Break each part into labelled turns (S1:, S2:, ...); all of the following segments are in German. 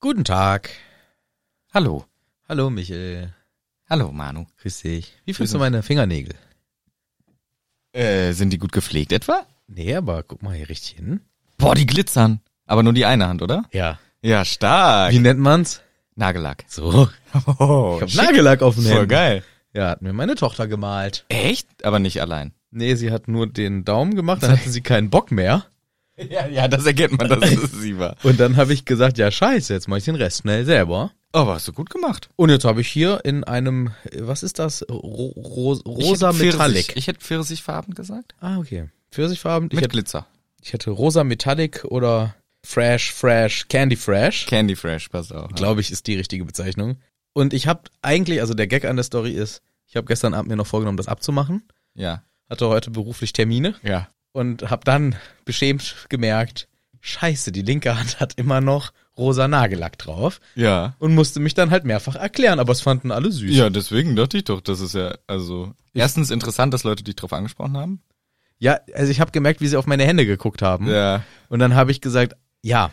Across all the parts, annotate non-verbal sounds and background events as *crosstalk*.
S1: Guten Tag.
S2: Hallo.
S1: Hallo Michael.
S2: Hallo, Manu.
S1: Grüß dich. Wie findest du meine Fingernägel?
S2: Äh, sind die gut gepflegt etwa?
S1: Nee, aber guck mal hier richtig hin.
S2: Boah, die glitzern. Aber nur die eine Hand, oder?
S1: Ja.
S2: Ja, stark.
S1: Wie nennt man's?
S2: Nagellack.
S1: So.
S2: *laughs* Oh,
S1: Ich hab Nagellack auf dem
S2: Voll
S1: Händen.
S2: geil.
S1: Ja, hat mir meine Tochter gemalt.
S2: Echt? Aber nicht allein.
S1: Nee, sie hat nur den Daumen gemacht, dann hatte sie keinen Bock mehr.
S2: *laughs* Ja, ja, das erkennt man, dass es sie war.
S1: Und dann habe ich gesagt, ja scheiße, jetzt mache ich den Rest schnell selber.
S2: Oh, Aber hast du gut gemacht.
S1: Und jetzt habe ich hier in einem, äh, was ist das? Ro ro rosa
S2: Ich hätte Pfirsich-
S1: Metallic.
S2: Ich hätte pfirsichfarben gesagt.
S1: Ah, okay. Pfirsichfarben. Ich
S2: Mit
S1: hätte,
S2: Glitzer.
S1: ich hätte rosa Metallic oder Fresh, Fresh, Candy Fresh.
S2: Candy Fresh, passt auch.
S1: glaube ich, ist die richtige Bezeichnung. Und ich habe eigentlich, also der Gag an der Story ist, ich habe gestern Abend mir noch vorgenommen, das abzumachen,
S2: Ja.
S1: hatte heute beruflich Termine
S2: Ja.
S1: und habe dann beschämt gemerkt, scheiße, die linke Hand hat immer noch rosa Nagellack drauf
S2: Ja.
S1: und musste mich dann halt mehrfach erklären, aber es fanden alle süß.
S2: Ja, deswegen dachte ich doch, das ist ja, also, erstens interessant, dass Leute dich drauf angesprochen haben.
S1: Ja, also ich habe gemerkt, wie sie auf meine Hände geguckt haben
S2: Ja.
S1: und dann habe ich gesagt, ja,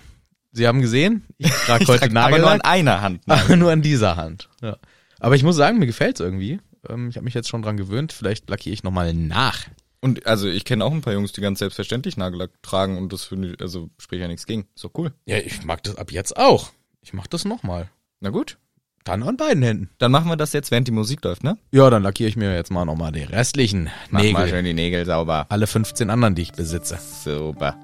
S1: sie haben gesehen, ich trage
S2: *laughs* Ich
S1: heute
S2: trag aber nur
S1: Nagellack,
S2: an einer Hand. ne?
S1: Aber nur an dieser Hand. Ja. Aber ich muss sagen, mir gefällt's irgendwie. Ähm, ich habe mich jetzt schon dran gewöhnt. Vielleicht lackiere ich nochmal nach.
S2: Und also ich kenne auch ein paar Jungs, die ganz selbstverständlich Nagellack tragen und das finde ich, also spricht ja nichts gegen. Ist doch cool.
S1: Ja, ich mag das ab jetzt auch. Ich mach das nochmal.
S2: Na gut.
S1: Dann an beiden Händen.
S2: Dann machen wir das jetzt, während die Musik läuft, ne?
S1: Ja, dann lackiere ich mir jetzt mal nochmal die restlichen
S2: Mach
S1: Nägel.
S2: mal schön die Nägel sauber.
S1: Alle 15 anderen, die ich besitze.
S2: Super.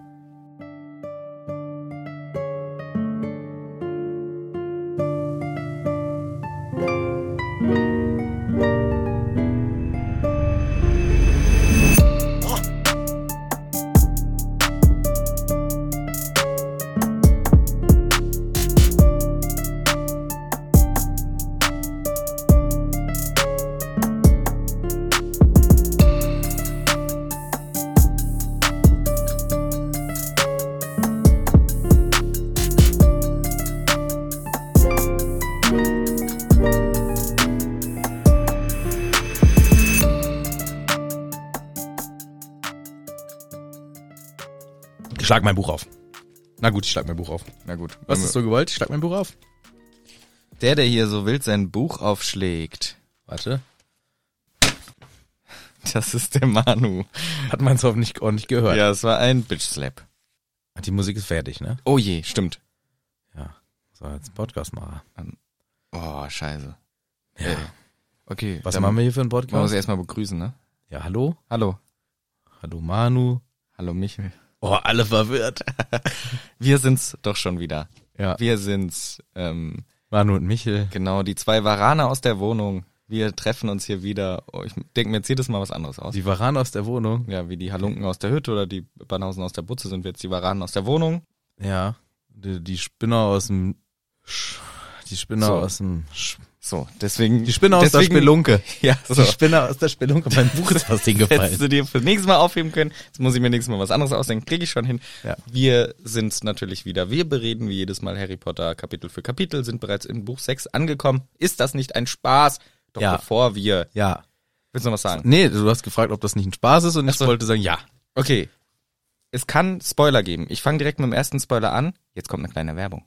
S1: Ich schlag mein Buch auf. Na gut, ich schlag mein Buch auf.
S2: Na gut.
S1: Was ist so gewollt? Ich schlag mein Buch auf.
S2: der, der hier so wild sein Buch aufschlägt? *laughs*
S1: Warte.
S2: Das ist der Manu.
S1: Hat man es hoffentlich ordentlich gehört.
S2: Ja, es war ein Bitch Slap.
S1: Die Musik ist fertig, ne?
S2: Oh je, stimmt.
S1: So, jetzt Podcast-Macher.
S2: Oh, scheiße.
S1: Ja.
S2: Äh, Okay.
S1: Was
S2: dann
S1: machen wir hier für einen
S2: Man muss
S1: Podcast?
S2: erstmal begrüßen, ne?
S1: Ja, hallo?
S2: Hallo.
S1: Hallo Manu.
S2: Hallo Michel.
S1: Oh, alle verwirrt.
S2: Wir sind's doch schon wieder.
S1: Ja.
S2: Wir sind's. Ähm,
S1: Manu und Michel.
S2: Genau, die zwei Warane aus der Wohnung. Wir treffen uns hier wieder. Oh, ich denke mir jetzt jedes Mal was anderes aus.
S1: Die Waran aus der Wohnung.
S2: Ja, wie die Halunken aus der Hütte oder die Bannhausen aus der Butze sind wir jetzt die Waranen aus der Wohnung.
S1: Ja. Die, die Spinner aus dem. Sch- Die Spinner
S2: So.
S1: aus dem. Sch-
S2: So, deswegen.
S1: Die Spinner aus der
S2: deswegen-
S1: Spelunke.
S2: *laughs* Ja, so.
S1: *laughs* Die Spinner aus der Spelunke. Mein Buch ist was
S2: Hättest
S1: hingefallen.
S2: du dir fürs nächste Mal aufheben können. Jetzt muss ich mir nächstes Mal was anderes ausdenken. Kriege ich schon hin.
S1: Ja.
S2: Wir sind's natürlich wieder. Wir bereden wie jedes Mal Harry Potter Kapitel für Kapitel, sind bereits in Buch 6 angekommen. Ist das nicht ein Spaß? Doch
S1: Ja.
S2: bevor wir.
S1: *laughs* Ja.
S2: Willst du noch was sagen?
S1: Nee, du hast gefragt, ob das nicht ein Spaß ist und ich
S2: Ach so.
S1: wollte sagen, ja.
S2: Okay. Es kann Spoiler geben. Ich fange direkt mit dem ersten Spoiler an. Jetzt kommt eine kleine Werbung.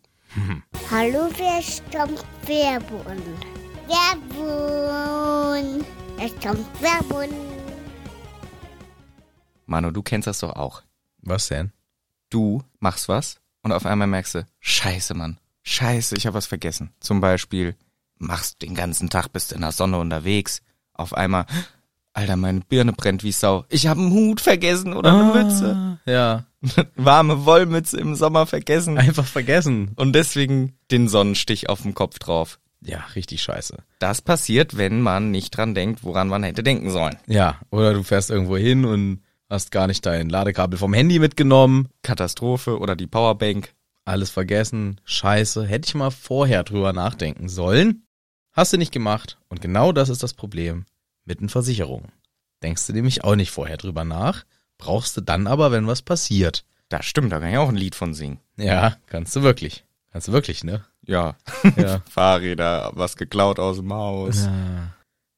S3: Hallo, wer stammt Werbun? Werbun! Es kommt Werbun!
S2: Manu, du kennst das doch auch.
S1: Was denn?
S2: Du machst was und auf einmal merkst du, scheiße, Mann. Scheiße, ich habe was vergessen. Zum Beispiel, machst den ganzen Tag, bist in der Sonne unterwegs. Auf einmal, Alter, meine Birne brennt wie Sau. Ich habe einen Hut vergessen oder eine
S1: Ah.
S2: Mütze.
S1: Ja.
S2: Warme Wollmütze im Sommer vergessen.
S1: Hm. Einfach vergessen.
S2: Und deswegen den Sonnenstich auf dem Kopf drauf.
S1: Ja, richtig scheiße.
S2: Das passiert, wenn man nicht dran denkt, woran man hätte denken sollen.
S1: Ja. Oder du fährst irgendwo hin und hast gar nicht dein Ladekabel vom Handy mitgenommen.
S2: Katastrophe oder die Powerbank.
S1: Alles vergessen. Scheiße. Hätte ich mal vorher drüber nachdenken sollen. Hast du nicht gemacht. Und genau das ist das Problem mit den Versicherungen. Denkst du nämlich auch nicht vorher drüber nach. Brauchst du dann aber, wenn was passiert.
S2: Das stimmt, da kann ich auch ein Lied von singen.
S1: Ja, kannst du wirklich. Kannst du wirklich, ne?
S2: Ja. *laughs*
S1: *laughs* Ja.
S2: Fahrräder, was geklaut aus dem Haus.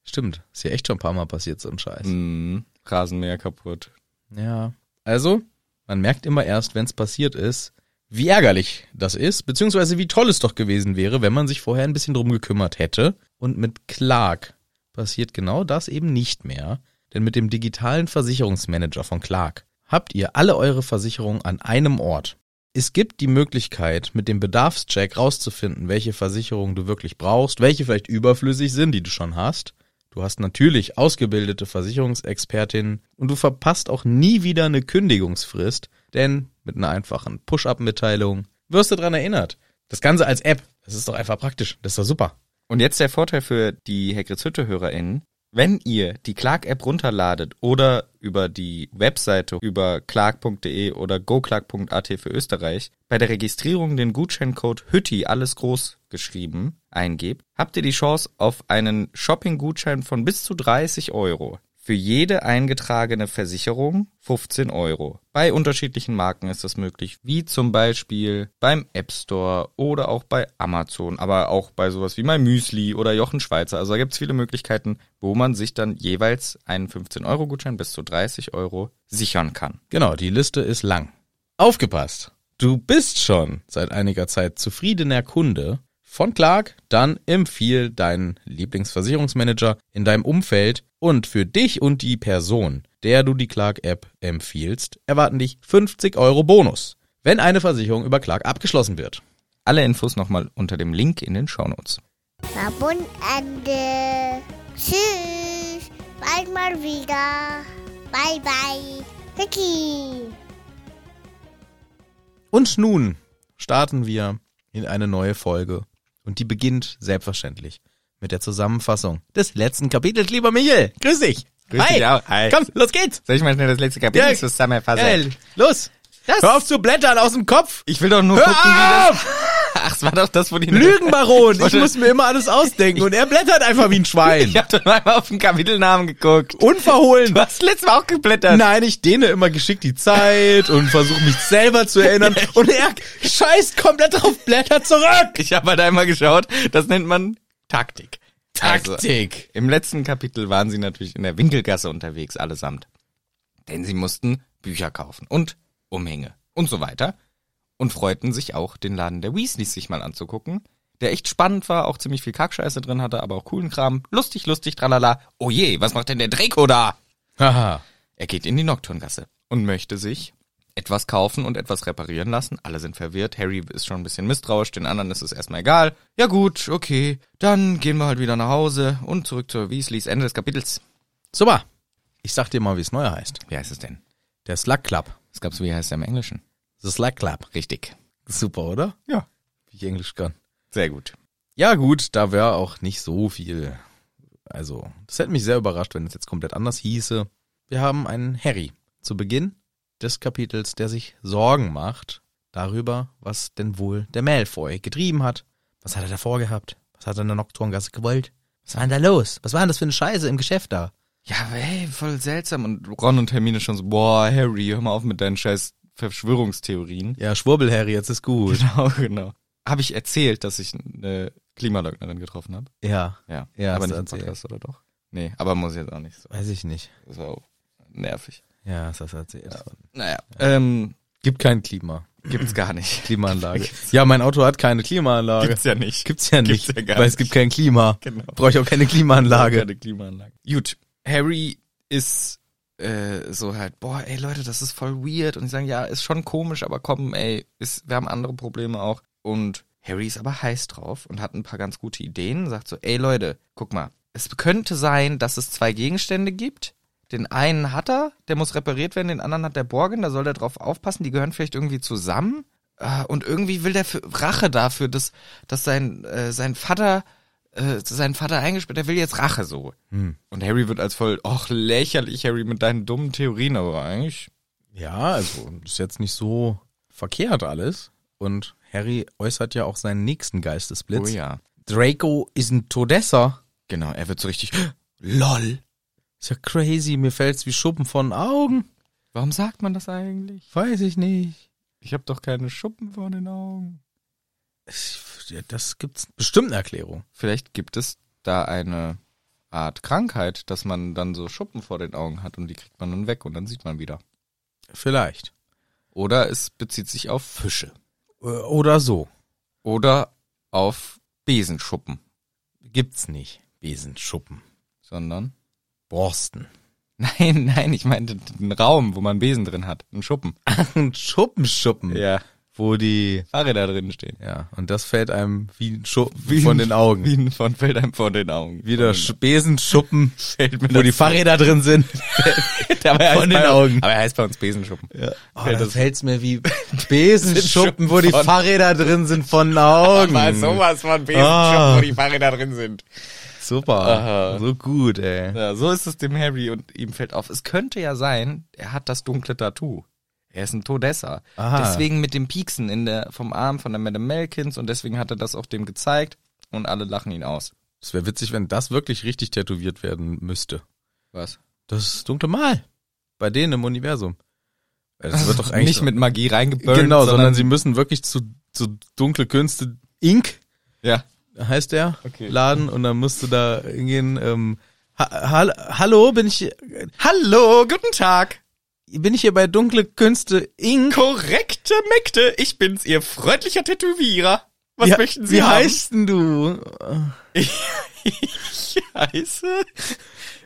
S1: Stimmt. Ist ja echt schon ein paar Mal passiert, so ein Scheiß.
S2: Mhm. Rasenmäher kaputt.
S1: Ja. Also, man merkt immer erst, wenn es passiert ist, wie ärgerlich das ist, beziehungsweise wie toll es doch gewesen wäre, wenn man sich vorher ein bisschen drum gekümmert hätte. Und mit Clark passiert genau das eben nicht mehr. Denn mit dem digitalen Versicherungsmanager von Clark habt ihr alle eure Versicherungen an einem Ort. Es gibt die Möglichkeit, mit dem Bedarfscheck rauszufinden, welche Versicherungen du wirklich brauchst, welche vielleicht überflüssig sind, die du schon hast. Du hast natürlich ausgebildete Versicherungsexpertinnen und du verpasst auch nie wieder eine Kündigungsfrist, denn mit einer einfachen Push-up-Mitteilung wirst du dran erinnert. Das Ganze als App, das ist doch einfach praktisch, das ist doch super.
S2: Und jetzt der Vorteil für die Hagrids Hütte HörerInnen. Wenn ihr die Clark-App runterladet oder über die Webseite über clark.de oder goclark.at für Österreich bei der Registrierung den Gutscheincode Hütti alles groß geschrieben eingebt, habt ihr die Chance auf einen Shopping-Gutschein von bis zu 30 Euro. Für jede eingetragene Versicherung 15 Euro. Bei unterschiedlichen Marken ist das möglich, wie zum Beispiel beim App Store oder auch bei Amazon, aber auch bei sowas wie mein Müsli oder Jochen Schweizer. Also da gibt's viele Möglichkeiten, wo man sich dann jeweils einen 15-Euro-Gutschein bis zu 30 Euro sichern kann.
S1: Genau, die Liste ist lang. Aufgepasst! Du bist schon seit einiger Zeit zufriedener Kunde von Clark, dann empfiehl deinen Lieblingsversicherungsmanager in deinem Umfeld und für dich und die Person, der du die Clark-App empfiehlst, erwarten dich 50 Euro Bonus, wenn eine Versicherung über Clark abgeschlossen wird.
S2: Alle Infos nochmal unter dem Link in den Shownotes.
S3: Verbundende. Tschüss. Bald mal wieder. Bye bye. Vicky.
S1: Und nun starten wir in eine neue Folge. Und die beginnt selbstverständlich mit der Zusammenfassung des letzten Kapitels. Lieber Michel, grüß dich.
S2: Grüß
S1: Hi.
S2: dich auch. Hi. Also,
S1: Komm, los geht's.
S2: Soll ich mal schnell das letzte Kapitel
S1: Ja.
S2: zusammenfassen?
S1: Hey, los. Hör auf zu blättern aus dem Kopf.
S2: Ich will doch nur
S1: Hör
S2: gucken, wie das...
S1: auf!
S2: Ach, es war doch das, wo die...
S1: Lügenbaron.
S2: *laughs*
S1: Ich
S2: wollte-
S1: muss mir immer alles ausdenken und er blättert einfach wie ein Schwein.
S2: *laughs* Ich hab doch mal auf den Kapitelnamen geguckt.
S1: Unverhohlen.
S2: Du hast letztes Mal auch geblättert.
S1: Nein, ich dehne immer geschickt die Zeit und versuche mich selber zu
S2: *laughs*
S1: erinnern und er scheißt komplett drauf Blätter zurück.
S2: Ich habe halt einmal geschaut, das nennt man Taktik. Also,
S1: Taktik.
S2: Im letzten Kapitel waren sie natürlich in der Winkelgasse unterwegs, allesamt. Denn sie mussten Bücher kaufen und Umhänge und so weiter. Und freuten sich auch, den Laden der Weasleys sich mal anzugucken. Der echt spannend war, auch ziemlich viel Kackscheiße drin hatte, aber auch coolen Kram. Lustig, lustig, tralala. Oh je, was macht denn der Draco da?
S1: Haha.
S2: Er geht in die Nocturngasse und möchte sich etwas kaufen und etwas reparieren lassen. Alle sind verwirrt. Harry ist schon ein bisschen misstrauisch, den anderen ist es erstmal egal. Ja gut, okay, dann gehen wir halt wieder nach Hause und zurück zur Weasleys Ende des Kapitels.
S1: Super. Ich sag dir mal, wie es neuer heißt.
S2: Wie heißt es denn?
S1: Der Slack Club.
S2: Es gab's, wie heißt er im Englischen?
S1: The Slack Club.
S2: Richtig.
S1: Super, oder?
S2: Ja.
S1: Wie ich Englisch kann.
S2: Sehr gut.
S1: Ja, gut, da wäre auch nicht so viel. Also, das hätte mich sehr überrascht, wenn es jetzt komplett anders hieße. Wir haben einen Harry zu Beginn des Kapitels, der sich Sorgen macht darüber, was denn wohl der Malfoy getrieben hat. Was hat er da vorgehabt? Was hat er in der Nocturngasse gewollt? Was war denn da los? Was war denn das für eine Scheiße im Geschäft da?
S2: Ja, aber hey, voll seltsam. Und Ron und Hermine schon so, boah, Harry, hör mal auf mit deinen scheiß Verschwörungstheorien.
S1: Ja, Schwurbel, Harry, jetzt ist gut.
S2: Genau, genau. Habe ich erzählt, dass ich eine Klimaleugnerin getroffen habe?
S1: ja,
S2: Ja.
S1: Ja,
S2: aber
S1: hast du
S2: nicht im
S1: erzählt.
S2: Podcast, oder doch? Nee, aber muss jetzt auch nicht so.
S1: weiß ich nicht.
S2: Das war auch nervig.
S1: Ja, das hast du erzählt.
S2: Naja. Ähm,
S1: Gibt kein Klima.
S2: gibt's gar
S1: *laughs*
S2: nicht.
S1: Klimaanlage. ja, mein Auto hat keine Klimaanlage.
S2: Gibt's ja nicht.
S1: Gibt's ja
S2: Gibt's
S1: nicht,
S2: ja gar
S1: weil es
S2: nicht.
S1: gibt kein Klima.
S2: Genau.
S1: Brauche ich auch keine Klimaanlage.
S2: Keine Klimaanlage. Gut. Harry ist äh, so halt, boah, ey Leute, das ist voll weird. Und die sagen, ja, ist schon komisch, aber komm, ey, ist, wir haben andere Probleme auch. Und Harry ist aber heiß drauf und hat ein paar ganz gute Ideen. Sagt so, ey Leute, guck mal, es könnte sein, dass es zwei Gegenstände gibt. Den einen hat er, der muss repariert werden, den anderen hat der Borgen, da soll der drauf aufpassen, die gehören vielleicht irgendwie zusammen. Äh, Und irgendwie will der für Rache dafür, dass, dass sein, äh, sein Vater, äh, sein Vater eingesperrt, der will jetzt Rache so. Und Harry wird als voll, ach lächerlich, Harry, mit deinen dummen Theorien, aber eigentlich.
S1: Ja, also ist jetzt nicht so verkehrt alles. Und Harry äußert ja auch seinen nächsten Geistesblitz.
S2: oh ja.
S1: Draco ist ein Todesser.
S2: Genau, er wird so richtig, *gasps* lol.
S1: Ist ja crazy, mir fällt's wie Schuppen von den Augen.
S2: Warum sagt man das eigentlich?
S1: Weiß ich nicht.
S2: Ich habe doch keine Schuppen vor den Augen.
S1: Ich- ja, Das gibt's bestimmt eine Erklärung.
S2: Vielleicht gibt es da eine Art Krankheit, dass man dann so Schuppen vor den Augen hat und die kriegt man dann weg und dann sieht man wieder.
S1: Vielleicht.
S2: Oder es bezieht sich auf Fische.
S1: Äh, Oder so.
S2: Oder auf Besenschuppen,
S1: Gibt's nicht. Besenschuppen.
S2: sondern. *laughs*
S1: Borsten.
S2: Nein, nein, ich meinte einen Raum, wo man Besen drin hat. Einen Schuppen.
S1: Ein Schuppenschuppen.
S2: Ja.
S1: Wo die.
S2: Fahrräder drin stehen.
S1: Ja, und das fällt einem wie ein Schuppen
S2: Wie
S1: von
S2: ein-
S1: den Augen.
S2: Wie ein von fällt einem vor den Augen.
S1: Wieder Sch- Besenschuppen,
S2: *laughs* fällt mir
S1: wo die
S2: das-
S1: Fahrräder drin
S2: *laughs*
S1: sind.
S2: Dabei heißt
S1: den
S2: bei-
S1: Augen.
S2: Aber er heißt bei uns Besenschuppen.
S1: Oh, da fällt's mir
S2: *laughs*
S1: wie Besenschuppen, wo die
S2: Von-
S1: Fahrräder drin sind von den Augen.
S2: Aber sowas von Besenschuppen,
S1: Ah.
S2: wo die Fahrräder drin sind.
S1: Super.
S2: Aha.
S1: So gut, ey.
S2: Ja, so ist es dem Harry und ihm fällt auf. Es könnte ja sein, er hat das dunkle Tattoo. Er ist ein Todesser.
S1: Aha.
S2: Deswegen mit dem Pieksen in der, vom Arm von der Madame Melkins und deswegen hat er das auch dem gezeigt und alle lachen ihn aus.
S1: Es wäre witzig, wenn das wirklich richtig tätowiert werden müsste.
S2: Was?
S1: Das dunkle Mal. Bei denen im Universum. Das wird doch eigentlich
S2: Nicht mit Magie reingeburnt,
S1: Genau, sondern, sie müssen wirklich zu, zu dunkle Künste Inc.
S2: ja.
S1: heißt der
S2: Okay.
S1: Laden und dann musst du da hingehen. Ähm, ha hall- hallo, bin ich hier-
S2: Hallo, guten Tag.
S1: bin ich hier bei dunkle Künste Inc.
S2: Korrekte Mägde, ich bin's, Ihr freundlicher Tätowierer. Was
S1: Ja,
S2: möchten Sie
S1: Wie
S2: haben?
S1: heißt denn du?
S2: *laughs* Ich heiße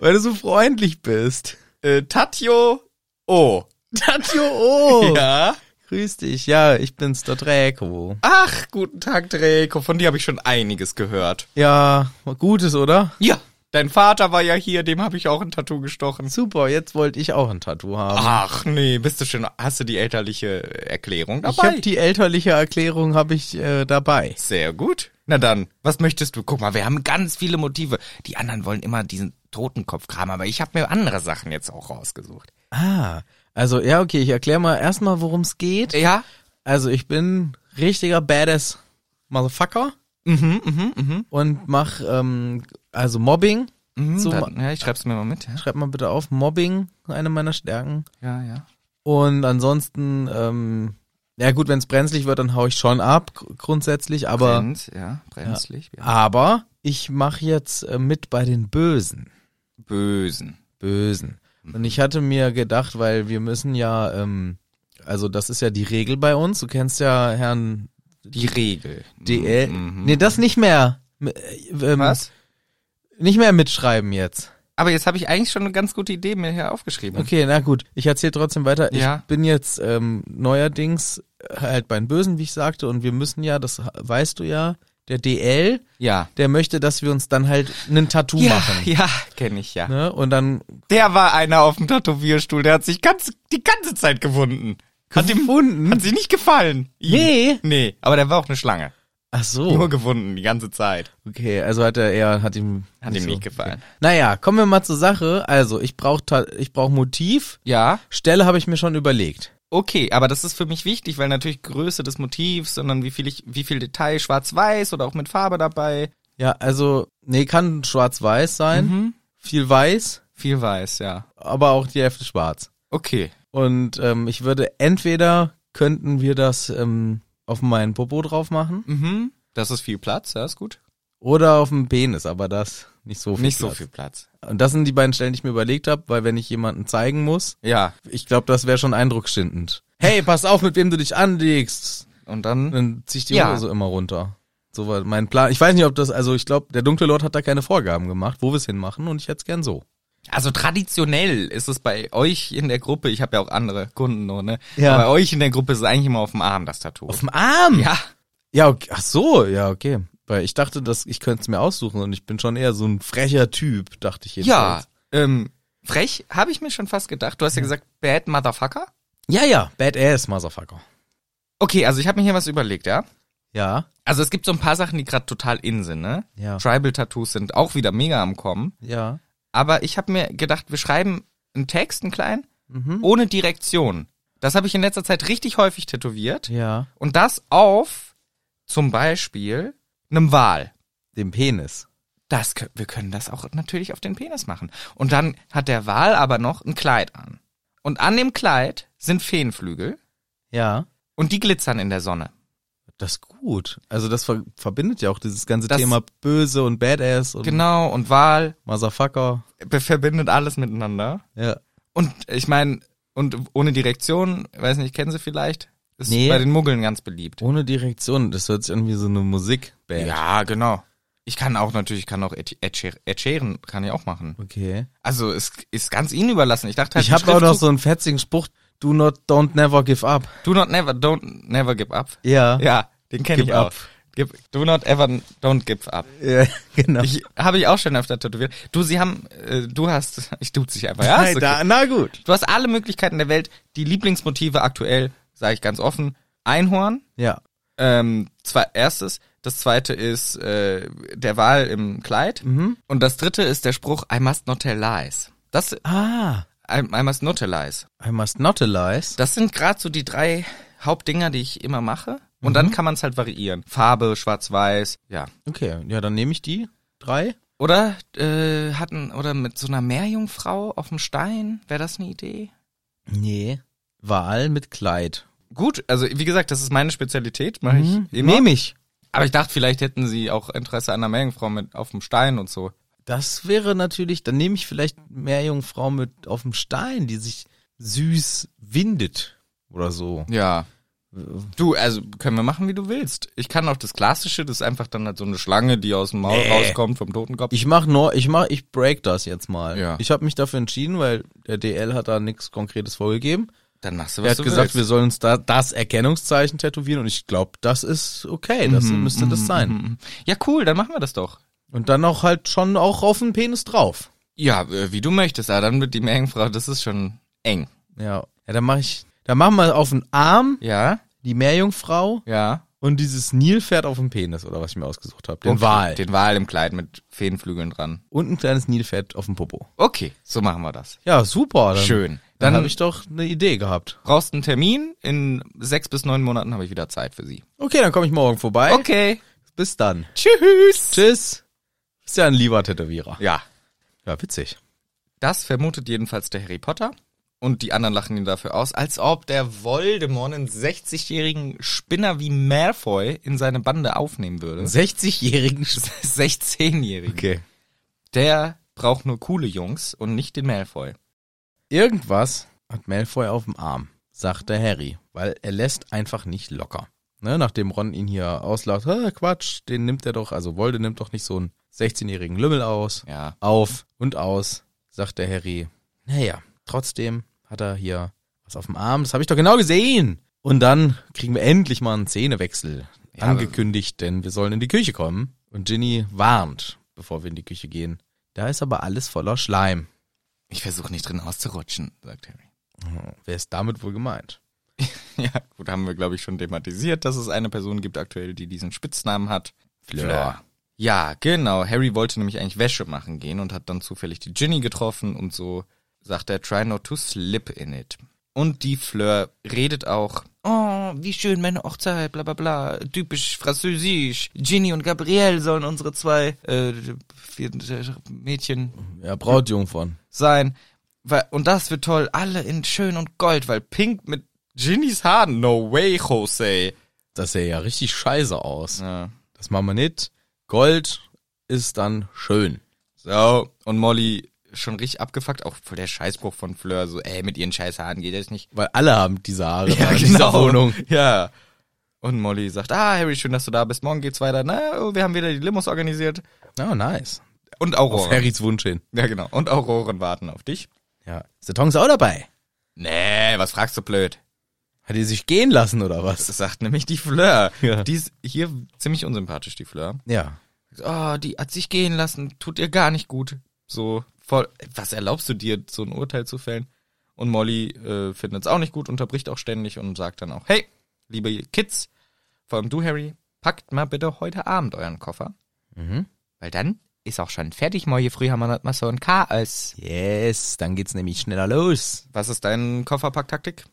S1: Weil du so freundlich bist.
S2: äh, Tatio O.
S1: Tatio O.
S2: *laughs* Ja.
S1: Oh, Grüß dich. Ja, ich bin's, der Draco.
S2: Ach, guten Tag, Draco. Von dir habe ich schon einiges gehört.
S1: Ja, gutes, oder?
S2: Ja. Dein Vater war ja hier, dem habe ich auch ein Tattoo gestochen.
S1: Super, jetzt wollte ich auch ein Tattoo haben.
S2: Ach nee, bist du schon, hast du die elterliche Erklärung
S1: ich habe
S2: dabei?
S1: die elterliche Erklärung habe ich äh, dabei.
S2: Sehr gut. Na dann, was möchtest du? Guck mal, wir haben ganz viele Motive. Die anderen wollen immer diesen Totenkopfkram, aber ich habe mir andere Sachen jetzt auch rausgesucht.
S1: Ah, also ja, okay, ich erkläre mal erstmal, worum es geht.
S2: Ja?
S1: Also ich bin richtiger Badass Motherfucker
S2: Mhm, mhm, mhm.
S1: und mach ähm, also Mobbing.
S2: mhm
S1: So
S2: dann, ja, ich schreib's mir mal mit. Ja,
S1: Schreib mal bitte auf, Mobbing, eine meiner Stärken.
S2: ja. ja.
S1: Und ansonsten, ähm, ja gut, wenn es brenzlig wird, dann hau ich schon ab, gr- grundsätzlich, aber,
S2: Brenz, ja, brenzlig. Ja.
S1: aber ich mach jetzt äh, mit bei den Bösen.
S2: Bösen.
S1: Bösen.
S2: Mhm.
S1: Und ich hatte mir gedacht, weil wir müssen ja, ähm, also das ist ja die Regel bei uns. Du kennst ja Herrn
S2: Die Regel.
S1: DL.
S2: Mhm.
S1: Nee, das nicht mehr. M- äh, ähm,
S2: Was?
S1: Nicht mehr mitschreiben jetzt.
S2: Aber jetzt habe ich eigentlich schon eine ganz gute Idee mir hier aufgeschrieben.
S1: Okay, na gut. Ich erzähle trotzdem weiter.
S2: Ja.
S1: Ich bin jetzt ähm, neuerdings halt bei den Bösen, wie ich sagte, und wir müssen ja, das weißt du ja, der DL,
S2: Ja.
S1: der möchte, dass wir uns dann halt einen Tattoo
S2: Ja,
S1: machen.
S2: ja, kenne ich ja.
S1: Ne? Und dann
S2: Der war einer auf dem Tätowierstuhl, der hat sich ganz, die ganze Zeit gewunden. Hat ihm,
S1: gefunden.
S2: hat sie nicht gefallen. Ihm.
S1: Nee.
S2: Hm? Nee, Oh. aber der war auch eine Schlange.
S1: Ach so.
S2: Nur gewunden, die ganze Zeit.
S1: Okay, also hat er eher, hat ihm
S2: Hat ihm nicht gefallen.
S1: Naja, kommen wir mal zur Sache. Also, ich brauche ich brauch Motiv.
S2: Ja.
S1: Stelle habe ich mir schon überlegt.
S2: Okay, aber das ist für mich wichtig, weil natürlich Größe des Motivs, sondern wie viel ich, wie viel Detail, schwarz-weiß oder auch mit Farbe dabei.
S1: Ja, also, nee, kann schwarz-weiß sein.
S2: Mhm.
S1: Viel weiß,
S2: Viel weiß, ja.
S1: aber auch die Hälfte schwarz.
S2: Okay.
S1: Und ähm, ich würde entweder könnten wir das ähm, auf meinen Popo drauf machen
S2: Mhm. Das ist viel Platz, ja, ist gut.
S1: oder auf den Penis, aber das nicht so viel.
S2: Nicht so
S1: Platz.
S2: viel Platz.
S1: Und das sind die beiden Stellen, die ich mir überlegt habe, weil wenn ich jemanden zeigen muss,
S2: Ja.
S1: ich glaube, das wäre schon eindrucksschindend. Hey, pass auf, mit wem du dich anlegst.
S2: Und dann.
S1: Dann zieh ich die
S2: Ja.
S1: Hose immer runter. So war mein Plan. Ich weiß nicht, ob das, also ich glaube, der dunkle Lord hat da keine Vorgaben gemacht, wo wir es hinmachen und ich hätte es gern so.
S2: Also traditionell ist es bei euch in der Gruppe, ich habe ja auch andere Kunden nur, ne?
S1: Ja.
S2: Aber Bei euch in der Gruppe ist es eigentlich immer auf dem Arm das Tattoo.
S1: Auf dem Arm?
S2: ja.
S1: Ja, okay. ach so, ja, okay. Weil ich dachte, dass ich könnte es mir aussuchen und ich bin schon eher so ein frecher Typ, dachte ich
S2: Ja.
S1: jedenfalls.
S2: Ähm, frech habe ich mir schon fast gedacht. Du hast ja gesagt, bad motherfucker.
S1: Ja, ja, Badass, Motherfucker.
S2: Okay, also ich habe mir hier was überlegt, ja?
S1: Ja,
S2: Also es gibt so ein paar Sachen, die gerade total in sind, ne?
S1: ja,
S2: Tribal Tattoos sind auch wieder mega am kommen,
S1: ja.
S2: aber ich habe mir gedacht, wir schreiben einen Text einen kleinen
S1: Mhm.
S2: ohne Direktion. Das habe ich in letzter Zeit richtig häufig tätowiert
S1: Ja,
S2: und das auf zum Beispiel einem Wal.
S1: dem Penis.
S2: Das, kö- wir können das auch natürlich auf den Penis machen. Und dann hat der Wal aber noch ein Kleid an. Und an dem Kleid sind Feenflügel
S1: Ja,
S2: und die glitzern in der Sonne.
S1: das ist gut. Also das ver verbindet ja auch dieses ganze
S2: Das-
S1: Thema Böse und Badass und
S2: Genau, und Wal
S1: Motherfucker.
S2: be- verbindet alles miteinander.
S1: Ja.
S2: Und ich meine, und ohne Direktion, weiß nicht, kennen Sie vielleicht, Ist
S1: Nee.
S2: bei den Muggeln ganz beliebt.
S1: Ohne Direktion, das hört sich an wie so eine Musikband.
S2: Ja, genau. Ich kann auch natürlich, ich kann auch Ed, Ed, Sheer- Ed Sheeran kann ich auch machen.
S1: Okay.
S2: Also es ist ganz ihnen überlassen. Ich dachte halt,
S1: Ich habe
S2: Schriftzug-
S1: auch noch so einen fetzigen Spruch. Do not, don't never give up.
S2: Do not never, don't never give up.
S1: Ja.
S2: Ja, den kenne
S1: Give
S2: ich auch.
S1: up.
S2: Give, do not ever, don't give up.
S1: ja *laughs* genau.
S2: Ich habe ich auch schon öfter tätowiert. Du, sie haben, äh, du hast, *laughs* ich duze dich einfach. Ja,
S1: Nein,
S2: ist okay.
S1: da, na gut.
S2: Du hast alle Möglichkeiten der Welt. Die Lieblingsmotive aktuell, sage ich ganz offen, Einhorn.
S1: Ja.
S2: Ähm, zwei, erstes. Das zweite ist äh, der Wal im Kleid. Und das dritte ist der Spruch, I must not tell lies. Das, I,
S1: Ah,
S2: I must not tell lies.
S1: I must not lies.
S2: Das sind gerade so die drei Hauptdinger, die ich immer mache. Und dann kann man es halt variieren. Farbe, schwarz-weiß, ja.
S1: Okay, ja, dann nehme ich die drei.
S2: Oder äh, hatten oder mit so einer Meerjungfrau auf dem Stein, wäre das eine Idee?
S1: Nee. Wahl mit Kleid.
S2: Gut, also wie gesagt, das ist meine Spezialität, mache
S1: Mhm.
S2: ich immer.
S1: Nehme ich.
S2: Aber ich dachte, vielleicht hätten sie auch Interesse an einer Meerjungfrau mit auf dem Stein und so.
S1: Das wäre natürlich, dann nehme ich vielleicht mehr Jungfrau mit auf dem Stein, die sich süß windet oder so.
S2: Ja.
S1: Äh.
S2: Du, also können wir machen, wie du willst. Ich kann auch das Klassische, das ist einfach dann halt so eine Schlange, die aus dem Maul
S1: Nee.
S2: rauskommt vom Totenkopf.
S1: Ich mach nur, ich mach, ich break das jetzt mal.
S2: Ja.
S1: Ich habe mich dafür entschieden, weil der DL hat da nichts Konkretes vorgegeben.
S2: dann machst du
S1: Er hat gesagt, wir
S2: willst.
S1: sollen uns da das Erkennungszeichen tätowieren und ich glaube, das ist okay, das
S2: Mhm,
S1: müsste das sein.
S2: Ja, cool, dann machen wir das doch.
S1: Und dann auch halt schon auch auf den Penis drauf.
S2: Ja, äh, wie du möchtest, aber dann mit die Meerjungfrau, das ist schon eng.
S1: Ja, ja dann mache ich, dann machen wir auf den Arm
S2: Ja?
S1: die Meerjungfrau
S2: Ja.
S1: und dieses Nilpferd auf dem Penis oder was ich mir ausgesucht habe, den
S2: Okay,
S1: Wal
S2: Den Wal im Kleid mit Feenflügeln dran.
S1: und ein kleines Nilpferd auf dem Popo.
S2: Okay, so machen wir das.
S1: Ja, super. Dann,
S2: Schön.
S1: Ähm, Dann,
S2: Dann,
S1: habe ich doch eine Idee gehabt.
S2: brauchst einen Termin. In sechs bis neun Monaten habe ich wieder Zeit für Sie.
S1: Okay, dann komme ich morgen vorbei.
S2: Okay.
S1: Bis dann.
S2: Tschüss.
S1: Tschüss. Ist ja ein lieber Tätowierer.
S2: Ja.
S1: Ja, witzig.
S2: Das vermutet jedenfalls der Harry Potter. Und die anderen lachen ihn dafür aus, als ob der Voldemort einen 60-jährigen Spinner wie Malfoy in seine Bande aufnehmen würde.
S1: 60-jährigen
S2: *laughs*
S1: Sch-
S2: 16-jährigen.
S1: Okay.
S2: Der braucht nur coole Jungs und nicht den Malfoy.
S1: Irgendwas hat Malfoy auf dem Arm, sagt der Harry, weil er lässt einfach nicht locker. Ne, nachdem Ron ihn hier auslacht, "Ah, Quatsch, den nimmt er doch, also Wolde nimmt doch nicht so einen 16-jährigen Lümmel aus.
S2: Ja.
S1: Auf und aus, sagt der Harry. Naja, trotzdem hat er hier was auf dem Arm, das habe ich doch genau gesehen. Und dann kriegen wir endlich mal einen Szenewechsel
S2: aber-
S1: angekündigt, denn wir sollen in die Küche kommen. Und Ginny warnt, bevor wir in die Küche gehen. Da ist aber alles voller Schleim.
S2: Ich versuche nicht drin auszurutschen, sagt Harry.
S1: Wer ist damit wohl gemeint?
S2: *laughs* Ja, gut, haben wir, glaube ich, schon thematisiert, dass es eine Person gibt aktuell, die diesen Spitznamen hat.
S1: Fleur.
S2: Ja, genau. Harry wollte nämlich eigentlich Wäsche machen gehen und hat dann zufällig die Ginny getroffen und so sagt er, try not to slip in it. Und die Fleur redet auch, oh, wie schön meine Hochzeit, bla bla bla, typisch französisch. Ginny und Gabrielle sollen unsere zwei äh, vier, äh, Mädchen
S1: Ja, Brautjungfern.
S2: sein. Weil, und das wird toll, alle in schön und gold, weil pink mit Ginnys Haaren, no way, Jose.
S1: Das sähe ja richtig scheiße aus.
S2: Ja.
S1: Das machen wir nicht. Gold ist dann schön.
S2: So, und Molly schon richtig abgefuckt, auch voll der Scheißbruch von Fleur, so, ey, mit ihren scheiß Haaren geht das nicht.
S1: Weil alle haben diese Haare in
S2: genau.
S1: dieser Wohnung.
S2: Ja. Und Molly sagt, ah, Harry, schön, dass du da bist, morgen geht's weiter, na, wir haben wieder die Limos organisiert.
S1: Oh, nice.
S2: Und
S1: Auf
S2: Auroren.
S1: Harrys Wunsch hin.
S2: Ja, genau. Und Auroren warten auf dich.
S1: Ja. Ist der Tongs auch dabei?
S2: Nee, was fragst du blöd?
S1: Hat er sich gehen lassen oder was?
S2: Das sagt nämlich die Fleur.
S1: Ja.
S2: Die ist hier ziemlich unsympathisch, die Fleur.
S1: Ja.
S2: oh, die hat sich gehen lassen, tut ihr gar nicht gut. So voll, was erlaubst du dir, so ein Urteil zu fällen? Und Molly äh, findet es auch nicht gut, unterbricht auch ständig und sagt dann auch, hey, liebe Kids, vor allem du, Harry, packt mal bitte heute Abend euren Koffer.
S1: Mhm.
S2: Weil dann ist auch schon fertig, morgen früh haben wir noch mal so ein Chaos.
S1: Yes, dann geht's nämlich schneller los.
S2: Was ist deine Kofferpacktaktik?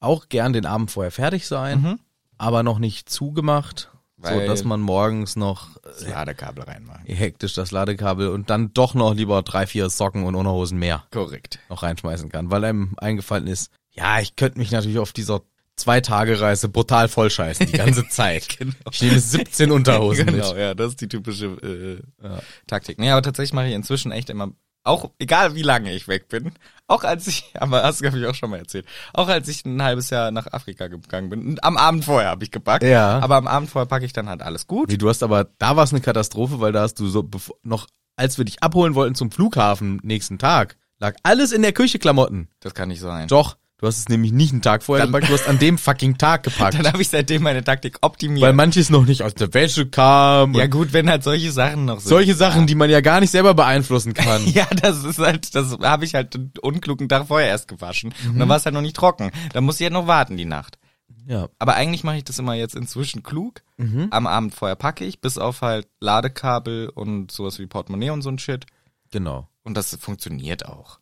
S1: Auch gern den Abend vorher fertig sein,
S2: Mhm.
S1: aber noch nicht zugemacht, so
S2: Weil-
S1: dass man morgens noch
S2: Das Ladekabel reinmachen.
S1: äh, hektisch das Ladekabel und dann doch noch lieber drei, vier Socken und Unterhosen mehr.
S2: Korrekt.
S1: noch reinschmeißen kann, weil einem eingefallen ist, ja, ich könnte mich natürlich auf dieser Zwei-Tage-Reise brutal vollscheißen, die
S2: *laughs*
S1: ganze Zeit. Ich nehme 17 Unterhosen
S2: genau,
S1: mit.
S2: ja, das ist die typische äh, Taktik. Nee, aber tatsächlich mache ich inzwischen echt immer auch egal wie lange ich weg bin, auch als ich, *laughs* aber das habe ich auch schon mal erzählt, auch als ich ein halbes Jahr nach Afrika gegangen bin, und am Abend vorher habe ich gepackt,
S1: Ja.
S2: aber am Abend vorher packe ich dann halt alles gut.
S1: Nee, du hast aber, da war es eine Katastrophe, weil da hast du so bevor, noch, als wir dich abholen wollten zum Flughafen nächsten Tag, lag alles in der Küche Klamotten.
S2: Das kann nicht sein.
S1: Doch, du hast es nämlich nicht einen Tag vorher
S2: Dann-
S1: gepackt, du hast an dem fucking Tag gepackt.
S2: *laughs* *laughs* Dann habe ich seitdem meine Taktik optimiert.
S1: weil manches noch nicht aus der Wäsche kam.
S2: ja
S1: und
S2: gut, wenn halt solche Sachen noch sind.
S1: solche Sachen, die man ja gar nicht selber beeinflussen kann.
S2: *laughs* Ja, das ist halt, das habe ich halt einen unklugen Tag vorher erst gewaschen. Und
S1: Mhm.
S2: dann war es halt noch nicht trocken. Dann muss ich halt noch warten die Nacht.
S1: ja.
S2: Aber eigentlich mache ich das immer jetzt inzwischen klug. Am Abend vorher packe ich, bis auf halt Ladekabel und sowas wie Portemonnaie und so ein Shit.
S1: Genau.
S2: Und das funktioniert auch.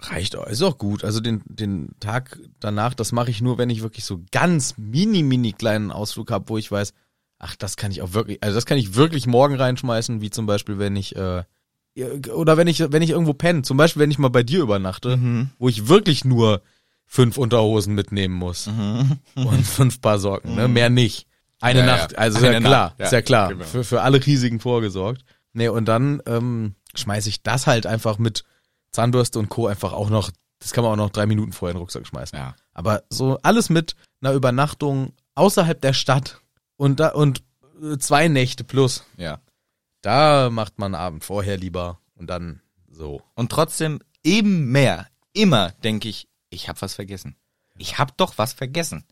S1: Reicht auch. Ist auch gut. Also den, den Tag danach, das mache ich nur, wenn ich wirklich so ganz mini, mini kleinen Ausflug habe, wo ich weiß, ach, das kann ich auch wirklich, also das kann ich wirklich morgen reinschmeißen, wie zum Beispiel, wenn ich, äh, oder wenn ich, wenn ich irgendwo penne, zum Beispiel, wenn ich mal bei dir übernachte,
S2: Mhm.
S1: wo ich wirklich nur fünf Unterhosen mitnehmen muss und fünf Paar Socken, ne? Mehr nicht. Eine
S2: Mhm. Ja, ja.
S1: Nacht, also ist
S2: Eine
S1: ja
S2: Nacht,
S1: klar,
S2: ja,
S1: ist ja klar.
S2: genau.
S1: Für, für alle Risiken vorgesorgt. Nee, und dann ähm, schmeiße ich das halt einfach mit Zahnbürste und Co. einfach auch noch, das kann man auch noch drei Minuten vorher in den Rucksack schmeißen.
S2: Ja.
S1: Aber so alles mit einer Übernachtung außerhalb der Stadt und da und äh, zwei Nächte plus.
S2: Ja.
S1: Da macht man einen Abend vorher lieber und dann so.
S2: Und trotzdem eben mehr, immer denke ich, ich habe was vergessen. Ich habe doch was vergessen.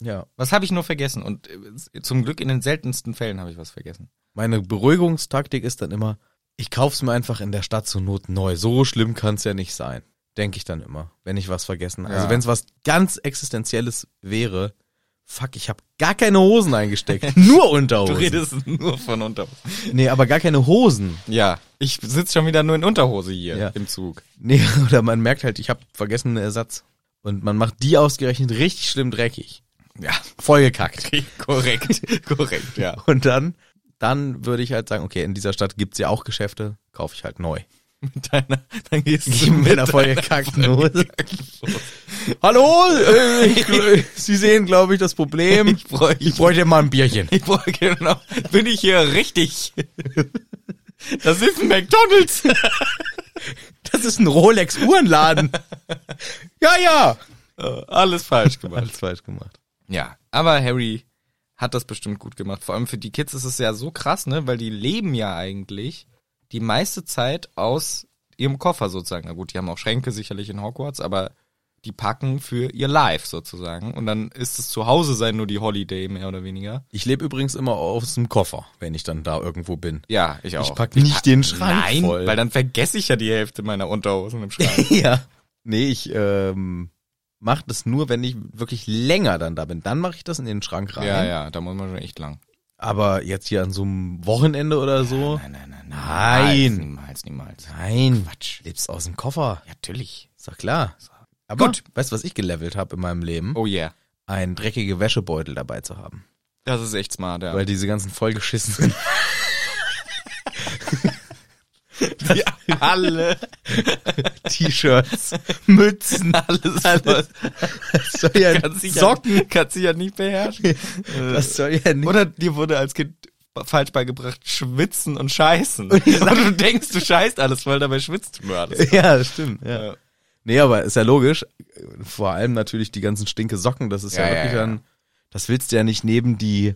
S1: Ja.
S2: Was habe ich nur vergessen? Und äh, zum Glück in den seltensten Fällen habe ich was vergessen.
S1: Meine Beruhigungstaktik ist dann immer, ich kauf's mir einfach in der Stadt zur Not neu. So schlimm kann's ja nicht sein. Denke ich dann immer, wenn ich was vergessen habe. Also
S2: Ja.
S1: wenn's was ganz Existenzielles wäre, fuck, ich habe gar keine Hosen
S2: *laughs*
S1: eingesteckt. nur
S2: Du
S1: Unterhosen.
S2: redest *laughs* nur von Unterhosen.
S1: Nee, aber gar keine Hosen.
S2: Ja, ich sitze schon wieder nur in Unterhose hier
S1: Ja.
S2: im Zug.
S1: Nee, *laughs* oder man merkt halt, ich habe vergessen einen Ersatz. Und man macht die ausgerechnet richtig schlimm dreckig.
S2: *laughs* Ja,
S1: Vollgekackt.
S2: *laughs* korrekt, korrekt, ja.
S1: Und dann, dann würde ich halt sagen, okay, in dieser Stadt gibt's ja auch Geschäfte, kaufe ich halt neu.
S2: Mit deiner, dann gehst
S1: Ich
S2: du
S1: mit
S2: mit
S1: einer vollgekackten Hose. Hallo, äh, ich, *laughs* gl- Sie sehen, glaube ich, das Problem.
S2: Ich bräuchte, ich bräuchte,
S1: bräuchte mal ein Bierchen.
S2: *laughs* ich bräuchte, genau, bin ich hier richtig? Das ist ein McDonalds.
S1: *laughs* Das ist ein Rolex-Uhrenladen. *laughs* Ja, ja.
S2: Äh, Alles falsch gemacht.
S1: Alles falsch gemacht.
S2: Ja, aber Harry hat das bestimmt gut gemacht. Vor allem für die Kids ist es ja so krass, ne, weil die leben ja eigentlich die meiste Zeit aus ihrem Koffer sozusagen. Na gut, die haben auch Schränke sicherlich in Hogwarts, aber die packen für ihr Life sozusagen. Und dann ist es zu Hause sein nur die Holiday mehr oder weniger.
S1: Ich lebe übrigens immer aus dem Koffer, wenn ich dann da irgendwo bin.
S2: Ja, ich auch.
S1: Ich pack nicht den Schrank
S2: Nein,
S1: voll.
S2: weil dann vergesse ich ja die Hälfte meiner Unterhosen im Schrank.
S1: ja. Nee, ich ähm, mache das nur, wenn ich wirklich länger dann da bin. Dann mache ich das in den Schrank rein.
S2: *laughs* ja, ja, da muss man schon echt lang.
S1: Aber jetzt hier an so einem Wochenende oder so.
S2: Nein, nein, Oh. nein,
S1: Nein.
S2: Niemals, niemals. niemals.
S1: Nein. Quatsch. Lebst aus dem Koffer.
S2: Ja, natürlich.
S1: Ist doch klar. Aber
S2: Gut.
S1: weißt du, was ich gelevelt habe in meinem Leben?
S2: Oh yeah.
S1: Einen dreckigen Wäschebeutel dabei zu haben.
S2: Das ist echt smart, ja.
S1: Weil diese ganzen vollgeschissenen
S2: *laughs*
S1: *laughs*
S2: alle, *laughs*
S1: T-Shirts, Mützen,
S2: alles, alles
S1: *laughs* das soll ja
S2: kann sich
S1: Socken,
S2: Ja, kann sich ja nicht beherrschen.
S1: das soll ja nicht.
S2: Oder dir wurde als Kind falsch beigebracht, schwitzen und *laughs* scheißen. Und du denkst, du scheißt alles voll, dabei schwitzt du nur alles.
S1: ja, stimmt. Ja.
S2: *laughs* Ja.
S1: Nee, aber ist ja logisch. Vor allem natürlich die ganzen stinke Socken, das ist ja,
S2: Ja, ja,
S1: wirklich
S2: ja.
S1: dann, das willst du ja nicht neben die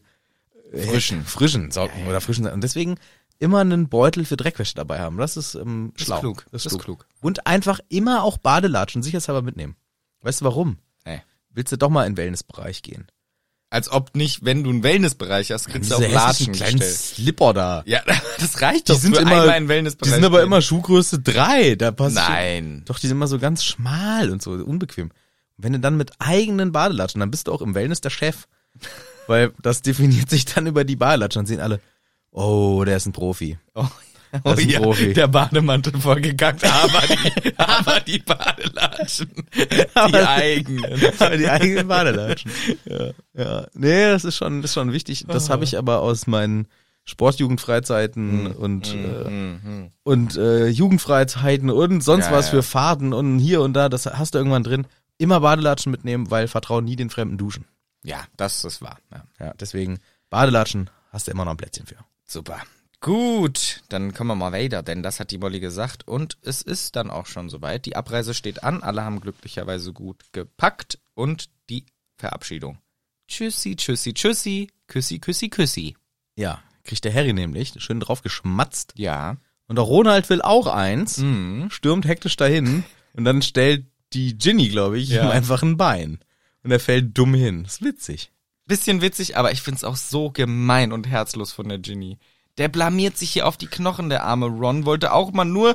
S1: äh,
S2: Frischen.
S1: frischen Socken oder frischen Und deswegen immer einen Beutel für Dreckwäsche dabei haben. Das ist ähm, schlau.
S2: klug. Ist klug.
S1: Und einfach immer auch Badelatschen sicherheitshalber mitnehmen. Weißt du warum?
S2: Ey.
S1: Willst du doch mal in den Wellnessbereich gehen?
S2: Als ob nicht, wenn du einen Wellnessbereich hast, kriegst du auch
S1: hässlichen
S2: Latschen
S1: kleinen
S2: gestellt.
S1: Slipper da.
S2: Ja, *laughs* das reicht
S1: Die
S2: doch
S1: sind
S2: für
S1: immer-
S2: einmal in den Wellnessbereich.
S1: Die sind aber
S2: gehen.
S1: immer Schuhgröße 3, da passt schon-
S2: Nein.
S1: Doch, die sind immer so ganz schmal und so unbequem. Und wenn du dann mit eigenen Badelatschen, dann bist du auch im Wellness der
S2: *laughs*
S1: Chef. Weil das definiert sich dann über die Badelatschen. Dann sehen alle, oh, der ist ein Profi.
S2: Oh,
S1: Das ist ein Profi.
S2: der Bademantel vollgekackt, aber *laughs* die, aber die Badelatschen, die eigenen.
S1: Aber die eigenen Badelatschen. ja. ja. Nee, das ist schon, ist schon wichtig. Das
S2: Ah.
S1: habe ich aber aus meinen Sportjugendfreizeiten
S2: Hm.
S1: und, äh,
S2: Mhm.
S1: und äh, Jugendfreizeiten und sonst
S2: Ja,
S1: was
S2: ja.
S1: für Fahrten und hier und da, das hast du irgendwann drin. Immer Badelatschen mitnehmen, weil vertrauen nie den Fremden duschen.
S2: Ja, das ist wahr. Ja.
S1: Ja, deswegen Badelatschen hast du immer noch ein Plätzchen für.
S2: Super. Gut, dann kommen wir mal weiter, denn das hat die Molly gesagt und es ist dann auch schon soweit. Die Abreise steht an, alle haben glücklicherweise gut gepackt und die Verabschiedung. Tschüssi, tschüssi, tschüssi, küssi, küssi, küssi.
S1: Ja, kriegt der Harry nämlich schön drauf geschmatzt.
S2: Ja.
S1: Und auch Ronald will auch eins,
S2: Mhm.
S1: stürmt hektisch dahin und dann stellt die Ginny, glaube ich,
S2: Ja.
S1: ihm einfach ein Bein. Und er fällt dumm hin. Ist witzig.
S2: Bisschen witzig, aber ich find's auch so gemein und herzlos von der Ginny. Der blamiert sich hier auf die Knochen, der arme Ron wollte auch mal nur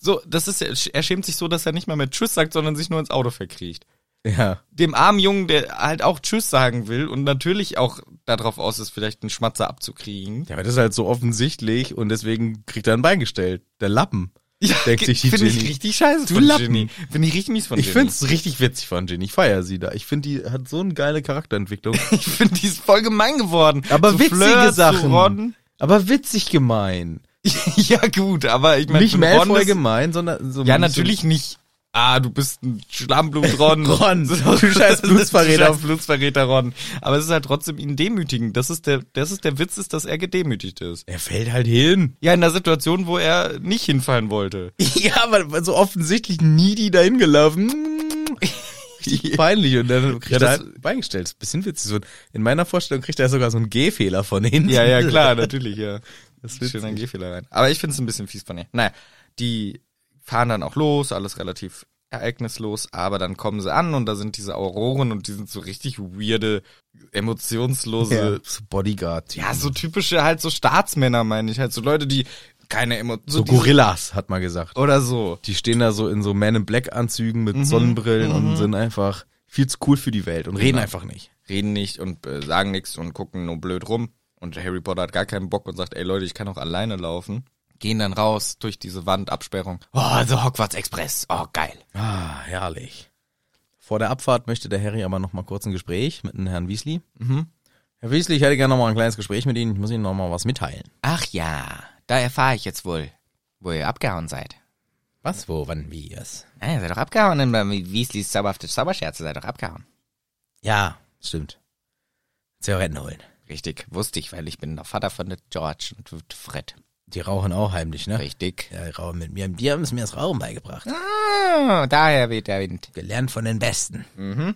S2: so, das ist ja- er schämt sich so, dass er nicht mal mehr Tschüss sagt, sondern sich nur ins Auto verkriecht.
S1: Ja.
S2: Dem armen Jungen, der halt auch Tschüss sagen will und natürlich auch darauf aus ist, vielleicht einen Schmatzer abzukriegen.
S1: Ja, aber das ist halt so offensichtlich und deswegen kriegt er ein Bein gestellt. Der Lappen.
S2: Ja,
S1: denkt sich die
S2: finde ich
S1: Ginny.
S2: richtig scheiße
S1: Du
S2: von
S1: Lappen.
S2: Ginny. Finde ich richtig mies von
S1: Ich
S2: Ginny.
S1: find's richtig witzig von Ginny. Ich feier sie da. Ich find, die hat so eine geile Charakterentwicklung.
S2: ich finde die ist voll gemein geworden.
S1: *laughs* Aber
S2: Zu
S1: witzige
S2: Fleur, zu
S1: Sachen.
S2: Ron. *laughs*
S1: aber witzig gemein.
S2: ja gut, aber ich meine
S1: nicht
S2: zu
S1: Malfoy
S2: ist-
S1: gemein, sondern so
S2: Ja,
S1: ein bisschen-
S2: natürlich nicht. Ah, du bist ein Schlammblut
S1: *laughs*
S2: Ron. *laughs*
S1: Ron,
S2: Das ist
S1: du scheiß Blutsverräter.
S2: Du scheiß Blutsverräter Ron. Aber es ist halt trotzdem ihn demütigend. Das ist der, das ist der Witz, ist, dass er gedemütigt ist.
S1: Er fällt halt hin.
S2: Ja, in der Situation, wo er nicht hinfallen wollte.
S1: *laughs* Ja, aber so offensichtlich nie die dahin gelaufen. *laughs* Richtig peinlich. Und dann kriegt
S2: Ja,
S1: er
S2: das-
S1: halt ein Bein gestellt. Ist ein bisschen witzig. So, in meiner Vorstellung kriegt er sogar so einen Gehfehler von hinten.
S2: Ja, ja, klar,
S1: *laughs*
S2: natürlich, ja.
S1: ist
S2: Das ist
S1: witzig.
S2: schön ein Gehfehler rein. Aber ich find's ein bisschen fies von ihr. Naja, die fahren dann auch los, alles relativ ereignislos, aber dann kommen sie an und da sind diese Auroren und die sind so richtig weirde, emotionslose
S1: *laughs* Ja. So Bodyguard.
S2: Ja, so typische halt so Staatsmänner, meine ich, halt so Leute, die keine Emotionen
S1: So Gorillas, hat man gesagt.
S2: oder so.
S1: Die stehen da so in so Man in Black Anzügen mit Sonnenbrillen und sind einfach viel zu cool für die Welt und reden einfach nicht.
S2: Reden nicht und äh, sagen nichts und gucken nur blöd rum und Harry Potter hat gar keinen Bock und sagt, ey Leute, ich kann auch alleine laufen. Gehen dann raus durch diese Wandabsperrung. Oh, so Hogwarts Express. Oh, geil.
S1: Ah, herrlich. Vor der Abfahrt möchte der Harry aber noch mal kurz ein Gespräch mit dem Herrn Weasley. Herr Weasley, ich hätte gerne noch mal ein kleines Gespräch mit Ihnen. Ich muss Ihnen noch mal was mitteilen.
S2: Ach ja, da erfahre ich jetzt wohl, wo ihr abgehauen seid.
S1: Was, wo, wann, wie, es?
S2: Na, ihr seid doch abgehauen in Weasleys zauberhafte Zauberscherze, seid doch abgehauen.
S1: Ja, stimmt. Zigaretten holen.
S2: Richtig, wusste ich, weil ich bin der Vater von der George und Fred.
S1: Die rauchen auch heimlich, ne?
S2: Richtig.
S1: Ja, die rauchen mit mir. Die haben es mir das Rauchen beigebracht.
S2: Ah, daher weht der Wind.
S1: Gelernt von den Besten.
S2: Mhm.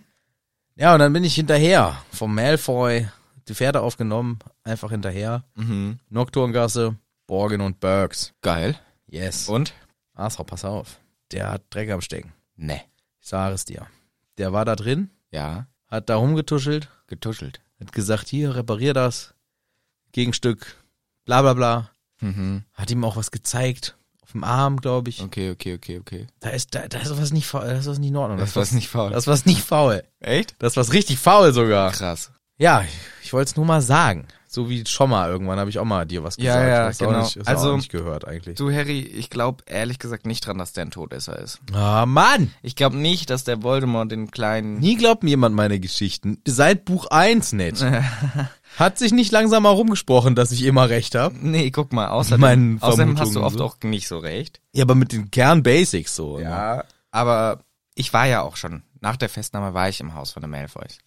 S1: Ja, und dann bin ich hinterher. Vom Malfoy, die Pferde aufgenommen, einfach hinterher.
S2: Mhm.
S1: Nocturngasse, Borgen und Burks.
S2: Geil.
S1: Yes.
S2: Und?
S1: Asra, pass auf. Der hat Dreck am Stecken.
S2: Ne.
S1: Ich sage es dir. Der war da drin,
S2: Ja.
S1: hat da rumgetuschelt,
S2: Getuschelt.
S1: hat gesagt, hier, reparier das. Gegenstück, bla bla bla.
S2: Mhm.
S1: Hat ihm auch was gezeigt. Auf dem Arm, glaube ich.
S2: Okay, okay, okay, okay.
S1: Da ist, da, da ist was nicht faul, da ist was nicht in Ordnung.
S2: Das war's nicht faul.
S1: Das war's nicht faul.
S2: echt?
S1: Das war's richtig faul sogar.
S2: Krass.
S1: Ja, ich, ich wollte es nur mal sagen. So wie schon mal irgendwann habe ich auch mal dir was
S2: Ja,
S1: gesagt.
S2: ja,
S1: Hast du auch
S2: genau.
S1: Nicht, also
S2: Also-
S1: auch nicht gehört eigentlich.
S2: Du, Harry, ich glaube ehrlich gesagt nicht dran, dass der ein Todesser ist.
S1: Ah, Mann!
S2: Ich glaube nicht, dass der Voldemort den kleinen...
S1: Nie glaubt mir jemand meine Geschichten. Seit Buch 1 *laughs* nicht. Hat sich nicht langsam mal rumgesprochen, dass ich immer recht habe.
S2: Nee, guck mal, außerdem,
S1: Meinen
S2: außerdem
S1: Vermutungen
S2: hast du oft
S1: so.
S2: auch nicht so recht.
S1: Ja, aber mit den Kernbasics so. ne?
S2: Aber ich war ja auch schon, nach der Festnahme war ich im Haus von den Malfoys.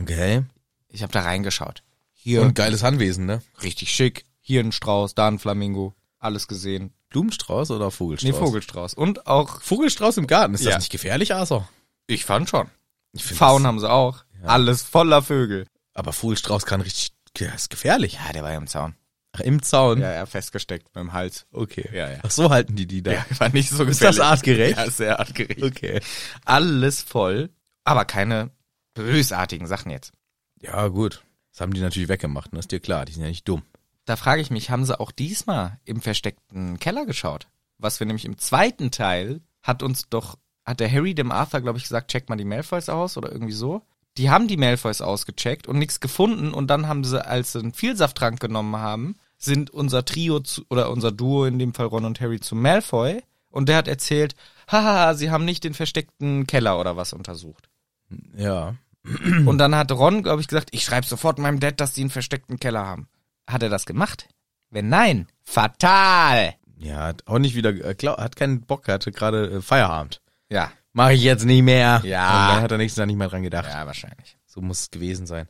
S1: Okay.
S2: Ich habe da reingeschaut. Hier,
S1: Und geiles Anwesen, ne?
S2: richtig schick. Hier ein Strauß, da ein Flamingo. Alles gesehen.
S1: Blumenstrauß oder Vogelstrauß?
S2: Nee, Vogelstrauß. Und auch,
S1: Vogelstrauß im Garten. Ist
S2: Ja.
S1: das nicht gefährlich, Arthur?
S2: ich fand schon.
S1: Ich find
S2: Faun
S1: das-
S2: haben sie auch. Alles voller Vögel.
S1: Aber Vogelstrauß kann richtig. Ja, ist gefährlich.
S2: Ja, der war ja im Zaun.
S1: Ach, Im Zaun.
S2: Ja, ja, festgesteckt mit dem Hals.
S1: Okay.
S2: Ja, ja.
S1: Ach, so halten die die da.
S2: Ja, *laughs* war nicht so
S1: Ist das
S2: gefährlich.
S1: artgerecht?
S2: Ja, sehr artgerecht.
S1: Okay.
S2: Alles voll, aber keine bösartigen Sachen jetzt.
S1: Ja, gut. Das haben die natürlich weggemacht, ne? Ist dir klar, die sind ja nicht dumm.
S2: Da frage ich mich, haben sie auch diesmal im versteckten Keller geschaut? Was wir nämlich im zweiten Teil hat uns doch, hat der Harry dem Arthur, glaube ich, gesagt, checkt mal die Malfoys aus oder irgendwie so. Die haben die Malfoys ausgecheckt und nichts gefunden und dann haben sie, als sie einen Vielsafttrank genommen haben, sind unser Trio zu, oder unser Duo, in dem Fall Ron und Harry, zu Malfoy und der hat erzählt, haha, sie haben nicht den versteckten Keller oder was untersucht.
S1: Ja.
S2: Und dann hat Ron, glaube ich, gesagt, ich schreibe sofort meinem Dad, dass die einen versteckten Keller haben. Hat er das gemacht? Wenn nein, fatal.
S1: Ja, hat auch nicht wieder, äh, glaub, hat keinen Bock, hatte gerade äh, Feierabend.
S2: Ja,
S1: Mache ich jetzt nicht mehr.
S2: Ja.
S1: Und dann hat er nächstes Jahr nicht mehr dran gedacht.
S2: ja, wahrscheinlich.
S1: So muss es gewesen sein.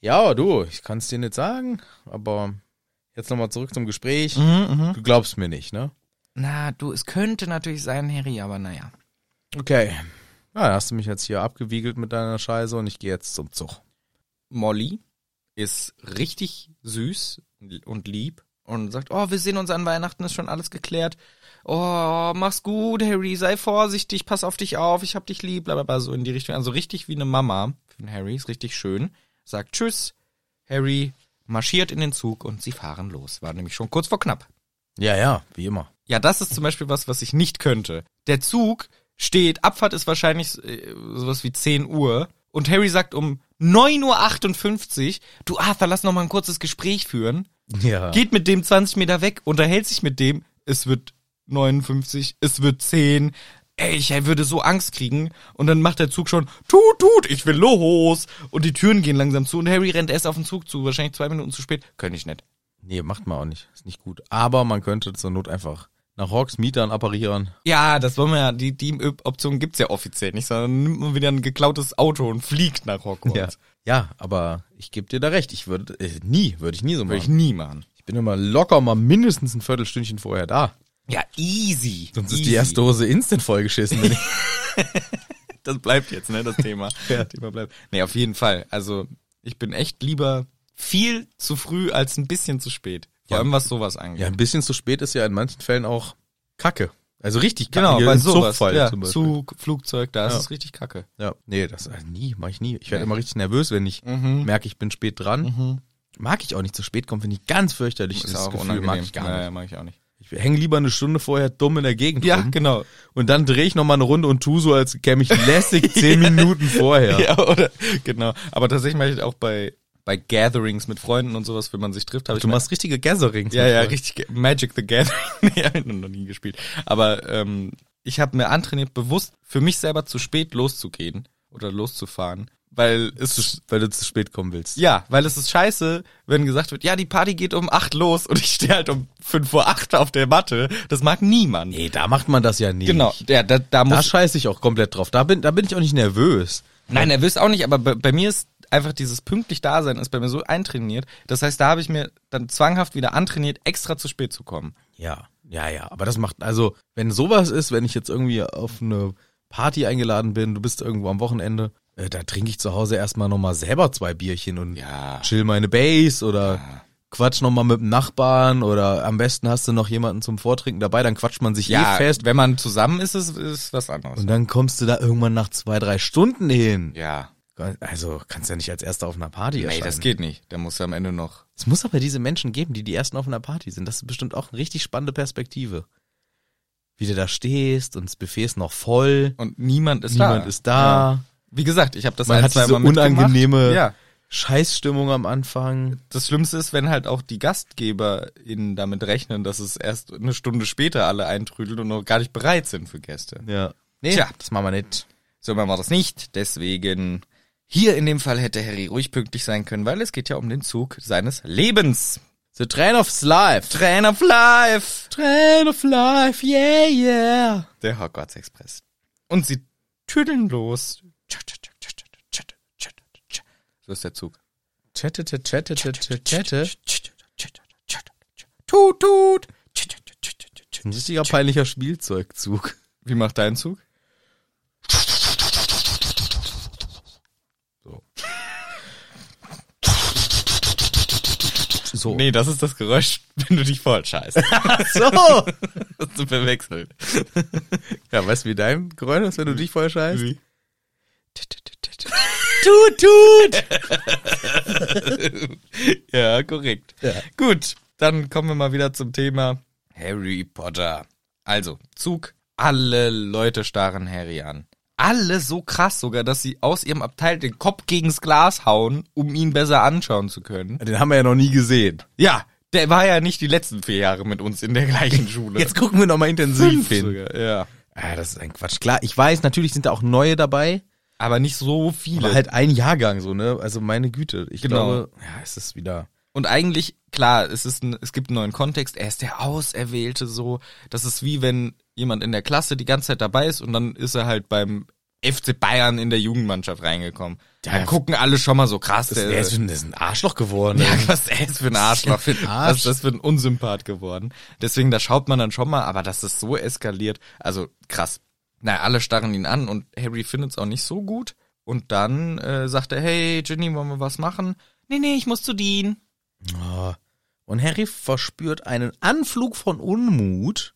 S1: Ja, du, ich kann es dir nicht sagen, aber Jetzt nochmal zurück zum Gespräch.
S2: Mhm,
S1: Du glaubst mir nicht, ne?
S2: Na, du, es könnte natürlich sein, Harry, aber naja.
S1: Okay. Ja, dann hast du mich jetzt hier abgewiegelt mit deiner Scheiße und ich gehe jetzt zum Zug.
S2: Molly ist richtig süß und lieb und sagt, oh, wir sehen uns an Weihnachten, ist schon alles geklärt. Oh, mach's gut, Harry, sei vorsichtig, pass auf dich auf, ich hab dich lieb, bla bla bla, so in die Richtung. Also richtig wie eine Mama von Harry, ist richtig schön. Sagt Tschüss, Harry marschiert in den Zug und sie fahren los. War nämlich schon kurz vor knapp.
S1: Ja, ja, wie immer.
S2: Ja, das ist zum Beispiel was, was ich nicht könnte. Der Zug steht, Abfahrt ist wahrscheinlich äh, sowas wie 10 Uhr und Harry sagt um 9.58 Uhr, du Arthur, lass noch mal ein kurzes Gespräch führen.
S1: Ja.
S2: Geht mit dem 20 Meter weg, unterhält sich mit dem, es wird 59, es wird 10. Ey, ich würde so Angst kriegen. Und dann macht der Zug schon, tut, tut, ich will los. Und die Türen gehen langsam zu und Harry rennt erst auf den Zug zu, wahrscheinlich zwei Minuten zu spät. Könnte ich nicht.
S1: Nee, macht man auch nicht. Ist nicht gut. Aber man könnte zur Not einfach nach Hawks Mietern apparieren.
S2: Ja, das wollen wir ja. Die, die Option gibt's ja offiziell nicht, sondern nimmt man wieder ein geklautes Auto und fliegt nach Hogwarts.
S1: Ja, aber ich geb dir da recht. Ich würde äh, nie, würde ich nie so machen.
S2: Würde ich
S1: Ich,
S2: nie machen.
S1: bin immer locker mal mindestens ein Viertelstündchen vorher da.
S2: Ja, easy.
S1: Sonst
S2: easy.
S1: ist die erste Dose instant vollgeschissen. wenn ich-
S2: Das bleibt jetzt, ne, das Thema. ja. Thema bleibt. Nee, auf jeden Fall. Also, ich bin echt lieber viel zu früh als ein bisschen zu spät. Vor allem was
S1: *laughs*
S2: sowas
S1: ja,
S2: angeht.
S1: ein bisschen zu spät ist ja in manchen Fällen auch Kacke. Also richtig Kacke.
S2: genau,
S1: Hier
S2: bei
S1: im
S2: sowas.
S1: Zugfall
S2: ja,
S1: zum Beispiel.
S2: Zug, Flugzeug, da
S1: Ja.
S2: ist es richtig kacke.
S1: Ja, nee, das äh, nie, mache ich nie. Ich werde immer richtig nervös, wenn ich
S2: Mhm.
S1: merke, ich bin spät dran. Mag ich auch nicht zu spät kommen, finde ich ganz fürchterlich.
S2: Ist
S1: Das
S2: auch
S1: Gefühl
S2: unangenehm.
S1: mag ich
S2: Ja,
S1: gar
S2: ja,
S1: nicht.
S2: mag ich auch nicht.
S1: Ich hänge lieber eine Stunde vorher dumm in der Gegend
S2: Ja,
S1: rum.
S2: genau.
S1: Und dann drehe ich nochmal eine Runde und tu so, als käme ich
S2: *laughs*
S1: lässig zehn Minuten vorher.
S2: Ja, oder? Genau. Aber tatsächlich mache ich auch bei, bei Gatherings mit Freunden und sowas, wenn man sich trifft, habe ich.
S1: Du machst richtige Gatherings.
S2: ja,
S1: mit
S2: ja,
S1: Leuten.
S2: richtig. ge- Magic the Gathering. *laughs* nee, habe ich noch nie gespielt. Aber ähm, ich habe mir antrainiert, bewusst für mich selber zu spät loszugehen oder loszufahren. Weil es ist.
S1: Weil du zu spät kommen willst.
S2: Ja, weil es ist scheiße, wenn gesagt wird, ja, die Party geht um acht los und ich stehe halt um fünf vor acht auf der Matte. Das mag niemand.
S1: Nee, da macht man das ja nicht.
S2: Genau, ja, da, da
S1: Da
S2: muss
S1: scheiße ich auch komplett drauf. Da bin, da bin ich auch nicht nervös.
S2: Nein, er will auch nicht, aber bei, bei mir ist einfach dieses pünktlich Dasein ist bei mir so eintrainiert. Das heißt, da habe ich mir dann zwanghaft wieder antrainiert, extra zu spät zu kommen.
S1: Ja, ja, ja. Aber das macht, also, wenn sowas ist, wenn ich jetzt irgendwie auf eine Party eingeladen bin, du bist irgendwo am Wochenende, äh, da trinke ich zu Hause erstmal nochmal selber zwei Bierchen und
S2: Ja.
S1: chill meine Base oder quatsch nochmal mit dem Nachbarn oder am besten hast du noch jemanden zum Vortrinken dabei, dann quatscht man sich
S2: Ja,
S1: eh fest.
S2: wenn man zusammen ist, ist, ist was anderes.
S1: Und dann kommst du da irgendwann nach zwei, drei Stunden hin.
S2: Ja.
S1: Also kannst ja nicht als Erster auf einer Party
S2: Nee,
S1: erscheinen.
S2: das geht nicht. Da muss er am Ende noch.
S1: Es muss aber diese Menschen geben, die die Ersten auf einer Party sind. Das ist bestimmt auch eine richtig spannende Perspektive. Wie du da stehst und das Buffet ist noch voll,
S2: Und niemand ist da.
S1: niemand ist da,
S2: Wie gesagt, ich habe das
S1: Man
S2: ein,
S1: hat
S2: zwei
S1: diese
S2: Mal mitgemacht.
S1: unangenehme-
S2: Ja.
S1: Scheißstimmung am Anfang.
S2: Das Schlimmste ist, wenn halt auch die GastgeberInnen damit rechnen, dass es erst eine Stunde später alle eintrüdelt und noch gar nicht bereit sind für Gäste.
S1: Ja. Nee,
S2: Tja.
S1: das machen wir nicht.
S2: So machen wir das nicht. Deswegen, hier in dem Fall hätte Harry ruhig pünktlich sein können, weil es geht ja um den Zug seines Lebens.
S1: The Train of Life.
S2: Train of Life!
S1: Train of Life, yeah, yeah.
S2: Der Hogwarts Express. Und sie tüdeln los. Tschat, tschat, tschat, tschat, tschat, tschat, tschat. So ist der Zug.
S1: Chattete, chattete, chattete.
S2: Tschat, tschat, tschat, tschat. Tut, tut. Tschat, tschat, tschat, tschat, tschat.
S1: Ein richtiger peinlicher Spielzeugzug.
S2: Wie macht dein Zug?
S1: So.
S2: Nee, das ist das Geräusch, *laughs* wenn du dich voll
S1: *laughs*
S2: scheißt.
S1: *laughs* So.
S2: *laughs* das ist verwechselt.
S1: Ja, weißt du, wie dein Geräusch ist, wenn du dich voll scheißt?
S2: Wie?
S1: Tut, tut.
S2: Ja, korrekt.
S1: Ja.
S2: Gut, dann kommen wir mal wieder zum Thema Harry Potter. Also, Zug, alle Leute starren Harry an. Alle so krass sogar, dass sie aus ihrem Abteil den Kopf gegens Glas hauen, um ihn besser anschauen zu können.
S1: Den haben wir ja noch nie gesehen.
S2: Ja, der war ja nicht die letzten vier Jahre mit uns in der
S1: *laughs*
S2: gleichen Schule.
S1: Jetzt gucken wir nochmal intensiv
S2: fünf
S1: hin.
S2: sogar, ja.
S1: Ah, das ist ein Quatsch. Klar, ich weiß, natürlich sind da auch neue dabei,
S2: Aber nicht so viele.
S1: aber halt ein Jahrgang so, ne? Also meine Güte. Ich
S2: Genau.
S1: glaube, ja, es ist wieder.
S2: Und eigentlich, klar, es, ist ein, es gibt einen neuen Kontext, er ist der Auserwählte so. Das ist wie wenn jemand in der Klasse die ganze Zeit dabei ist und dann ist er halt beim FC Bayern in der Jugendmannschaft reingekommen.
S1: Ja,
S2: Dann gucken alle schon mal so krass.
S1: Das, der ist, das ist ein Arschloch geworden.
S2: *laughs* ja, was der ist für ein Arschloch.
S1: Für ein
S2: Was
S1: Arsch.
S2: ist das für ein Unsympath geworden? Deswegen, da schaut man dann schon mal, aber dass das so eskaliert, also krass. Naja, alle starren ihn an und Harry findet es auch nicht so gut. Und dann äh, sagt er, hey, Ginny, wollen wir was machen? Nee, nee, ich muss zu Dean.
S1: Ah. Und Harry verspürt einen Anflug von Unmut,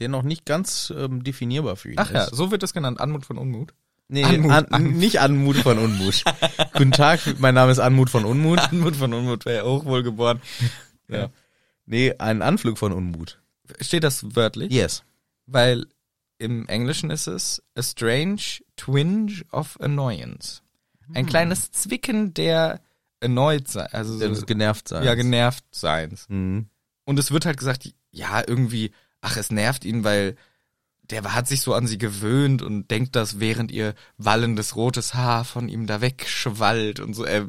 S1: der noch nicht ganz ähm, definierbar für ihn
S2: Ach
S1: ist.
S2: ja, so wird das genannt, Anmut von Unmut. *laughs*
S1: Nee,
S2: Anmut,
S1: an,
S2: Anmut.
S1: nicht Anmut von
S2: *laughs*
S1: Unmut. Guten Tag, mein Name ist Anmut von Unmut.
S2: Anmut von Unmut wäre ja auch wohl geboren. Ja.
S1: Nee, ein Anflug von Unmut.
S2: Steht das wörtlich?
S1: Yes.
S2: Weil im Englischen ist es a strange twinge of annoyance. Ein kleines Zwicken der annoyed sein, also so,
S1: Das genervt sein.
S2: ja genervt seins.
S1: Mhm.
S2: Und es wird halt gesagt, ja irgendwie, ach es nervt ihn, weil der hat sich so an sie gewöhnt und denkt das, während ihr wallendes rotes Haar von ihm da wegschwallt und so. Er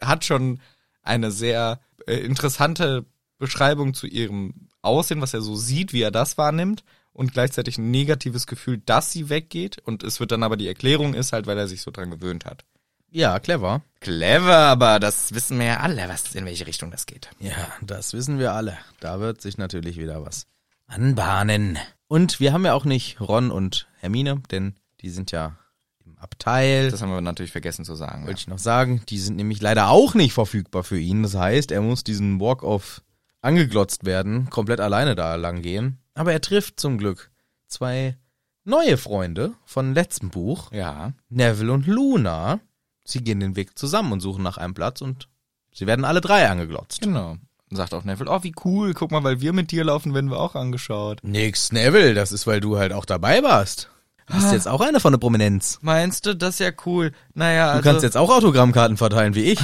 S2: hat schon eine sehr äh, interessante Beschreibung zu ihrem Aussehen, was er so sieht, wie er das wahrnimmt und gleichzeitig ein negatives Gefühl, dass sie weggeht. Und es wird dann aber die Erklärung ist halt, weil er sich so dran gewöhnt hat.
S1: Ja, clever.
S2: Clever, aber das wissen wir ja alle, was in welche Richtung das geht.
S1: Ja, das wissen wir alle. Da wird sich natürlich wieder was anbahnen. Und wir haben ja auch nicht Ron und Hermine, denn die sind ja im Abteil.
S2: Das haben wir natürlich vergessen zu sagen.
S1: wollte ich noch sagen. Die sind nämlich leider auch nicht verfügbar für ihn. Das heißt, er muss diesen Walk-Off angeglotzt werden, komplett alleine da lang gehen. Aber er trifft zum Glück zwei neue Freunde von letztem Buch,
S2: Ja.
S1: Neville und Luna. Sie gehen den Weg zusammen und suchen nach einem Platz und sie werden alle drei angeglotzt.
S2: Genau. Und sagt auch Neville, oh, wie cool, guck mal, weil wir mit dir laufen, werden wir auch angeschaut.
S1: Nix, Neville, das ist, weil du halt auch dabei warst. Du
S2: Ah.
S1: bist jetzt auch einer von der Prominenz.
S2: Meinst du, das ist ja cool. Naja,
S1: Du
S2: also,
S1: kannst jetzt auch Autogrammkarten verteilen wie ich.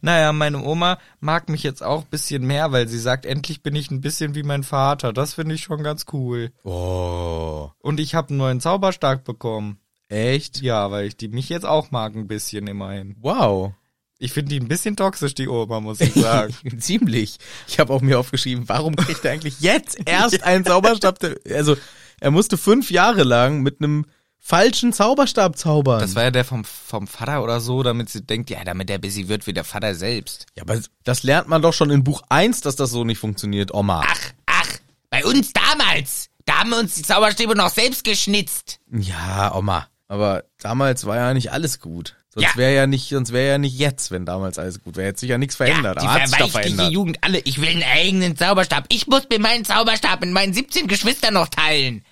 S2: naja, meine Oma mag mich jetzt auch ein bisschen mehr, weil sie sagt, endlich bin ich ein bisschen wie mein Vater. Das finde ich schon ganz cool.
S1: Oh,
S2: Und ich habe einen neuen Zauberstab bekommen.
S1: echt?
S2: Ja, weil ich die mich jetzt auch mag, ein bisschen immerhin.
S1: Wow. *laughs*
S2: Ich finde die ein bisschen toxisch, die Oma, muss *laughs* ich sagen.
S1: Ziemlich. Ich habe auch mir aufgeschrieben, warum kriegt er eigentlich
S2: *laughs*
S1: jetzt erst einen Zauberstab? der- Also, er musste fünf Jahre lang mit einem falschen Zauberstab zaubern.
S2: das war ja der vom, vom Vater oder so, damit sie denkt, ja, damit der busy wird wie der Vater selbst.
S1: ja, aber das lernt man doch schon in Buch 1, dass das so nicht funktioniert, Oma.
S4: Ach, bei uns damals. Da haben wir uns die Zauberstäbe noch selbst geschnitzt.
S1: Ja, Oma. Aber damals war ja nicht alles gut. Sonst
S4: Ja.
S1: wäre ja nicht, sonst wäre ja nicht jetzt, wenn damals alles gut wäre. Hätte sich ja nichts verändert.
S4: die
S1: aber hat sich doch
S4: verweichlichte
S1: verändert.
S4: Jugend alle. Ich will einen eigenen Zauberstab. Ich muss mir meinen Zauberstab mit meinen 17 Geschwistern noch teilen.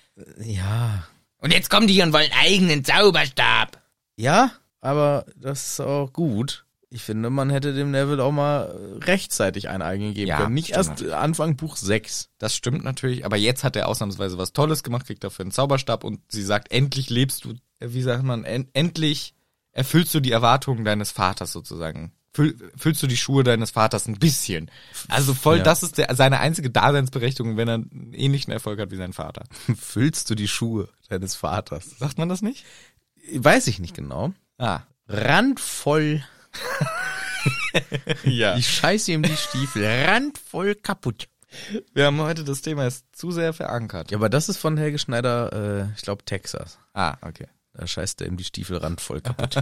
S1: Ja.
S4: Und jetzt kommen die hier und wollen einen eigenen Zauberstab.
S1: Ja, aber das ist auch gut. Ich finde, man hätte dem Neville auch mal rechtzeitig einen eigenen geben
S2: Ja,
S1: können. Nicht
S2: stimmt
S1: erst Anfang Buch 6.
S2: Das stimmt natürlich, aber jetzt hat er ausnahmsweise was Tolles gemacht, kriegt dafür einen Zauberstab und sie sagt, endlich lebst du, äh, wie sagt man, en endlich erfüllst du die Erwartungen deines Vaters sozusagen. Füll, füllst du die Schuhe deines Vaters ein bisschen. Also voll,
S1: Ja.
S2: das ist der, seine einzige Daseinsberechtigung, wenn er einen ähnlichen Erfolg hat wie sein Vater.
S1: *laughs* Füllst du die Schuhe deines Vaters?
S2: Sagt man das nicht?
S1: Weiß ich nicht genau.
S2: Ah,
S1: Randvoll.
S2: ja.
S1: Ich scheiße ihm die *laughs* Stiefel. Randvoll kaputt.
S2: Wir haben heute das Thema ist zu sehr verankert.
S1: Ja, aber das ist von Helge Schneider, äh, ich glaube, Texas.
S2: Ah, okay.
S1: Da scheißt er ihm die Stiefel randvoll
S2: *laughs*
S1: kaputt.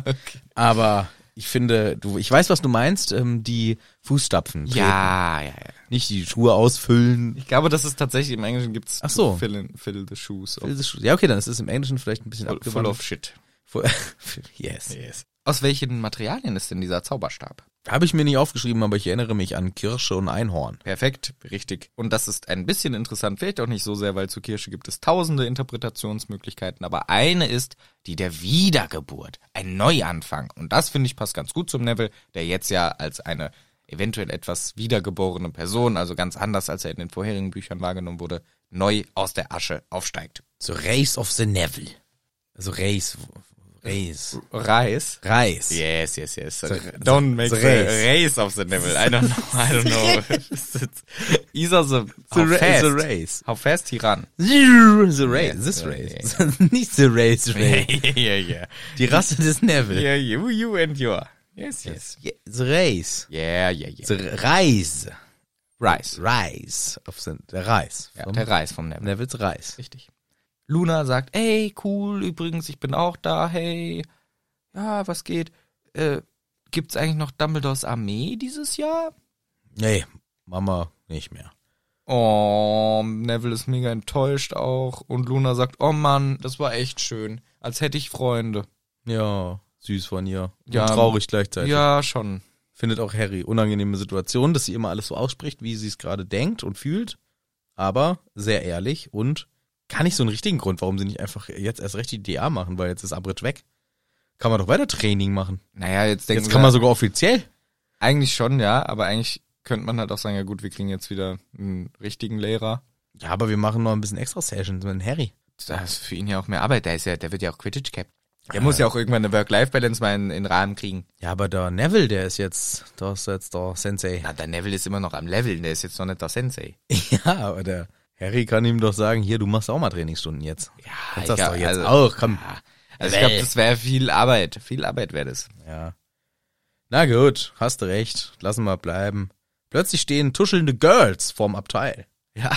S1: Aber ich finde, du, ich weiß, was du meinst, ähm, die Fußstapfen. treten.
S2: Ja, ja, ja.
S1: Nicht die Schuhe ausfüllen.
S2: Ich glaube, das ist tatsächlich im Englischen gibt's
S1: Ach so.
S2: fill, in, fill the shoes. Of,
S1: Ja, okay, dann ist es im Englischen vielleicht ein bisschen
S2: full, full of
S1: abgewandelt.
S2: shit.
S1: Full *laughs* yes.
S2: Aus welchen Materialien ist denn dieser Zauberstab?
S1: Habe ich mir nicht aufgeschrieben, aber ich erinnere mich an Kirsche und Einhorn.
S2: Perfekt, richtig. Und das ist ein bisschen interessant, vielleicht auch nicht so sehr, weil zur Kirche gibt es tausende Interpretationsmöglichkeiten, aber eine ist die der Wiedergeburt, ein Neuanfang. Und das finde ich passt ganz gut zum Neville, der jetzt ja als eine eventuell etwas wiedergeborene Person, also ganz anders als er in den vorherigen Büchern wahrgenommen wurde, neu aus der Asche aufsteigt.
S1: So Race of the Neville. Also Race. Race.
S2: Reis.
S1: Reis. *laughs*
S2: Yes, yes, yes.
S1: The-
S2: Don't make
S1: the
S2: the,
S1: race.
S2: race. of the Neville. I don't know. I
S1: *laughs*
S2: don't *laughs* know. These are the,
S1: The,
S2: how
S1: ra
S2: fast.
S1: the Race.
S2: How fast he run.
S1: The Race. This
S2: Yeah,
S1: Race. *laughs* nicht The Race Race.
S2: *laughs* *laughs* yeah, yeah.
S1: Die Rasse des Neville.
S2: Yeah, you, you and your. Yes, yes.
S1: Yeah, The Race.
S2: Yeah, yeah, yeah.
S1: The Reis.
S2: Rice.
S1: Reis. Auf the, der Reis.
S2: Ja,
S1: Vom
S2: der Reis vom Ne- Neville.
S1: Neville's Reis.
S2: Richtig. Luna sagt, hey, cool, übrigens, ich bin auch da, hey. Ja, was geht? Äh, gibt's eigentlich noch Dumbledores Armee dieses Jahr?
S1: Nee, Mama nicht mehr.
S2: Oh, Neville ist mega enttäuscht auch. Und Luna sagt, oh Mann, das war echt schön. Als hätte ich Freunde.
S1: Ja, süß von ihr.
S2: Ja,
S1: und traurig gleichzeitig.
S2: Ja, schon.
S1: Findet auch Harry unangenehme Situation, dass sie immer alles so ausspricht, wie sie es gerade denkt und fühlt. Aber sehr ehrlich und gar nicht so einen richtigen Grund, warum sie nicht einfach jetzt erst recht die DA machen, weil jetzt ist Abridge weg. Kann man doch weiter Training machen.
S2: Naja, jetzt denken
S1: Jetzt kann man sogar offiziell.
S2: Eigentlich schon, ja, aber eigentlich könnte man halt auch sagen, ja gut, wir kriegen jetzt wieder einen richtigen Lehrer.
S1: Ja, aber wir machen noch ein bisschen extra Sessions mit Harry.
S2: Das ist für ihn ja auch mehr Arbeit, der ist ja, der wird ja auch Quidditch Cap. Der muss ja auch irgendwann eine Work-Life-Balance mal in, in den Rahmen kriegen.
S1: Ja, aber der Neville, der ist jetzt, der ist jetzt der Sensei.
S2: Na, der Neville ist immer noch am Leveln, der ist jetzt noch nicht der Sensei. *laughs*
S1: Ja, aber der Harry kann ihm doch sagen, hier, du machst auch mal Trainingsstunden jetzt.
S2: Ja,
S1: Kannst das
S2: ich
S1: doch
S2: glaub,
S1: jetzt
S2: also-
S1: auch, komm.
S2: Ja. Also ich glaube, das wäre viel Arbeit. Viel Arbeit wäre das.
S1: Ja. Na gut, hast du recht. Lassen wir bleiben. Plötzlich stehen tuschelnde Girls vorm Abteil.
S2: Ja.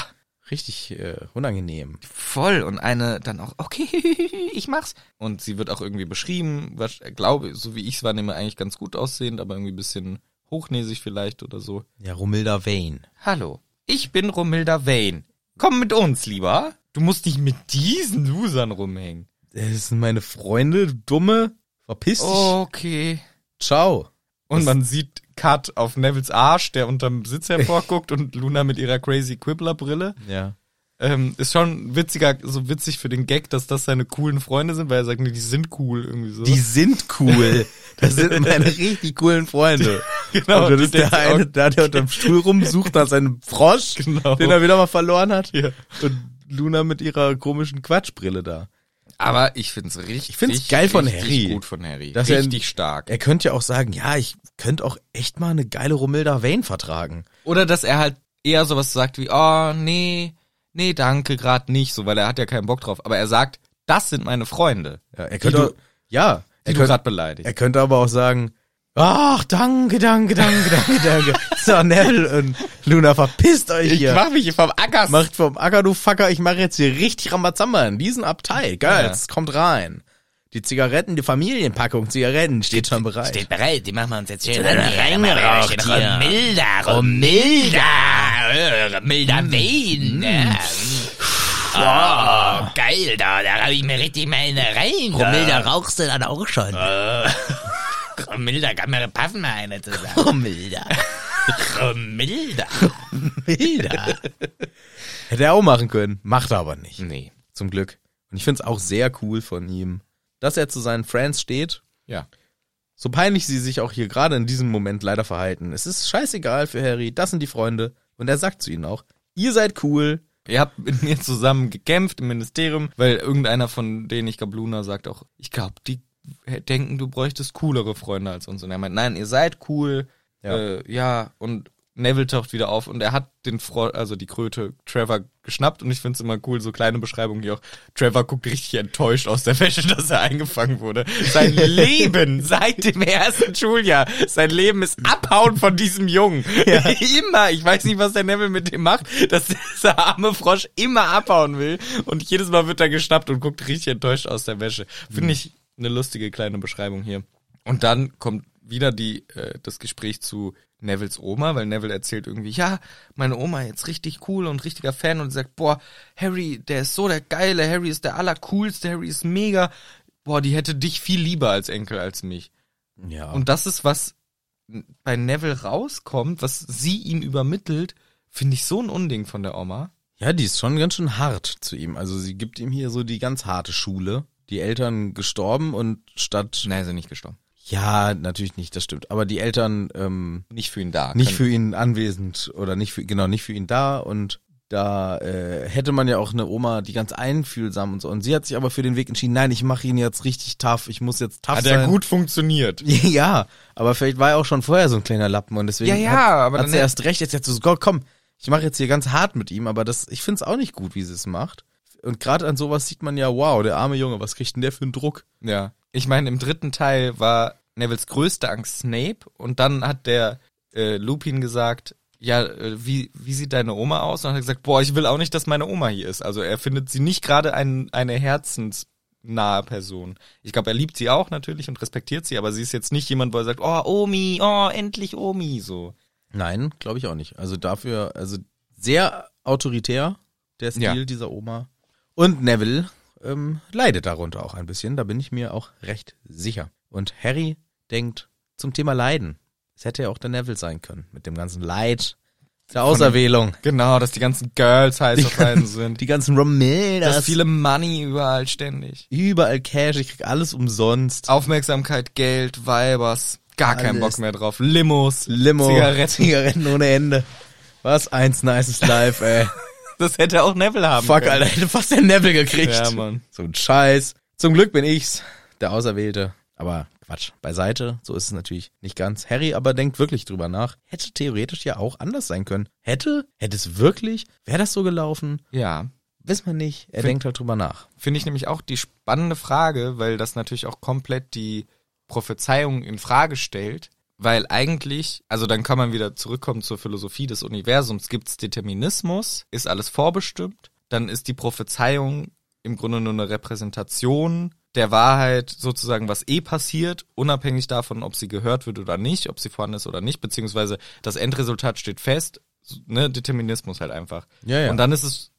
S1: Richtig äh, unangenehm.
S2: Voll. Und eine dann auch, okay, *laughs* ich mach's. Und sie wird auch irgendwie beschrieben, was, äh, glaube, so wie ich es wahrnehme, eigentlich ganz gut aussehend, aber irgendwie ein bisschen hochnäsig vielleicht oder so.
S1: Ja, Romilda Vane.
S2: Hallo, ich bin Romilda Vane. Komm mit uns, lieber. Du musst nicht mit diesen Losern rumhängen.
S1: Das sind meine Freunde, du dumme. Verpiss dich.
S2: Oh. Okay.
S1: Ciao.
S2: Und man sieht Cut auf Nevils Arsch, der unterm Sitz hervorguckt und Luna mit ihrer crazy Quibbler-Brille.
S1: Ja.
S2: Ähm, ist schon witziger, so witzig für den Gag, dass das seine coolen Freunde sind, weil er sagt, nee, die sind cool irgendwie so.
S1: Die sind cool. *laughs* Das sind meine richtig coolen Freunde.
S2: *laughs* Genau,
S1: Und dann
S2: die
S1: ist der
S2: denken
S1: eine
S2: auch-
S1: da, der unterm Stuhl rumsucht nach seinem Frosch,
S2: *laughs* Genau.
S1: den er wieder mal verloren hat.
S2: Ja.
S1: Und Luna mit ihrer komischen Quatschbrille da.
S2: Aber ich find's richtig, ich
S1: find's geil von Harry.
S2: gut von Harry.
S1: Dass er-
S2: richtig stark.
S1: Er könnte ja auch sagen, ja, ich könnte auch echt mal eine geile Romilda Vane vertragen.
S2: Oder dass er halt eher sowas sagt wie, oh, nee, nee, danke, grad nicht, so, weil er hat ja keinen Bock drauf. Aber er sagt, das sind meine Freunde,
S1: Ja, er
S2: du-
S1: könnte, ja,
S2: die
S1: er
S2: du
S1: könnte,
S2: grad beleidigt.
S1: er könnte aber auch sagen, ach, danke, danke, danke, danke,
S2: *laughs*
S1: danke. So, Neville und Luna, verpisst euch hier.
S2: mich hier vom Acker.
S1: Macht vom Acker, du Fucker, ich mache jetzt hier richtig Rambazamba in diesen Abteil. Girls, kommt rein. Die Zigaretten, die Familienpackung Zigaretten steht schon bereit.
S4: Steht bereit, die machen wir uns jetzt schön
S1: Dann reingeraucht
S4: Steht
S1: hier.
S4: Romilda, Romilda, äh, Romilda
S2: Mm.
S4: Wein. äh.
S2: Ah.
S4: Oh, geil, da, da habe ich mir richtig mal eine rein.
S1: Romilda,
S4: rauchst du dann auch schon? *laughs* Romilda, Äh, kann mir paffen mal eine zusammen. *laughs* Romilda. Romilda.
S1: Bilder. *laughs* Hätte er auch machen können, macht er aber nicht.
S2: Nee.
S1: Zum Glück. Und ich finde es auch sehr cool von ihm, dass er zu seinen Friends steht.
S2: Ja.
S1: So peinlich sie sich auch hier gerade in diesem Moment leider verhalten. Es ist scheißegal für Harry, das sind die Freunde. Und er sagt zu ihnen auch, ihr seid cool.
S2: Ihr habt mit mir zusammen gekämpft im Ministerium, weil irgendeiner von denen, ich glaube Luna, sagt auch, ich glaube, die denken, du bräuchtest coolere Freunde als uns. Und er meint, nein, ihr seid cool.
S1: Ja.
S2: Ja, äh, ja. und Neville taucht wieder auf und er hat den Fro also die Kröte Trevor geschnappt und ich find's immer cool, so kleine Beschreibungen hier auch. Trevor guckt richtig enttäuscht aus der Wäsche, *laughs* dass er eingefangen wurde. Sein Leben seit dem ersten Schuljahr, sein Leben ist Abhauen von diesem Jungen. *laughs* Immer, ich weiß nicht, was der Neville mit dem macht, dass dieser arme Frosch immer abhauen will und jedes Mal wird er geschnappt und guckt richtig enttäuscht aus der Wäsche. Finde ich eine lustige kleine Beschreibung hier. Und dann kommt wieder die, äh, das Gespräch zu Nevilles Oma, weil Neville erzählt irgendwie, ja, meine Oma jetzt richtig cool und richtiger Fan und sagt, boah, Harry, der ist so der Geile, Harry ist der Allercoolste, Harry ist mega. Boah, die hätte dich viel lieber als Enkel als mich.
S1: Ja. Und
S2: Und das ist, was bei Neville rauskommt, was sie ihm übermittelt, finde ich so ein Unding von der Oma.
S1: ja, die ist schon ganz schön hart zu ihm. Also sie gibt ihm hier so die ganz harte Schule. Die Eltern gestorben und statt.
S2: Nein, sie nicht gestorben.
S1: Ja, natürlich nicht, das stimmt. Aber die Eltern ähm,
S2: Nicht für ihn da.
S1: nicht
S2: Können-
S1: für ihn anwesend oder nicht für genau nicht für ihn da und da äh, hätte man ja auch eine Oma, die ganz einfühlsam und so. Und sie hat sich aber für den Weg entschieden. Nein, ich mache ihn jetzt richtig tough. Ich muss jetzt tough
S2: Hat
S1: sein.
S2: er gut funktioniert.
S1: *laughs* Ja, aber vielleicht war er auch schon vorher so ein kleiner Lappen und deswegen
S2: Ja, ja,
S1: hat,
S2: aber
S1: hat
S2: dann-
S1: sie erst recht jetzt jetzt so, Gott, komm, ich mache jetzt hier ganz hart mit ihm, aber das, ich find's auch nicht gut, wie sie es macht. Und gerade an sowas sieht man ja, wow, der arme Junge, was kriegt denn der für einen Druck?
S2: Ja. Ich meine, im dritten Teil war Nevilles größte Angst Snape und dann hat der äh, Lupin gesagt, ja, äh, wie, wie sieht deine Oma aus? Und dann hat er gesagt, boah, ich will auch nicht, dass meine Oma hier ist. Also er findet sie nicht gerade ein, eine herzensnahe Person. Ich glaube, er liebt sie auch natürlich und respektiert sie, aber sie ist jetzt nicht jemand, wo er sagt, oh, Omi, oh, endlich Omi, so.
S1: Nein, glaube ich auch nicht. Also dafür, also sehr autoritär, der Stil
S2: Ja.
S1: dieser Oma. Und Neville ähm, leidet darunter auch ein bisschen, da bin ich mir auch recht sicher. Und Harry denkt zum Thema Leiden. Es hätte ja auch der Neville sein können, mit dem ganzen Leid der Auserwählung.
S2: Genau, dass die ganzen Girls heiß auf einen sind.
S1: Die ganzen Romildas,
S2: Dass viele Money überall ständig.
S1: überall Cash, ich krieg alles umsonst.
S2: Aufmerksamkeit, Geld, Weibers, gar keinen
S1: Alles.
S2: Bock mehr drauf. Limos,
S1: Limo,
S2: Zigaretten.
S1: Zigaretten ohne Ende. Was eins nices Life,
S2: *laughs*
S1: ey.
S2: Das hätte auch Neville haben
S1: Fuck,
S2: können.
S1: Alter, hätte fast den Neville gekriegt.
S2: Ja, Mann.
S1: So ein Scheiß. Zum Glück bin ich's, der Auserwählte. Aber Quatsch, beiseite, so ist es natürlich nicht ganz. Harry aber denkt wirklich drüber nach. Hätte theoretisch ja auch anders sein können. Hätte? Hätte es wirklich? Wäre das so gelaufen?
S2: Ja.
S1: Wissen wir nicht. Er
S2: Fin-
S1: denkt halt drüber nach.
S2: finde ich nämlich auch die spannende Frage, weil das natürlich auch komplett die Prophezeiung in Frage stellt, weil eigentlich, also dann kann man wieder zurückkommen zur Philosophie des Universums, gibt's Determinismus, ist alles vorbestimmt, dann ist die Prophezeiung im Grunde nur eine Repräsentation der Wahrheit sozusagen, was eh passiert, unabhängig davon, ob sie gehört wird oder nicht, ob sie vorhanden ist oder nicht, beziehungsweise das Endresultat steht fest, ne, Determinismus halt einfach.
S1: Ja, ja.
S2: Und dann ist es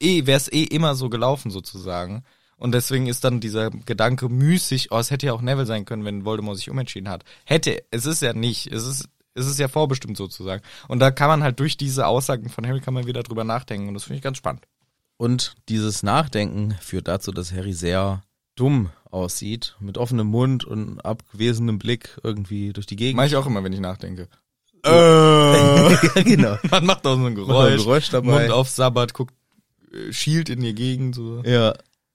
S2: eh, wäre es eh immer so gelaufen sozusagen. Und deswegen ist dann dieser Gedanke müßig, oh, es hätte ja auch Neville sein können, wenn Voldemort sich umentschieden hat. Hätte, es ist ja nicht, es ist, es ist ja vorbestimmt sozusagen. Und da kann man halt durch diese Aussagen von Harry kann man wieder drüber nachdenken und das finde ich ganz spannend.
S1: Und dieses Nachdenken führt dazu, dass Harry sehr dumm aussieht, mit offenem Mund und abgewesenem Blick irgendwie durch die Gegend.
S2: Mache ich auch immer, wenn ich nachdenke.
S1: *laughs* ja, genau.
S2: *laughs* Man macht auch
S1: auch
S2: so ein
S1: ein
S2: Geräusch,
S1: Geräusch dabei.
S2: Mund auf Sabbat, guckt, äh, schielt in die Gegend, so.
S1: Ja,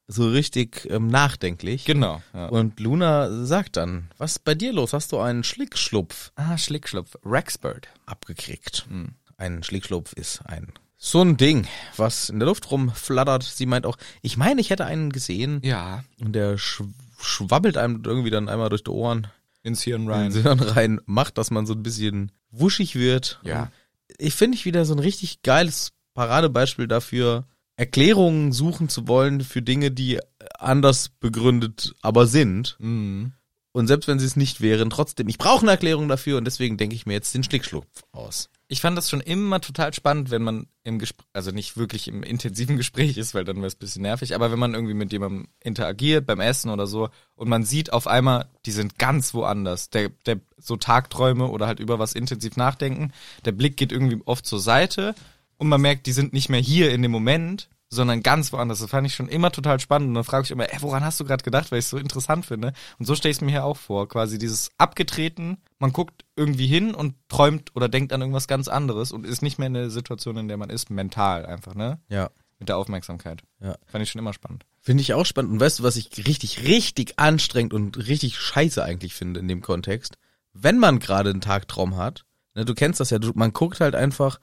S1: so richtig ähm, nachdenklich.
S2: Genau. Ja.
S1: Und Luna sagt dann, was ist bei dir los? Hast du einen Schlickschlupf
S2: Ah, Schlickschlupf, Rexbird.
S1: abgekriegt?
S2: Hm.
S1: Ein Schlickschlupf ist ein so ein Ding, was in der Luft rumflattert. Sie meint auch, ich meine, ich hätte einen gesehen
S2: Ja.
S1: und der sch schwabbelt einem irgendwie dann einmal durch die Ohren
S2: Ins Hirn
S1: in den
S2: rein.
S1: Sinn rein, macht, dass man so ein bisschen wuschig wird.
S2: Ja.
S1: Ich finde ich wieder so ein richtig geiles Paradebeispiel dafür, Erklärungen suchen zu wollen für Dinge, die anders begründet aber sind.
S2: Mhm.
S1: Und selbst wenn sie es nicht wären, trotzdem, ich brauche eine Erklärung dafür und deswegen denke ich mir jetzt den Schlickschlupf aus.
S2: ich fand das schon immer total spannend, wenn man im Gespräch, also nicht wirklich im intensiven *laughs* Gespräch ist, weil dann wäre es ein bisschen nervig, aber wenn man irgendwie mit jemandem interagiert beim Essen oder so und man sieht auf einmal, die sind ganz woanders. Der, der so Tagträume oder halt über was intensiv nachdenken, der Blick geht irgendwie oft zur Seite und man merkt, die sind nicht mehr hier in dem Moment, sondern ganz woanders. Das fand ich schon immer total spannend. Und dann frage ich immer, ey, woran hast du gerade gedacht, weil ich es so interessant finde. Und so stelle ich es mir hier auch vor. Quasi dieses Abgetreten, man guckt irgendwie hin und träumt oder denkt an irgendwas ganz anderes und ist nicht mehr in der Situation, in der man ist, mental einfach, ne?
S1: Ja.
S2: Mit der Aufmerksamkeit.
S1: Ja.
S2: Fand ich schon immer spannend.
S1: Finde ich auch spannend. Und weißt du, was ich richtig, richtig anstrengend und richtig scheiße eigentlich finde in dem Kontext? Wenn man gerade einen Tagtraum hat, ne, du kennst das ja, du, man guckt halt einfach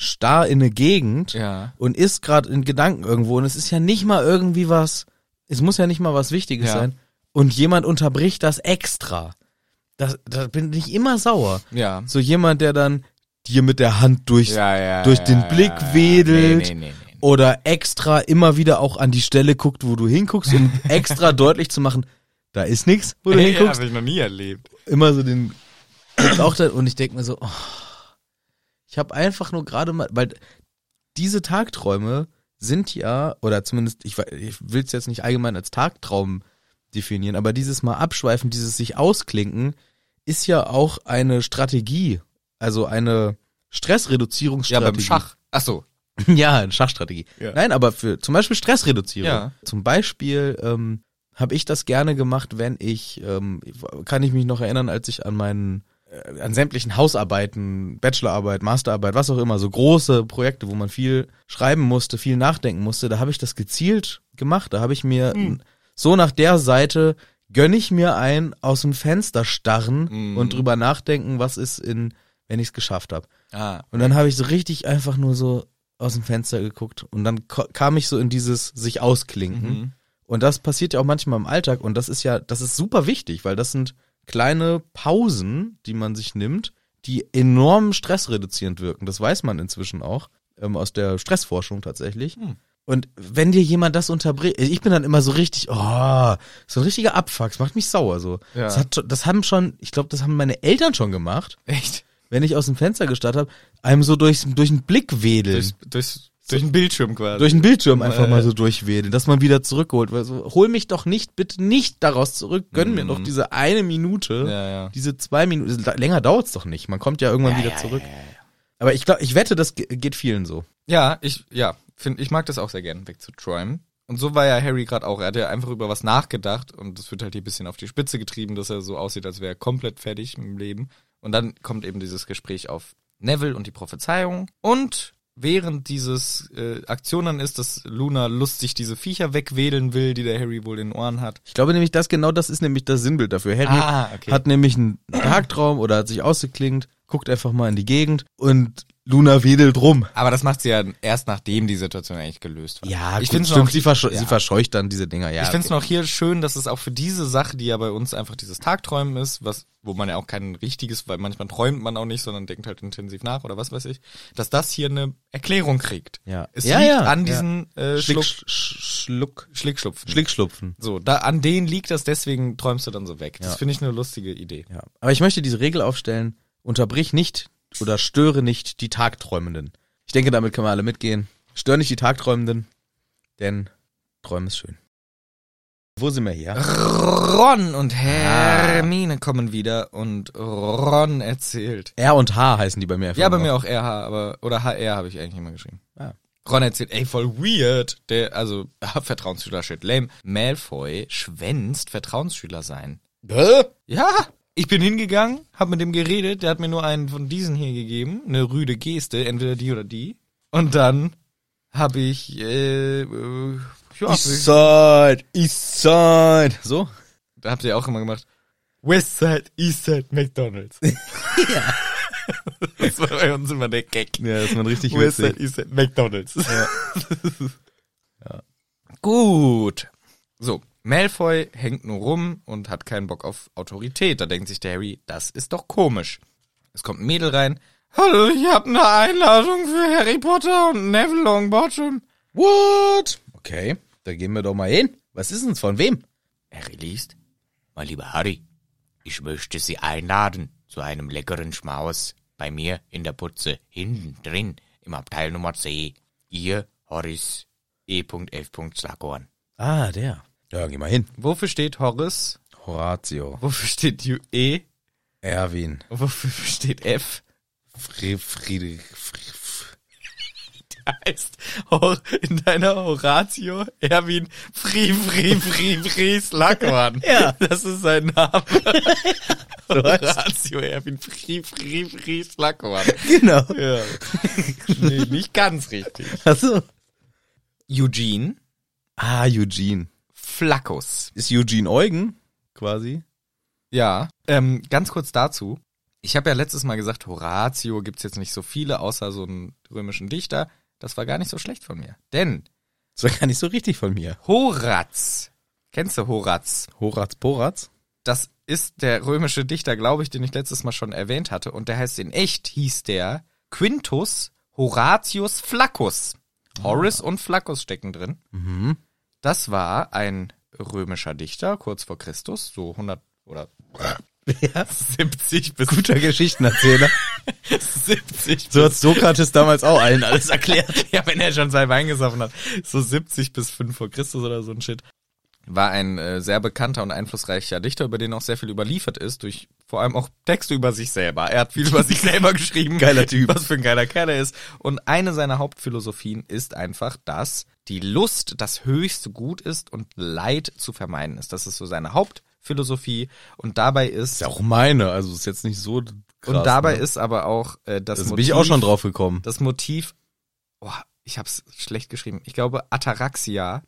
S1: starr in eine Gegend
S2: Ja.
S1: und ist gerade in Gedanken irgendwo und es ist ja nicht mal irgendwie was, es muss ja nicht mal was Wichtiges
S2: Ja.
S1: sein und jemand unterbricht das extra. Das, da bin ich immer sauer.
S2: Ja.
S1: So jemand, der dann dir mit der Hand durch,
S2: Ja, ja,
S1: durch
S2: ja,
S1: den
S2: ja,
S1: Blick
S2: ja, ja.
S1: wedelt
S2: Nee, nee, nee, nee.
S1: oder extra immer wieder auch an die Stelle guckt, wo du hinguckst,
S2: *laughs*
S1: um extra deutlich zu machen, da ist nichts, wo du
S2: Ja,
S1: hinguckst.
S2: habe ich noch nie erlebt.
S1: Immer so den gibt's auch da, und ich denke mir so, oh, ich habe einfach nur gerade mal, weil diese Tagträume sind ja, oder zumindest, ich, wei- ich will es jetzt nicht allgemein als Tagtraum definieren, aber dieses Mal abschweifen, dieses sich ausklinken, ist ja auch eine Strategie, also eine
S2: Ja,
S1: Stressreduzierungsstrategie.
S2: beim Schach. Ach so.
S1: *laughs* Ja, eine Schachstrategie.
S2: Ja.
S1: Nein, aber für zum Beispiel Stressreduzierung.
S2: Ja.
S1: Zum Beispiel ähm, habe ich das gerne gemacht, wenn ich, ähm, kann ich mich noch erinnern, als ich an meinen, äh, an sämtlichen Hausarbeiten, Bachelorarbeit, Masterarbeit, was auch immer, so große Projekte, wo man viel schreiben musste, viel nachdenken musste, da habe ich das gezielt gemacht. Da habe ich mir
S2: Hm.
S1: n- so nach der Seite gönne ich mir ein aus dem Fenster starren
S2: Mhm.
S1: und drüber nachdenken, was ist in, wenn ich es geschafft habe.
S2: Ah.
S1: Und dann habe ich so richtig einfach nur so aus dem Fenster geguckt und dann ko- kam ich so in dieses sich ausklinken.
S2: Mhm.
S1: Und das passiert ja auch manchmal im Alltag und das ist ja, das ist super wichtig, weil das sind kleine Pausen, die man sich nimmt, die enorm stressreduzierend wirken. Das weiß man inzwischen auch ähm, aus der Stressforschung tatsächlich.
S2: Hm.
S1: Und wenn dir jemand das unterbricht, ich bin dann immer so richtig, oh, so ein richtiger Abfuck, das macht mich sauer so.
S2: Ja.
S1: Das, hat, schon- das haben schon, ich glaube, das haben meine Eltern schon gemacht,
S2: Echt?
S1: wenn ich aus dem Fenster gestarrt habe, einem so durchs, durch den Blick wedeln.
S2: Durch, durch, durch den Bildschirm quasi.
S1: durch den Bildschirm einfach
S2: Äh.
S1: mal so durchwedeln, dass man wieder zurückholt. Weil so, hol mich doch nicht, bitte nicht daraus zurück. Gönn mir noch diese eine Minute,
S2: Ja, ja.
S1: diese zwei Minuten. Also, Länger dauert's doch nicht. Man kommt ja irgendwann wieder zurück. Aber ich glaube, ich wette, das ge- geht vielen so.
S2: Ja, ich, ja, find, ich mag das auch sehr gern, wegzuträumen. Und so war ja Harry gerade auch. Er hat ja einfach über was nachgedacht und das wird halt hier ein bisschen auf die Spitze getrieben, dass er so aussieht, als wäre er komplett fertig im Leben. Und dann kommt eben dieses Gespräch auf Neville und die Prophezeiung. Und während dieses äh, Aktion dann ist, dass Luna lustig diese Viecher wegwedeln will, die der Harry wohl in den Ohren hat.
S1: Ich glaube nämlich, das genau das ist nämlich das Sinnbild dafür. Harry
S2: Ah, okay.
S1: hat nämlich einen Tagtraum oder hat sich ausgeklingt, guckt einfach mal in die Gegend und Luna wedelt rum.
S2: Aber das macht sie ja erst nachdem die Situation eigentlich gelöst war. ich
S1: gut,
S2: finde
S1: stimmt,
S2: noch
S1: sie, verscheu
S2: ja.
S1: sie verscheucht dann diese Dinger. Ja,
S2: ich finde es
S1: Ah, okay.
S2: noch hier schön, dass es auch für diese Sache, die ja bei uns einfach dieses Tagträumen ist, was, wo man ja auch kein richtiges, weil manchmal träumt man auch nicht, sondern denkt halt intensiv nach oder was weiß ich, dass das hier eine Erklärung kriegt.
S1: Ja.
S2: Es
S1: Ja,
S2: liegt
S1: ja,
S2: an
S1: ja.
S2: diesen äh,
S1: Schlick,
S2: Schluck,
S1: Sch- Schluck,
S2: Schlickschlupfen.
S1: Schlickschlupfen.
S2: So, da, an den liegt das, deswegen träumst du dann so weg. Das
S1: Ja.
S2: finde ich eine lustige Idee.
S1: Ja. Aber ich möchte diese Regel aufstellen, unterbrich nicht oder störe nicht die Tagträumenden. Ich denke, damit können wir alle mitgehen. Störe nicht die Tagträumenden, denn Träumen ist schön. Wo sind wir hier?
S2: Ron und
S1: Ah.
S2: Hermine kommen wieder und Ron erzählt.
S1: R und H heißen die bei mir. einfach
S2: Ja, bei
S1: nur.
S2: mir auch RH, aber oder HR habe ich eigentlich immer geschrieben.
S1: Ah.
S2: Ron erzählt, ey, voll weird. Der, also, *laughs* ah, Vertrauensschüler shit lame. Malfoy schwänzt Vertrauensschüler sein. Ja, ich bin hingegangen, habe mit dem geredet, der hat mir nur einen von diesen hier gegeben, eine rüde Geste, entweder die oder die. Und dann habe ich, äh, äh ja, ich,
S1: Eastside, Eastside. So?
S2: da habt ihr auch immer gemacht. Westside, Eastside, McDonalds. das war *laughs* bei uns immer der Gag.
S1: Ja, ist man richtig
S2: Westside
S1: witzig.
S2: ist McDonalds. Gut. So, Malfoy hängt nur rum und hat keinen Bock auf Autorität. Da denkt sich der Harry, das ist doch komisch. Es kommt ein Mädel rein. Hallo, ich habe eine Einladung für Harry Potter und Neville Longbottom.
S1: What? Okay, da gehen wir doch mal hin. Was ist uns von wem?
S2: Harry liest.
S4: Mein lieber Harry, ich möchte Sie einladen zu einem leckeren Schmaus bei mir in der Putze hinten drin im Abteil Nummer C. Ihr Horis
S2: E.
S4: E.F. Slaghorn.
S1: Ah, der. Ja, geh mal hin.
S2: Wofür steht Horace?
S1: Horatio,
S2: Wofür steht UE?
S1: Erwin,
S2: Und wofür steht F?
S1: Fri Friedrich, Fri Fri-
S2: heißt Hor in deiner Horatio Erwin Fri Fri Fri Fri Slackhorn.
S1: Ja.
S2: Das ist sein *laughs* Name.
S1: heißt-
S2: Horatio Erwin Fri Fri Fri Slackhorn.
S1: Genau.
S2: Ja. nee, nicht ganz richtig.
S1: Achso.
S2: Eugene
S1: Ah, Eugene.
S2: Flaccus.
S1: ist Eugene Eugen quasi.
S2: Ja, ähm, ganz kurz dazu. Ich habe ja letztes Mal gesagt, Horatio gibt's jetzt nicht so viele, außer so einen römischen Dichter. Das war gar nicht so schlecht von mir. Denn
S1: Das war gar nicht so richtig von mir.
S2: Horaz, kennst du Horaz?
S1: Horaz Poraz.
S2: das ist der römische Dichter, glaube ich, den ich letztes Mal schon erwähnt hatte. Und der heißt in echt, hieß der Quintus Horatius Flaccus. Horace und Flaccus stecken drin. Das war ein römischer Dichter, kurz vor Christus, so 100 oder
S1: Ja.
S2: 70 bis
S1: Guter
S2: *laughs*
S1: Geschichtenerzähler.
S2: 70
S1: So hat Sokrates damals auch
S2: *laughs*
S1: allen alles erklärt.
S2: ja, wenn er schon sein Wein gesoffen hat, so 70 bis 5 vor Christus oder so ein Shit. War ein äh, sehr bekannter und einflussreicher Dichter, über den auch sehr viel überliefert ist, durch vor allem auch Texte über sich selber. Er hat viel über *laughs* sich selber geschrieben.
S1: Geiler Typ.
S2: Was für ein geiler Kerl er ist. Und eine seiner Hauptphilosophien ist einfach, dass die Lust das höchste Gut ist und Leid zu vermeiden ist. Das ist so seine Hauptphilosophie. Und dabei ist,
S1: Ist ja auch meine, also ist jetzt nicht so krass.
S2: und dabei
S1: ne?
S2: ist aber auch äh, das
S1: das bin ich auch schon drauf gekommen.
S2: das Motiv, oh, ich hab's schlecht geschrieben. Ich glaube, Ataraxia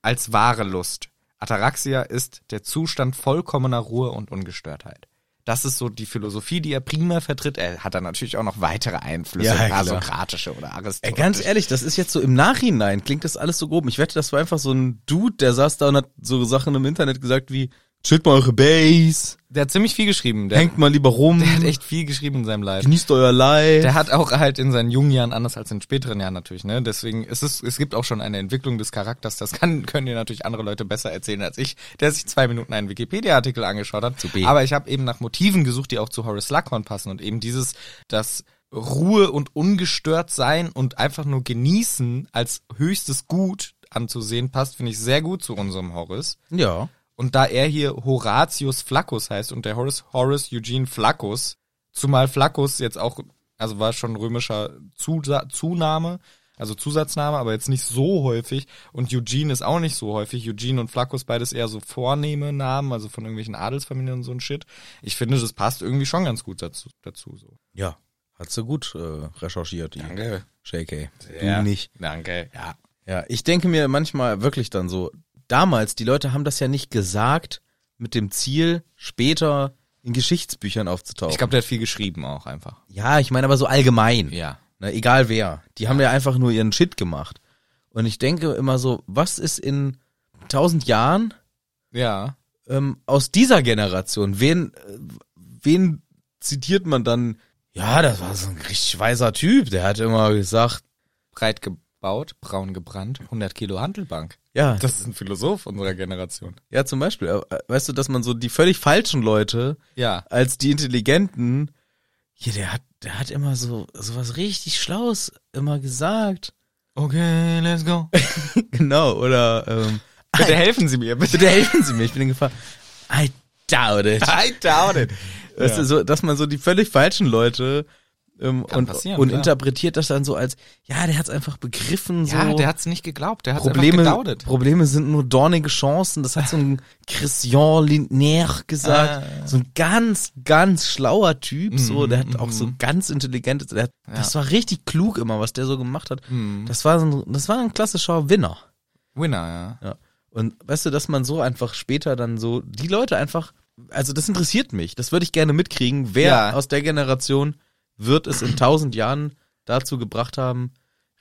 S2: als wahre Lust. Ataraxia ist der Zustand vollkommener Ruhe und Ungestörtheit. Das ist so die Philosophie, die er prima vertritt. Er hat dann natürlich auch noch weitere Einflüsse,
S1: Ja,
S2: ja,
S1: klar.
S2: sokratische oder
S1: Ey,
S2: aristokratische.
S1: ganz ehrlich, das ist jetzt so im Nachhinein, klingt das alles so grob. Ich wette, das war einfach so ein Dude, der saß da und hat so Sachen im Internet gesagt wie, Chillt mal eure Base.
S2: Der hat ziemlich viel geschrieben. Der,
S1: Hängt mal lieber rum.
S2: der hat echt viel geschrieben in seinem Live.
S1: Genießt euer Leid.
S2: Der hat auch halt in seinen jungen Jahren anders als in späteren Jahren natürlich, ne? Deswegen es ist es gibt auch schon eine Entwicklung des Charakters. Das kann können dir natürlich andere Leute besser erzählen als ich, der sich zwei Minuten einen Wikipedia-Artikel angeschaut hat.
S1: B.
S2: Aber ich habe eben nach Motiven gesucht, die auch zu Horace Luckhorn passen und eben dieses das Ruhe und ungestört sein und einfach nur genießen als höchstes Gut anzusehen passt, finde ich sehr gut zu unserem Horace.
S1: Ja.
S2: Und da er hier Horatius Flaccus heißt und der Horace, Horace Eugene Flaccus, zumal Flaccus jetzt auch, also war schon römischer Zusa Zunahme, also Zusatzname, aber jetzt nicht so häufig. Und Eugene ist auch nicht so häufig. Eugene und Flaccus beides eher so vornehme Namen, also von irgendwelchen Adelsfamilien und so ein Shit. Ich finde, das passt irgendwie schon ganz gut dazu. dazu so.
S1: Ja. Hat sie gut äh, recherchiert, die
S2: Danke.
S1: JK.
S2: Ja.
S1: Du nicht.
S2: Danke. Ja.
S1: Ja, ich denke mir manchmal wirklich dann so, damals, die Leute haben das ja nicht gesagt mit dem Ziel, später in Geschichtsbüchern aufzutauchen.
S2: Ich glaube, der hat viel geschrieben auch einfach.
S1: ja, ich meine aber so allgemein.
S2: Ja.
S1: Ne, egal wer. Die haben ja einfach nur ihren Shit gemacht. Und ich denke immer so, was ist in tausend Jahren
S2: Ja.
S1: ähm, aus dieser Generation, wen, äh, wen zitiert man dann? Ja, das war so ein richtig weiser Typ, der hat immer gesagt,
S2: Breit gebaut, braun gebrannt, 100 Kilo Handelbank.
S1: ja,
S2: Das ist ein Philosoph unserer Generation.
S1: ja, zum Beispiel, äh, weißt du, dass man so die völlig falschen Leute
S2: Ja.
S1: als die Intelligenten, hier, der hat, der hat immer so, so was richtig Schlaues immer gesagt.
S2: Okay, let's go.
S1: *laughs* Genau, oder, ähm,
S2: Bitte helfen Sie mir, bitte.
S1: bitte helfen Sie mir, ich bin in Gefahr. I doubt it.
S2: I doubt it.
S1: Weißt du, so, dass man so die völlig falschen Leute ähm,
S2: Kann
S1: und,
S2: passieren,
S1: und
S2: klar.
S1: interpretiert das dann so als, ja, der hat's einfach begriffen, so.
S2: Ja, der hat's nicht geglaubt, der hat's einfach
S1: Probleme,
S2: gedaudet.
S1: Probleme sind nur dornige Chancen. Das hat so ein Christian Lindner gesagt.
S2: Ah.
S1: So ein ganz, ganz schlauer Typ.
S2: Mhm,
S1: So, der hat auch so ganz intelligentes. Der hat, Das war richtig klug immer, was der so gemacht hat.
S2: Mhm.
S1: Das war so ein, das war ein klassischer Winner.
S2: Winner, ja.
S1: Ja. Und weißt du, dass man so einfach später dann so die Leute einfach, also das interessiert mich. Das würde ich gerne mitkriegen. Wer
S2: Ja.
S1: aus der Generation wird es in tausend Jahren dazu gebracht haben,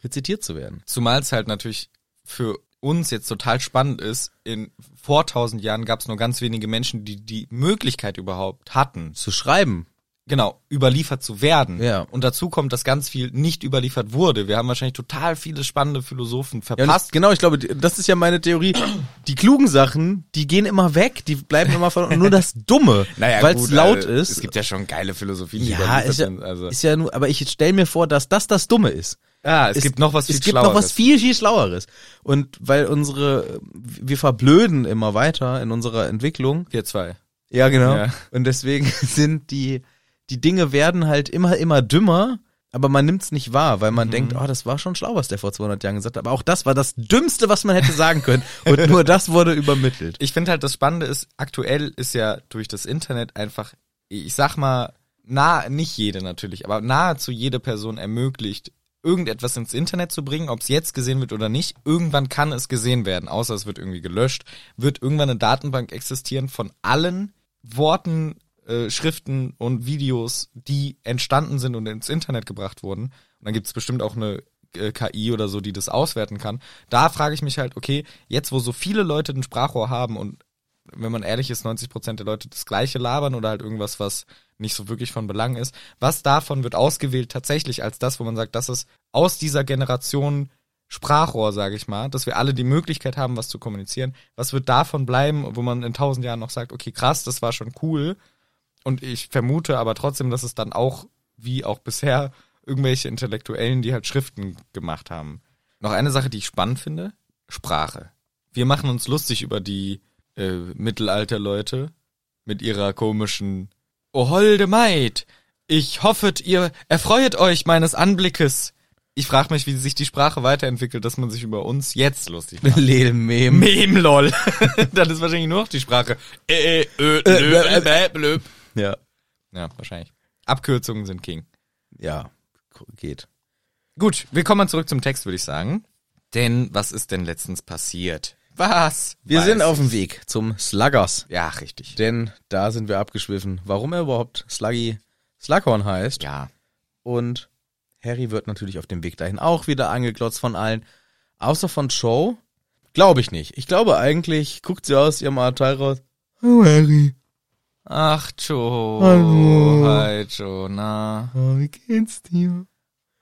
S1: rezitiert zu werden?
S2: Zumal es halt natürlich für uns jetzt total spannend ist, in vor tausend Jahren gab's nur ganz wenige Menschen, die die Möglichkeit überhaupt hatten,
S1: Zu schreiben.
S2: genau, überliefert zu werden.
S1: Ja.
S2: Und dazu kommt, dass ganz viel nicht überliefert wurde. Wir haben wahrscheinlich total viele spannende Philosophen
S1: Ja,
S2: verpasst.
S1: und ich, genau, ich glaube, die- das ist ja meine Theorie. Die klugen Sachen, die gehen immer weg, die bleiben immer von nur das
S2: *laughs*
S1: Dumme, weil es
S2: gut,
S1: laut
S2: also,
S1: ist.
S2: Es gibt ja schon geile Philosophien, die
S1: ja,
S2: überliefert
S1: ist ja,
S2: sind, also.
S1: ist ja nur, aber ich stelle mir vor, dass das das Dumme ist.
S2: Ja, Ah, es, gibt noch was viel
S1: Es gibt noch was
S2: Schlaueres.
S1: viel, viel Schlaueres. Und weil unsere, wir verblöden immer weiter in unserer Entwicklung.
S2: Wir zwei.
S1: Ja, genau.
S2: Ja.
S1: Und deswegen *laughs* sind die, die Dinge werden halt immer, immer dümmer, aber man nimmt's nicht wahr, weil man denkt, oh, das war schon schlau, was der vor 200 Jahren gesagt hat. Aber auch das war das Dümmste, was man hätte sagen können. *laughs* Und nur das wurde übermittelt.
S2: Ich finde halt das Spannende ist, aktuell ist ja durch das Internet einfach, ich sag mal, nah, nicht jede natürlich, aber nahezu jede Person ermöglicht, irgendetwas ins Internet zu bringen, ob es jetzt gesehen wird oder nicht. Irgendwann kann es gesehen werden, außer es wird irgendwie gelöscht. Wird irgendwann eine Datenbank existieren von allen Worten, äh, Schriften und Videos, die entstanden sind und ins Internet gebracht wurden. Und dann gibt's bestimmt auch eine äh, KI oder so, die das auswerten kann. Da frage ich mich halt, okay, jetzt wo so viele Leute ein Sprachrohr haben und wenn man ehrlich ist, 90% der Leute das gleiche labern oder halt irgendwas, was nicht so wirklich von Belang ist, was davon wird ausgewählt tatsächlich als das, wo man sagt, das ist aus dieser Generation Sprachrohr, sage ich mal, dass wir alle die Möglichkeit haben, was zu kommunizieren, was wird davon bleiben, wo man in tausend Jahren noch sagt, okay, krass, das war schon cool, und ich vermute aber trotzdem, dass es dann auch, wie auch bisher, irgendwelche Intellektuellen, die halt Schriften gemacht haben. Noch eine Sache, die ich spannend finde, Sprache. Wir machen uns lustig über die äh, Mittelalterleute mit ihrer komischen O holde Maid, ich hoffet, ihr erfreuet euch meines Anblickes. Ich frage mich, wie sich die Sprache weiterentwickelt, dass man sich über uns jetzt lustig macht.
S1: Ledemem.
S2: Mem lol. *laughs* dann ist wahrscheinlich nur noch die Sprache. Äh, äh, ö, nö,
S1: äh,
S2: bä, blö.
S1: Ja.
S2: Ja, wahrscheinlich. Abkürzungen sind King.
S1: Ja. Geht.
S2: Gut, wir kommen mal zurück zum Text, würde ich sagen. Denn was ist denn letztens passiert? Was?
S1: Wir
S2: Weiß
S1: sind
S2: ich.
S1: auf dem Weg zum Sluggers.
S2: Ja, richtig.
S1: Denn da sind wir abgeschwiffen. Warum er überhaupt Sluggy Slughorn heißt.
S2: Ja.
S1: Und Harry wird natürlich auf dem Weg dahin auch wieder angeglotzt von allen. Außer von Cho. Glaube ich nicht. Ich glaube eigentlich, guckt sie aus ihrem Abteil raus. Hallo Harry.
S2: Ach, Joe.
S1: Hallo.
S2: Hi, Joe. Na.
S1: Oh, wie geht's dir?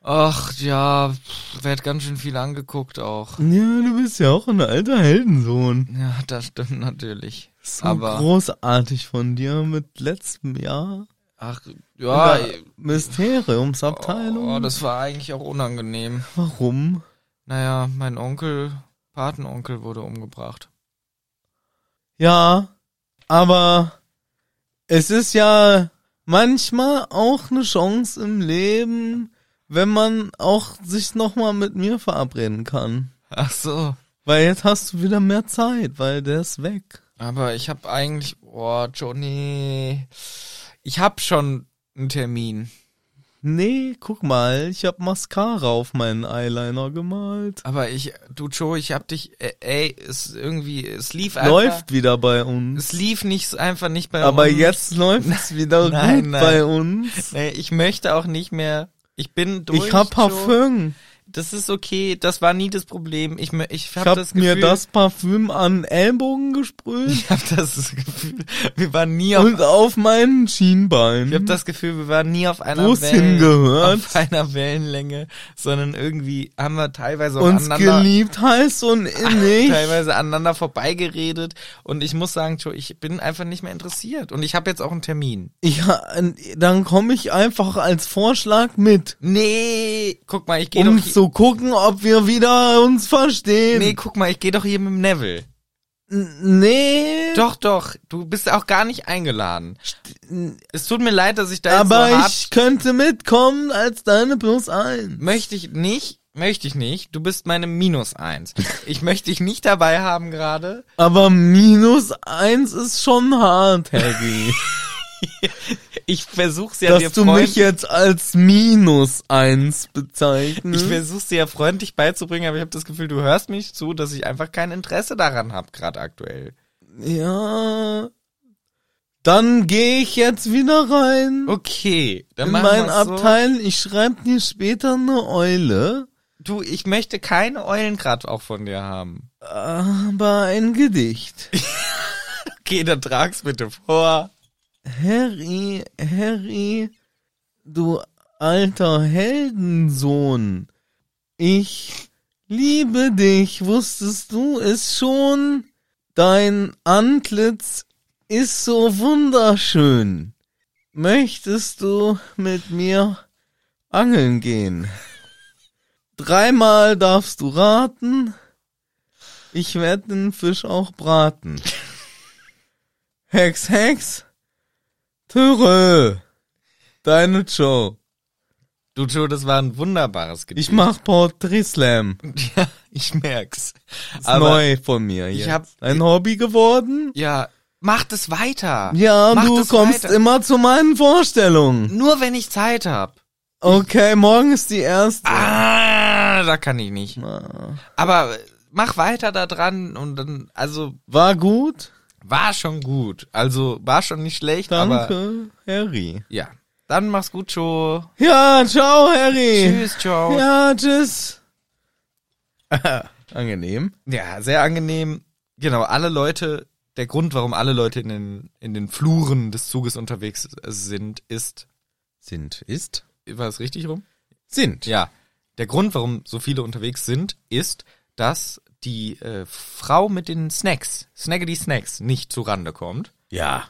S2: Ach, ja, pff, werd ganz schön viel angeguckt auch.
S1: Ja, du bist ja auch ein alter Heldensohn.
S2: Ja, das stimmt natürlich.
S1: So
S2: Aber-
S1: großartig von dir mit letztem Jahr.
S2: Ach, ja.
S1: in der Mysteriumsabteilung.
S2: Ah, Oh, das war eigentlich auch unangenehm.
S1: Warum?
S2: Naja, mein Onkel, Patenonkel wurde umgebracht.
S1: Ja, aber es ist ja manchmal auch eine Chance im Leben, wenn man auch sich nochmal mit mir verabreden kann.
S2: Ach so.
S1: Weil jetzt hast du wieder mehr Zeit, weil der ist weg.
S2: Aber ich habe eigentlich, oh Johnny, ich habe schon einen Termin.
S1: Nee, guck mal, ich hab Mascara auf meinen Eyeliner gemalt.
S2: Aber ich, du Joe, ich hab dich, äh, ey, es irgendwie, es lief einfach,
S1: Läuft wieder bei uns.
S2: es lief nicht einfach nicht bei
S1: Aber
S2: uns.
S1: jetzt läuft's wieder
S2: *laughs* Nein,
S1: gut
S2: nein.
S1: bei uns.
S2: nee, ich möchte auch nicht mehr. Ich bin durch.
S1: Ich hab
S2: Joe.
S1: Parfüm.
S2: Das ist okay. Das war nie das Problem. Ich mö- ich hab,
S1: Ich hab
S2: das Gefühl,
S1: mir das Parfüm an den Ellbogen gesprüht.
S2: *laughs* ich hab das Gefühl, wir waren nie auf,
S1: Und auf meinen Schienbein.
S2: ich hab das Gefühl, wir waren nie auf einer
S1: Wo es
S2: Wellen-
S1: hingehört.
S2: auf einer Wellenlänge, sondern irgendwie haben wir teilweise auch
S1: uns
S2: aneinander
S1: geliebt heißt und nicht.
S2: teilweise aneinander vorbeigeredet und ich muss sagen, Joe, ich bin einfach nicht mehr interessiert und ich habe jetzt auch einen Termin.
S1: Ja, dann komme ich einfach als Vorschlag mit,
S2: Nee, guck mal, ich gehe
S1: um
S2: doch hier,
S1: zu gucken, ob wir wieder uns verstehen.
S2: Nee, guck mal, ich gehe doch hier mit dem Neville.
S1: N- nee.
S2: Doch, doch, du bist auch gar nicht eingeladen. Es tut mir leid, dass ich da jetzt
S1: aber
S2: so hart
S1: ich könnte mitkommen als deine plus eins.
S2: möchte ich nicht, möchte ich nicht. Du bist meine minus eins. Ich möchte dich nicht dabei haben gerade.
S1: Aber minus eins ist schon hart, Harry.
S2: Ich versuch's *laughs* ja dir
S1: dass du
S2: freund-
S1: mich jetzt als minus eins bezeichnest.
S2: Ich versuch's dir ja freundlich beizubringen, aber ich habe das Gefühl, du hörst mich zu, dass ich einfach kein Interesse daran habe gerade aktuell.
S1: Ja. Dann gehe ich jetzt wieder rein
S2: Okay, dann
S1: in
S2: machen
S1: mein
S2: wir's so.
S1: Abteil. Ich schreibe dir später eine Eule,
S2: Du, ich möchte keine Eulen grad auch von dir haben.
S1: aber ein Gedicht.
S2: Okay, dann trag's bitte vor.
S1: Harry, Harry, du alter Heldensohn. Ich liebe dich, wusstest du es schon? Dein Antlitz ist so wunderschön. Möchtest du mit mir angeln gehen? Dreimal darfst du raten. Ich werde den Fisch auch braten. Hex, Hex. Törö. Deine Show.
S2: Du Joe, das war ein wunderbares Gedicht.
S1: Ich mach Poetry Slam.
S2: *laughs* ja, ich merk's.
S1: Ist neu von mir. Jetzt.
S2: Ich hab-
S1: ein Hobby geworden.
S2: ja, mach das weiter.
S1: Ja,
S2: mach
S1: du
S2: das
S1: kommst
S2: weiter.
S1: immer zu meinen Vorstellungen.
S2: nur wenn ich Zeit hab.
S1: Okay, morgen ist die erste.
S2: Ah, da kann ich nicht.
S1: Ah.
S2: Aber mach weiter da dran und dann, also
S1: War gut.
S2: war schon gut. Also war schon nicht schlecht, aber
S1: Danke, Harry.
S2: ja. Dann mach's gut, Joe.
S1: Ja, ciao, Harry.
S2: Tschüss, Joe. Ja.
S1: Ja, tschüss. *laughs* Angenehm.
S2: sehr angenehm. Genau, alle Leute, der Grund, warum alle Leute in den, in den Fluren des Zuges unterwegs sind, ist,
S1: Sind, ist.
S2: war es richtig rum?
S1: Sind.
S2: Ja. Der Grund, warum so viele unterwegs sind, ist, dass die äh, Frau mit den Snacks, Snaggedy Snacks, nicht zurande kommt.
S1: Ja.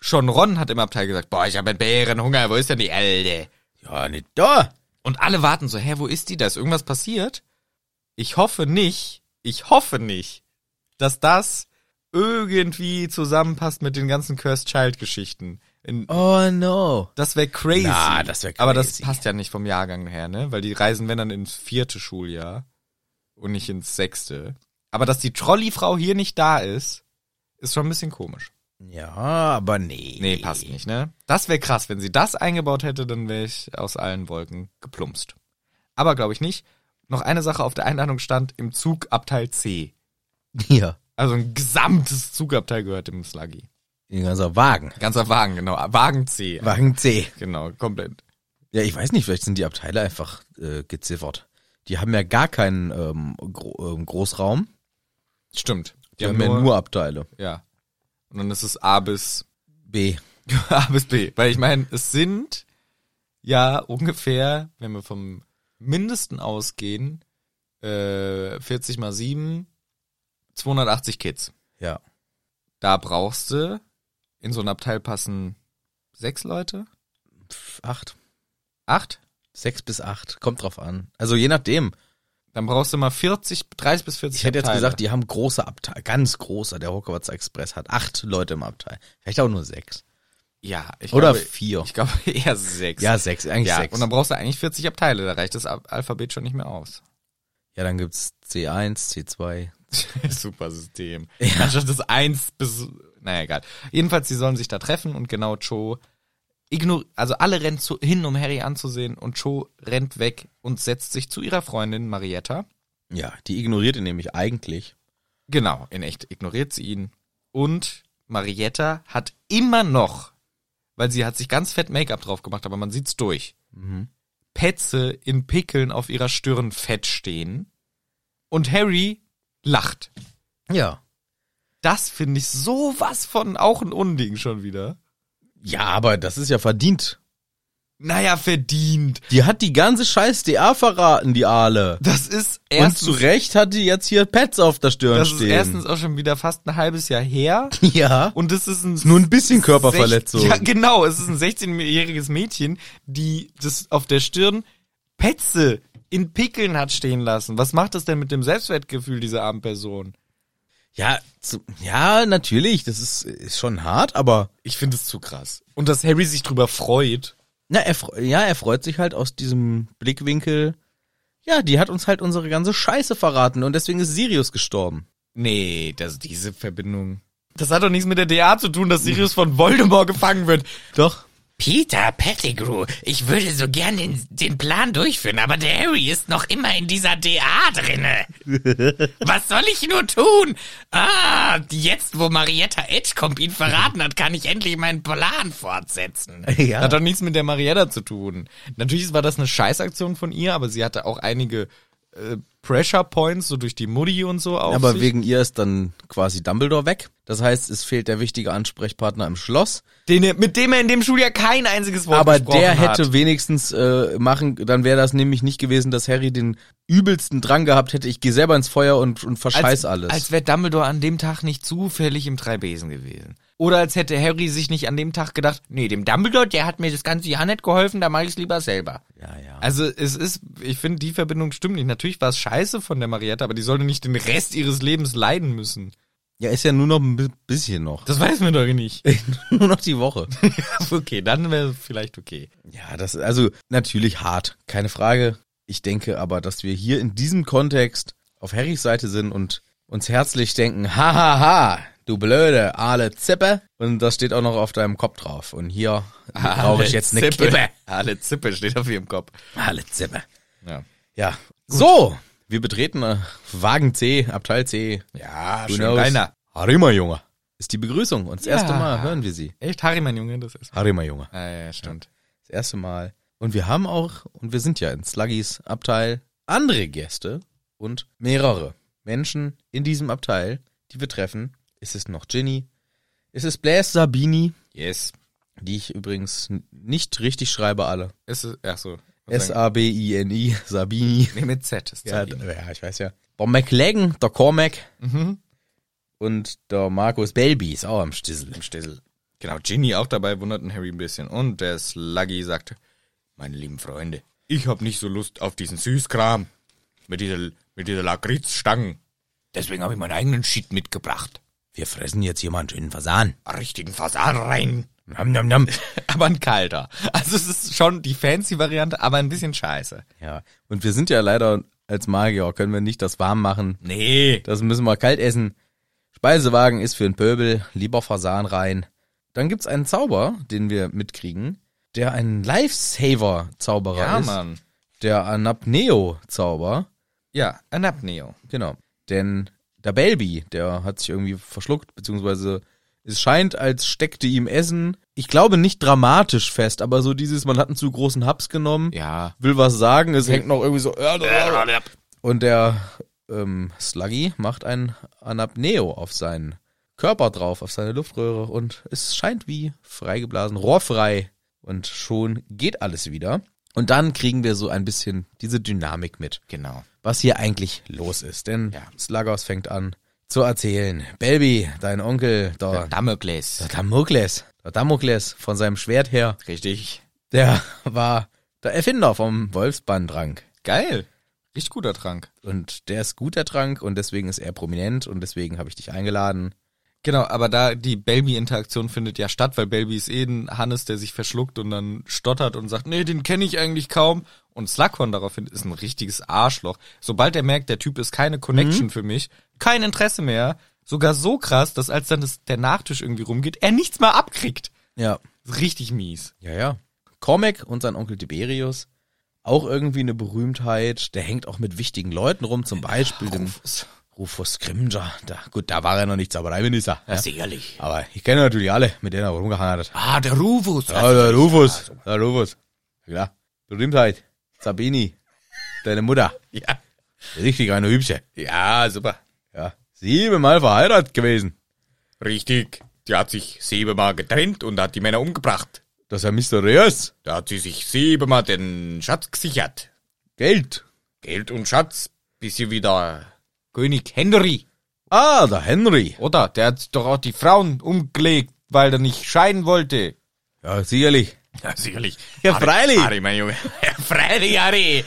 S2: Schon Ron hat im Abteil gesagt, boah, ich habe einen Bärenhunger, wo ist denn die Elde?
S1: Ja, nicht da.
S2: Und alle warten so, hä, wo ist die? Da ist irgendwas passiert? Ich hoffe nicht, ich hoffe nicht, dass das irgendwie zusammenpasst mit den ganzen Cursed Child Geschichten. In,
S1: Oh no.
S2: Das wäre crazy.
S1: Na, das wär
S2: Aber das
S1: crazy.
S2: passt ja nicht vom Jahrgang her, ne? Weil die reisen, wenn dann ins vierte Schuljahr und nicht ins sechste. Aber dass die Trolleyfrau hier nicht da ist, ist schon ein bisschen komisch.
S1: Ja, aber nee.
S2: Nee, passt nicht, ne? Das wäre krass. Wenn sie das eingebaut hätte, dann wäre ich aus allen Wolken geplumpst. Aber glaube ich nicht. Noch eine Sache auf der Einladung stand im Zug Abteil C.
S1: Ja.
S2: Also ein gesamtes Zugabteil gehört dem Sluggy.
S1: Ein ganzer Wagen.
S2: Ganzer Wagen, genau. Wagen C.
S1: Wagen C.
S2: Genau, komplett.
S1: Ja, ich weiß nicht, vielleicht sind die Abteile einfach äh, geziffert. Die haben ja gar keinen ähm, Gro ähm, Großraum.
S2: Stimmt.
S1: Die haben ja nur Abteile.
S2: Ja. Und dann ist es A bis
S1: B.
S2: *laughs* A bis B. Weil ich meine, es sind ja ungefähr, wenn wir vom Mindesten ausgehen, äh, 40 mal 7, 280 Kids.
S1: Ja.
S2: Da brauchst du, in so ein Abteil passen sechs Leute?
S1: Pff, acht.
S2: Acht?
S1: Sechs bis acht. Kommt drauf an. Also je nachdem.
S2: Dann brauchst du mal 40, 30 bis 40
S1: Ich hätte jetzt
S2: Abteile.
S1: gesagt, die haben große Abteil. Ganz großer. Der Hogwarts Express hat acht Leute im Abteil. Vielleicht auch nur sechs.
S2: Ja, ich
S1: Oder
S2: glaube,
S1: vier.
S2: Ich glaube *laughs* eher sechs.
S1: Ja, sechs. Eigentlich
S2: ja
S1: sechs.
S2: und dann brauchst du eigentlich 40 Abteile, da reicht das Al- Alphabet schon nicht mehr aus.
S1: ja, dann gibt's C1, C2.
S2: *laughs* Super System. Ja. Anstatt das eins bis, naja, egal. Jedenfalls, die sollen sich da treffen und genau Cho ignor, also alle rennen zu, hin, um Harry anzusehen und Cho rennt weg und setzt sich zu ihrer Freundin Marietta.
S1: Ja, die ignoriert ihn nämlich eigentlich.
S2: Genau, in echt ignoriert sie ihn. Und Marietta hat immer noch, weil sie hat sich ganz fett Make-up drauf gemacht, aber man sieht's durch. Petze in Pickeln auf ihrer Stirn fett stehen. Und Harry lacht.
S1: Ja.
S2: Das finde ich sowas von auch ein Unding schon wieder.
S1: Ja, aber das ist ja verdient.
S2: Naja, verdient.
S1: Die hat die ganze scheiß DA verraten, die Aale.
S2: Das ist
S1: Und
S2: erstens,
S1: zu Recht hat die jetzt hier Pets auf der Stirn
S2: das ist
S1: stehen.
S2: erstens auch schon wieder fast ein halbes Jahr her.
S1: *laughs* ja.
S2: Und das ist ein,
S1: nur ein bisschen Körperverletzung.
S2: Ja, genau. Es ist ein 16-jähriges Mädchen, die das auf der Stirn Petze in Pickeln hat stehen lassen. Was macht das denn mit dem Selbstwertgefühl dieser armen Person?
S1: Ja, zu, ja, natürlich. Das ist, ist schon hart, aber
S2: Ich finde es zu krass. Und dass Harry sich drüber freut.
S1: na, er, fre- ja, er freut sich halt aus diesem Blickwinkel. Ja, die hat uns halt unsere ganze Scheiße verraten und deswegen ist Sirius gestorben.
S2: Nee, das, diese Verbindung. Das hat doch nichts mit der DA zu tun, dass Sirius von Voldemort gefangen wird.
S1: Doch.
S4: Peter Pettigrew, ich würde so gern den, den Plan durchführen, aber der Harry ist noch immer in dieser DA drinne. Was soll ich nur tun? Ah, jetzt, wo Marietta Edgecomb ihn verraten hat, kann ich endlich meinen Plan fortsetzen.
S1: Ja.
S2: Hat doch nichts mit der Marietta zu tun. Natürlich war das eine Scheißaktion von ihr, aber sie hatte auch einige äh, Pressure Points, so durch die Mutti und so auf
S1: aber
S2: sich.
S1: wegen ihr ist dann quasi Dumbledore weg. Das heißt, es fehlt der wichtige Ansprechpartner im Schloss.
S2: den, er- mit dem er in dem Schuljahr kein einziges Wort
S1: Aber
S2: gesprochen
S1: der
S2: hat.
S1: hätte wenigstens äh, machen, dann wäre das nämlich nicht gewesen, dass Harry den übelsten Drang gehabt hätte. Ich gehe selber ins Feuer und, und verscheiß
S2: als,
S1: alles.
S2: Als wäre Dumbledore an dem Tag nicht zufällig im Dreibesen gewesen. Oder als hätte Harry sich nicht an dem Tag gedacht, nee, dem Dumbledore, der hat mir das ganze Jahr nicht geholfen, da mache ich es lieber selber.
S1: ja, ja.
S2: Also es ist, ich finde, die Verbindung stimmt nicht. Natürlich war es scheiße von der Marietta, aber die sollte nicht den Rest ihres Lebens leiden müssen.
S1: ja, ist ja nur noch ein bi- bisschen noch. *laughs*
S2: Das weiß man doch *laughs* nicht.
S1: nur noch die Woche.
S2: okay, dann wäre vielleicht okay.
S1: Ja, das ist also natürlich hart, keine Frage. Ich denke aber, dass wir hier in diesem Kontext auf Harrys Seite sind und uns herzlich denken, hahaha, du blöde aale Zippe. Und das steht auch noch auf deinem Kopf drauf. Und hier brauche ich jetzt eine Kippe.
S2: Alle Zippe steht auf ihrem Kopf.
S1: Aale Zippe.
S2: Ja.
S1: Ja. So, wir betreten äh, Wagen C, Abteil C.
S2: Ja,
S1: Who
S2: schön
S1: knows?
S2: deiner.
S1: Harima, Junge. Ist die Begrüßung. Und das erste
S2: Ja.
S1: Mal hören wir sie.
S2: Echt, Harry, mein Junge, das ist.
S1: Harima, Junge.
S2: Ah, ja, stimmt.
S1: Das erste Mal. Und wir haben auch, und wir sind ja in Sluggies Abteil, andere Gäste und mehrere Menschen in diesem Abteil, die wir treffen. Ist es noch Ginny? Ist es Blaise Sabini?
S2: Yes.
S1: Die ich übrigens n- nicht richtig schreibe alle.
S2: Es ist, ach so.
S1: S-A-B-I-N-I, Sabini.
S2: Nee, mit Z ist
S1: Ja,
S2: ja,
S1: d- ja, ich weiß ja. Der McLaggen, der Cormac
S2: Mhm.
S1: und der Markus Belby ist auch am Stissel.
S2: Im Stissel. Genau, Ginny auch dabei wunderten Harry ein bisschen. Und der Sluggy sagte, meine lieben Freunde, ich hab nicht so Lust auf diesen Süßkram mit dieser, mit dieser Lakritzstangen.
S4: Deswegen habe ich meinen eigenen Shit mitgebracht.
S1: Wir fressen jetzt hier mal einen schönen Fasan.
S4: Einen richtigen Fasan rein.
S1: Nam, nam, nam.
S2: Aber ein kalter. Also es ist schon die fancy Variante, aber ein bisschen scheiße.
S1: Ja, und wir sind ja leider als Magier, können wir nicht das warm machen.
S2: Nee.
S1: Das müssen wir kalt essen. Speisewagen ist für den Pöbel, lieber Fasan rein. Dann gibt's einen Zauber, den wir mitkriegen, der ein Lifesaver-Zauberer
S2: Ja,
S1: ist.
S2: Mann.
S1: Der Anapneo-Zauber.
S2: Ja, ein Apneo.
S1: Genau. Denn der Belby, der hat sich irgendwie verschluckt, beziehungsweise es scheint, als steckte ihm Essen, ich glaube nicht dramatisch fest, aber so dieses, man hat einen zu großen Haps genommen,
S2: Ja.
S1: will was sagen, es hängt noch irgendwie so. Und der ähm, Sluggy macht ein Anapneo auf seinen Körper drauf auf seine Luftröhre und es scheint wie freigeblasen, rohrfrei. Und schon geht alles wieder. Und dann kriegen wir so ein bisschen diese Dynamik mit
S4: Genau.
S1: was hier eigentlich los ist. Denn
S4: Ja.
S1: Slagos fängt an zu erzählen. Baby, dein Onkel, der,
S4: Damokles.
S1: der Damokles, der Damokles von seinem Schwert her,
S4: Richtig.
S1: der war der Erfinder vom Wolfsbandtrank.
S2: Geil. Richtig guter Trank.
S1: Und der ist guter Trank und deswegen ist er prominent und deswegen habe ich dich eingeladen.
S2: Genau, aber da die Belby-Interaktion findet ja statt, weil Belby ist eh ein Hannes, der sich verschluckt und dann stottert und sagt, nee, den kenne ich eigentlich kaum. Und Slughorn daraufhin ist ein richtiges Arschloch. Sobald er merkt, der Typ ist keine Connection
S4: Mhm.
S2: für mich, kein Interesse mehr, sogar so krass, dass als dann das, der Nachtisch irgendwie rumgeht, er nichts mehr abkriegt.
S1: Ja.
S2: Richtig mies.
S1: Ja, ja. Cormac und sein Onkel Tiberius, auch irgendwie eine Berühmtheit, der hängt auch mit wichtigen Leuten rum, zum Beispiel dem Rufus Scrimger. Da, gut, da war er noch nicht Zaubereiminister. Ja.
S4: Sicherlich.
S1: Aber ich kenne natürlich alle, mit denen er rumgehangen hat.
S4: Ah, der Rufus.
S1: Ja, der Rufus, der Rufus. Ja, klar. Berühmtheit. Sabini. Deine Mutter.
S4: Ja.
S1: Richtig eine Hübsche.
S4: ja, super.
S1: Ja. Siebenmal verheiratet gewesen.
S4: Richtig. Die hat sich siebenmal getrennt und hat die Männer umgebracht.
S1: Das ist ja mysteriös.
S4: Da hat sie sich siebenmal den Schatz gesichert.
S1: Geld.
S4: Geld und Schatz, bis sie wieder König Henry.
S1: Ah, der Henry.
S2: Oder? Der hat doch auch die Frauen umgelegt, weil er nicht scheiden wollte.
S1: Ja, sicherlich.
S4: Ja, sicherlich.
S1: Ja,
S4: Harry-
S1: freilich.
S4: Harry,
S2: *laughs*
S4: mein Junge. Ja, freilich, Harry.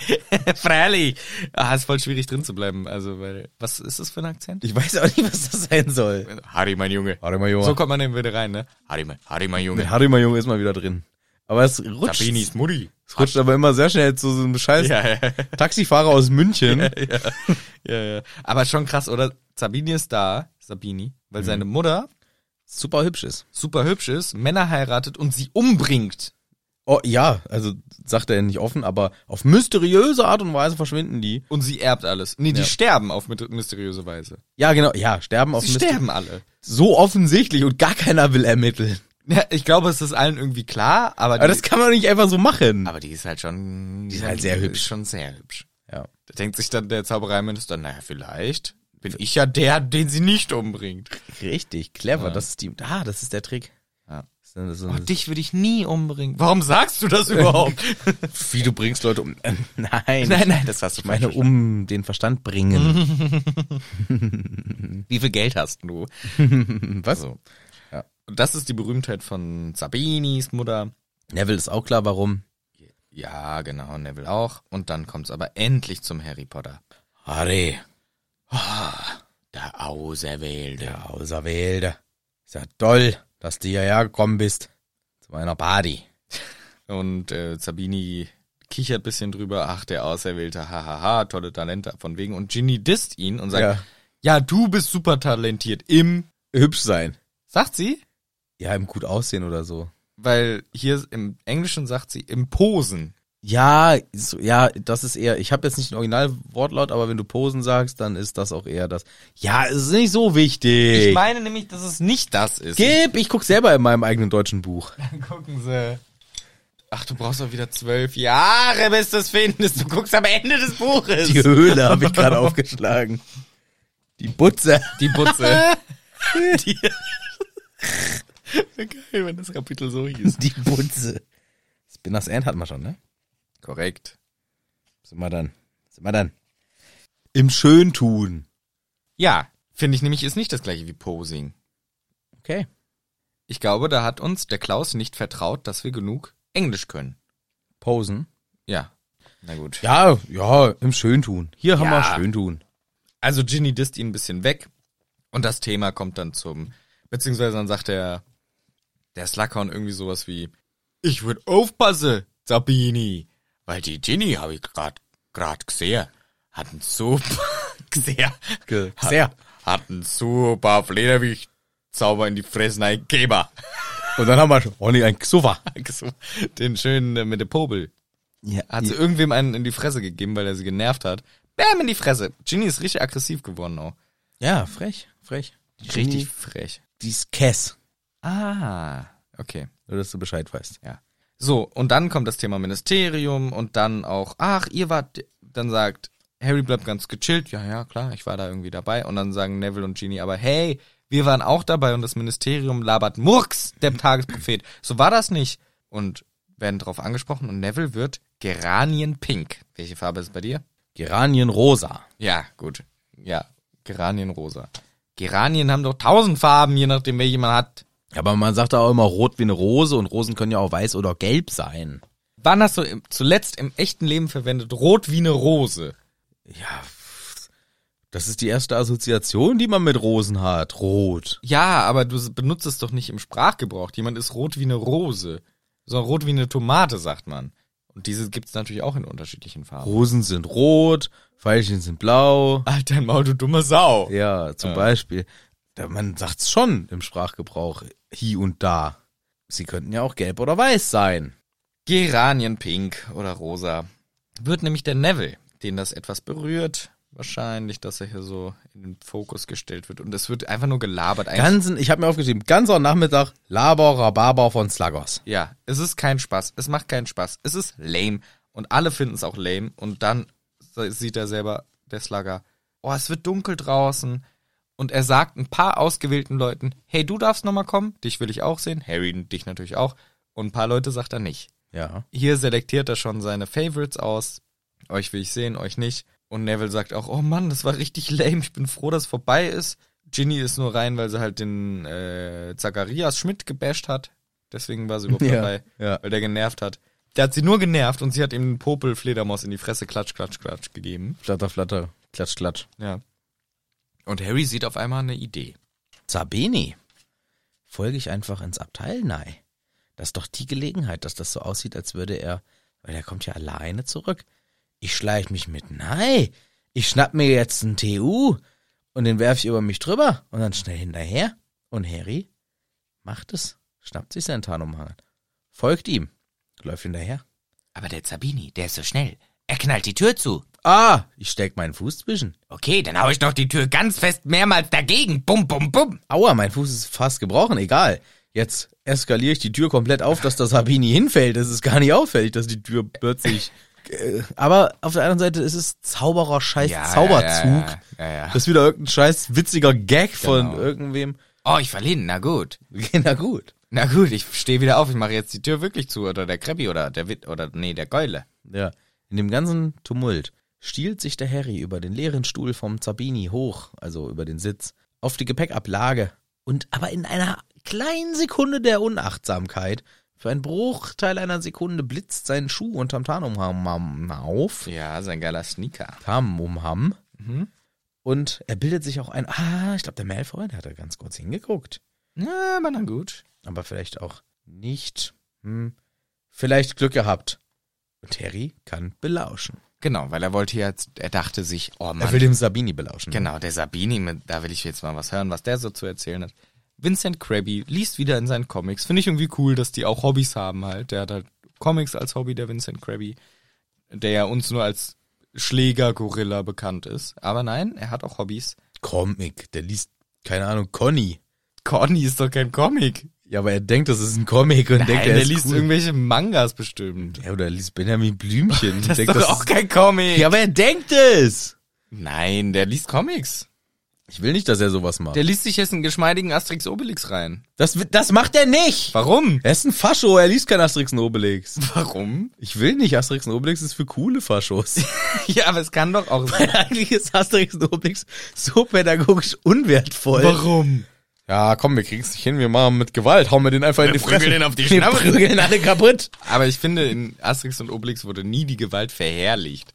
S2: Freilich. Ah, ist voll schwierig drin zu bleiben. Also, weil, was ist das für ein Akzent?
S1: Ich weiß auch nicht, was das sein soll.
S4: Harry, mein Junge.
S1: Harry Major.
S2: So kommt man eben wieder rein, ne?
S4: Harry, mein, Harry, mein Junge.
S1: Mit Harry Major ist mal wieder drin. Aber es rutscht.
S4: Sabinis Mutti.
S1: Es rutscht aber immer sehr schnell zu so einem scheiß
S2: *laughs* Ja,
S1: Taxifahrer aus
S2: *laughs*
S1: München.
S2: ja, ja. Aber schon krass, oder? Sabini ist da, Sabini, weil seine Mutter
S1: Super hübsch ist.
S2: super hübsch ist, Männer heiratet und sie umbringt.
S1: Oh, ja, also sagt er nicht offen, aber auf mysteriöse Art und Weise verschwinden die.
S2: Und sie erbt alles. Nee, die
S1: Ja.
S2: sterben auf mit- mysteriöse Weise.
S1: Ja, genau, ja, sterben auf
S2: Sie
S1: Myster-
S2: sterben alle.
S1: So offensichtlich und gar keiner will ermitteln.
S2: Ja, ich glaube, es ist allen irgendwie klar, aber,
S1: Aber
S2: die-
S1: das kann man doch nicht einfach so machen.
S4: Aber die ist halt schon... Die
S1: ist halt sehr hübsch.
S4: schon sehr hübsch.
S1: Ja.
S2: da denkt sich dann der Zaubereiminister, naja, vielleicht.
S4: Bin ich ja der, den sie nicht umbringt.
S1: Richtig, clever. Das ist die. Ah, das ist der Trick. Ja. Das ist
S2: Oh, dich würde ich nie umbringen. Warum sagst du *laughs* das überhaupt?
S1: überhaupt? Wie du bringst Leute um. *laughs* Ähm, nein.
S2: nein, nein, das hast du
S1: Ich meine, um den Verstand bringen.
S2: Wie viel Geld hast du?
S1: Was?
S2: Und das ist die Berühmtheit von Sabinis Mutter.
S1: Neville ist auch klar, warum.
S2: Ja, genau, Neville auch. Und dann kommt's aber endlich zum Harry Potter.
S1: Harry,
S4: Der
S1: Ah,
S4: Auserwählte.
S1: der Auserwählte. Ist ja toll, dass du hierher gekommen bist. Zu meiner Party.
S2: Und äh, Sabini kichert bisschen drüber. Ach, der Auserwählte, hahaha, tolle Talente von wegen. Und Ginny disst ihn und sagt,
S1: Ja.
S2: ja, du bist super talentiert im...
S1: Hübsch sein.
S2: Sagt sie?
S1: Ja, im gut aussehen oder so.
S2: Weil hier im Englischen sagt sie im Posen.
S1: Ja, so, ja, das ist eher, ich habe jetzt nicht den Originalwortlaut, aber wenn du Posen sagst, dann ist das auch eher das. Ja, es ist nicht so wichtig.
S2: Ich meine nämlich, dass es nicht das ist.
S1: Gib, ich guck selber in meinem eigenen deutschen Buch.
S2: *laughs* Gucken Sie. Ach, du brauchst doch wieder zwölf Jahre, bis du es findest. Du guckst am Ende des Buches.
S1: Die
S2: *laughs*
S1: Höhle habe ich gerade aufgeschlagen. Die Butze.
S2: Die
S1: *laughs*
S2: Butze. Die Wär *laughs* geil, wenn das Kapitel so hieß.
S1: Die Butze. Spinners End hatten wir schon, ne?
S2: Korrekt.
S1: Sind wir dann. Sind wir dann. Im Schöntun.
S2: Ja, finde ich nämlich ist nicht das gleiche wie Posing.
S1: Okay.
S2: Ich glaube, da hat uns der Klaus nicht vertraut, dass wir genug Englisch können.
S1: Posen.
S2: Ja. Na gut.
S1: Ja, ja, im Schöntun. Hier haben wir
S2: Ja.
S1: Schöntun.
S2: Also Ginny disst ihn ein bisschen weg und das Thema kommt dann zum, beziehungsweise dann sagt der, der Slughorn irgendwie sowas wie, ich würde aufpassen, Sabini.
S4: Weil die Ginny, habe ich gerade grad gesehen, hat
S2: *laughs*
S4: einen super, gesehen,
S1: Ge- Sehr.
S4: hat einen super Flederwicht Zauber in die Fresse eingegeben.
S2: *laughs*
S1: Und dann haben wir schon ordentlich ein Sofa.
S2: So, Den schönen äh, mit der Popel.
S1: Ja,
S2: Hat sie irgendwem einen in die Fresse gegeben, weil er sie genervt hat. Bam, in die Fresse. Ginny ist richtig aggressiv geworden auch.
S1: ja, frech, frech.
S2: Richtig frech.
S1: Die ist Cass.
S2: Ah, okay.
S1: Nur, dass du Bescheid weißt.
S2: Ja. So, und dann kommt das Thema Ministerium und dann auch, ach, ihr wart, dann sagt Harry bleibt ganz gechillt. Ja, ja, klar, ich war da irgendwie dabei. Und dann sagen Neville und Genie aber, hey, wir waren auch dabei und das Ministerium labert Murks, dem Tagesprophet. So war das nicht. Und werden darauf angesprochen und Neville wird Geranienpink. Welche Farbe ist es bei dir?
S1: Geranien rosa.
S2: Ja, gut. Ja, Geranienrosa. Geranien haben doch tausend Farben, je nachdem, welche man hat.
S1: Aber man sagt auch immer rot wie eine Rose und Rosen können ja auch weiß oder gelb sein.
S2: Wann hast du im, zuletzt im echten Leben verwendet rot wie eine Rose?
S1: Ja, pff, das ist die erste Assoziation, die man mit Rosen hat. Rot.
S2: Ja, aber du s- benutzt es doch nicht im Sprachgebrauch. Jemand ist rot wie eine Rose, sondern rot wie eine Tomate, sagt man. Und diese gibt's natürlich auch in unterschiedlichen Farben.
S1: Rosen sind rot, Veilchen sind blau.
S2: Alter Maul, du dumme Sau.
S1: Ja, zum Beispiel. Da, man sagt's schon im Sprachgebrauch hier und da. Sie könnten ja auch gelb oder weiß sein.
S2: Geranienpink oder rosa. Wird nämlich der Neville, den das etwas berührt, wahrscheinlich, dass er hier so in den Fokus gestellt wird. Und es wird einfach nur gelabert. Eigentlich-
S1: Ganzen, ich habe mir aufgeschrieben, ganzer Nachmittag Laber, Rhabarber von Slagos.
S2: Ja, es ist kein Spaß. Es macht keinen Spaß. Es ist lame. Und alle finden es auch lame. Und dann se- sieht er selber, der Slugger, oh, es wird dunkel draußen. Und er sagt ein paar ausgewählten Leuten, hey, du darfst nochmal kommen. Dich will ich auch sehen. Harry, dich natürlich auch. Und ein paar Leute sagt er nicht.
S1: Ja.
S2: Hier selektiert er schon seine Favorites aus. Euch will ich sehen, euch nicht. Und Neville sagt auch, oh Mann, das war richtig lame. Ich bin froh, dass vorbei ist. Ginny ist nur rein, weil sie halt den äh, Zacharias Schmidt gebasht hat. Deswegen war sie überhaupt
S1: Ja,
S2: dabei,
S1: ja.
S2: weil der genervt hat. Der hat sie nur genervt und sie hat ihm einen Popel Fledermaus in die Fresse klatsch, klatsch, klatsch gegeben.
S1: Flatter, flatter. Klatsch, klatsch.
S2: Ja. Und Harry sieht auf einmal eine Idee.
S1: Sabini, folge ich einfach ins Abteil? Nein. Das ist doch die Gelegenheit, dass das so aussieht, als würde er, weil er kommt ja alleine zurück. Ich schleich mich mit, nein. Ich schnapp mir jetzt einen TU und den werf ich über mich drüber und dann schnell hinterher. Und Harry macht es, schnappt sich seinen Tarnumhang, folgt ihm, läuft hinterher.
S4: Aber der Zabini, der ist so schnell. Er knallt die Tür zu.
S1: Ah, ich steck meinen Fuß zwischen.
S4: Okay, dann hau ich noch die Tür ganz fest mehrmals dagegen. Bum, bum, bum.
S1: Aua, mein Fuß ist fast gebrochen, egal. Jetzt eskaliere ich die Tür komplett auf, dass das Sabini hinfällt. Es ist gar nicht auffällig, dass die Tür plötzlich. Äh, Aber auf der anderen Seite ist es Zauberer Scheiß Zauberzug.
S2: Ja, ja, ja.
S1: Das ist wieder irgendein scheiß witziger Gag von
S2: Genau.
S1: irgendwem. *laughs*
S2: Oh, ich fall hin, na gut.
S1: Na gut.
S2: Na gut, ich stehe wieder auf, ich mache jetzt die Tür wirklich zu oder der Krabby oder der Wit oder nee, der Geule.
S1: Ja. In dem ganzen Tumult stiehlt sich der Harry über den leeren Stuhl vom Zabini hoch, also über den Sitz, auf die Gepäckablage und aber in einer kleinen Sekunde der Unachtsamkeit, für einen Bruchteil einer Sekunde blitzt sein Schuh unterm Tarnumhang auf,
S2: Ja, sein geiler Sneaker.
S1: Tarnumhang,
S2: Mhm.
S1: und er bildet sich auch ein, ah, ich glaube der Malfoy, der hat da ganz kurz hingeguckt,
S2: Na, aber na gut.
S1: aber vielleicht auch nicht, hm, vielleicht Glück gehabt. Und Harry kann belauschen.
S2: Genau, weil er wollte jetzt, er dachte sich, oh
S1: Er
S2: Mann,
S1: will dem Sabini belauschen.
S2: genau, der Sabini, mit- da will ich jetzt mal was hören, was der so zu erzählen hat. Vincent Krabby liest wieder in seinen Comics. Finde ich irgendwie cool, dass die auch Hobbys haben halt. Der hat halt Comics als Hobby, der Vincent Krabby, der ja uns nur als Schläger-Gorilla bekannt ist. Aber nein, er hat auch Hobbys.
S1: Comic. Der liest, keine Ahnung, Conny.
S2: Conny ist doch kein Comic.
S1: Ja, aber er denkt, das ist ein Comic und denkt,
S2: Nein,
S1: er
S2: der
S1: ist
S2: liest
S1: cool.
S2: irgendwelche Mangas bestimmt.
S1: Ja, oder er liest Benjamin Blümchen.
S2: Das ist
S1: denkt,
S2: doch auch kein Comic.
S1: ja, aber er denkt es.
S2: Nein, der liest Comics.
S1: Ich will nicht, dass er sowas macht.
S2: Der liest sich jetzt einen geschmeidigen Asterix Obelix rein.
S1: das, das macht er nicht.
S2: Warum?
S1: Er ist ein Fascho, er liest kein Asterix und Obelix.
S2: Warum?
S1: Ich will nicht, Asterix und Obelix ist für coole Faschos.
S2: *laughs* Ja, aber es kann doch auch sein.
S1: Eigentlich ist Asterix und Obelix so pädagogisch unwertvoll.
S2: Warum?
S1: Ja, komm, wir kriegen's nicht hin, wir machen mit Gewalt. Hauen wir den einfach in die
S2: prügeln
S1: Fresse.
S2: den auf die
S1: wir
S2: Schnauze.
S1: prügeln alle kaputt.
S2: Aber ich finde, in Asterix und Obelix wurde nie die Gewalt verherrlicht.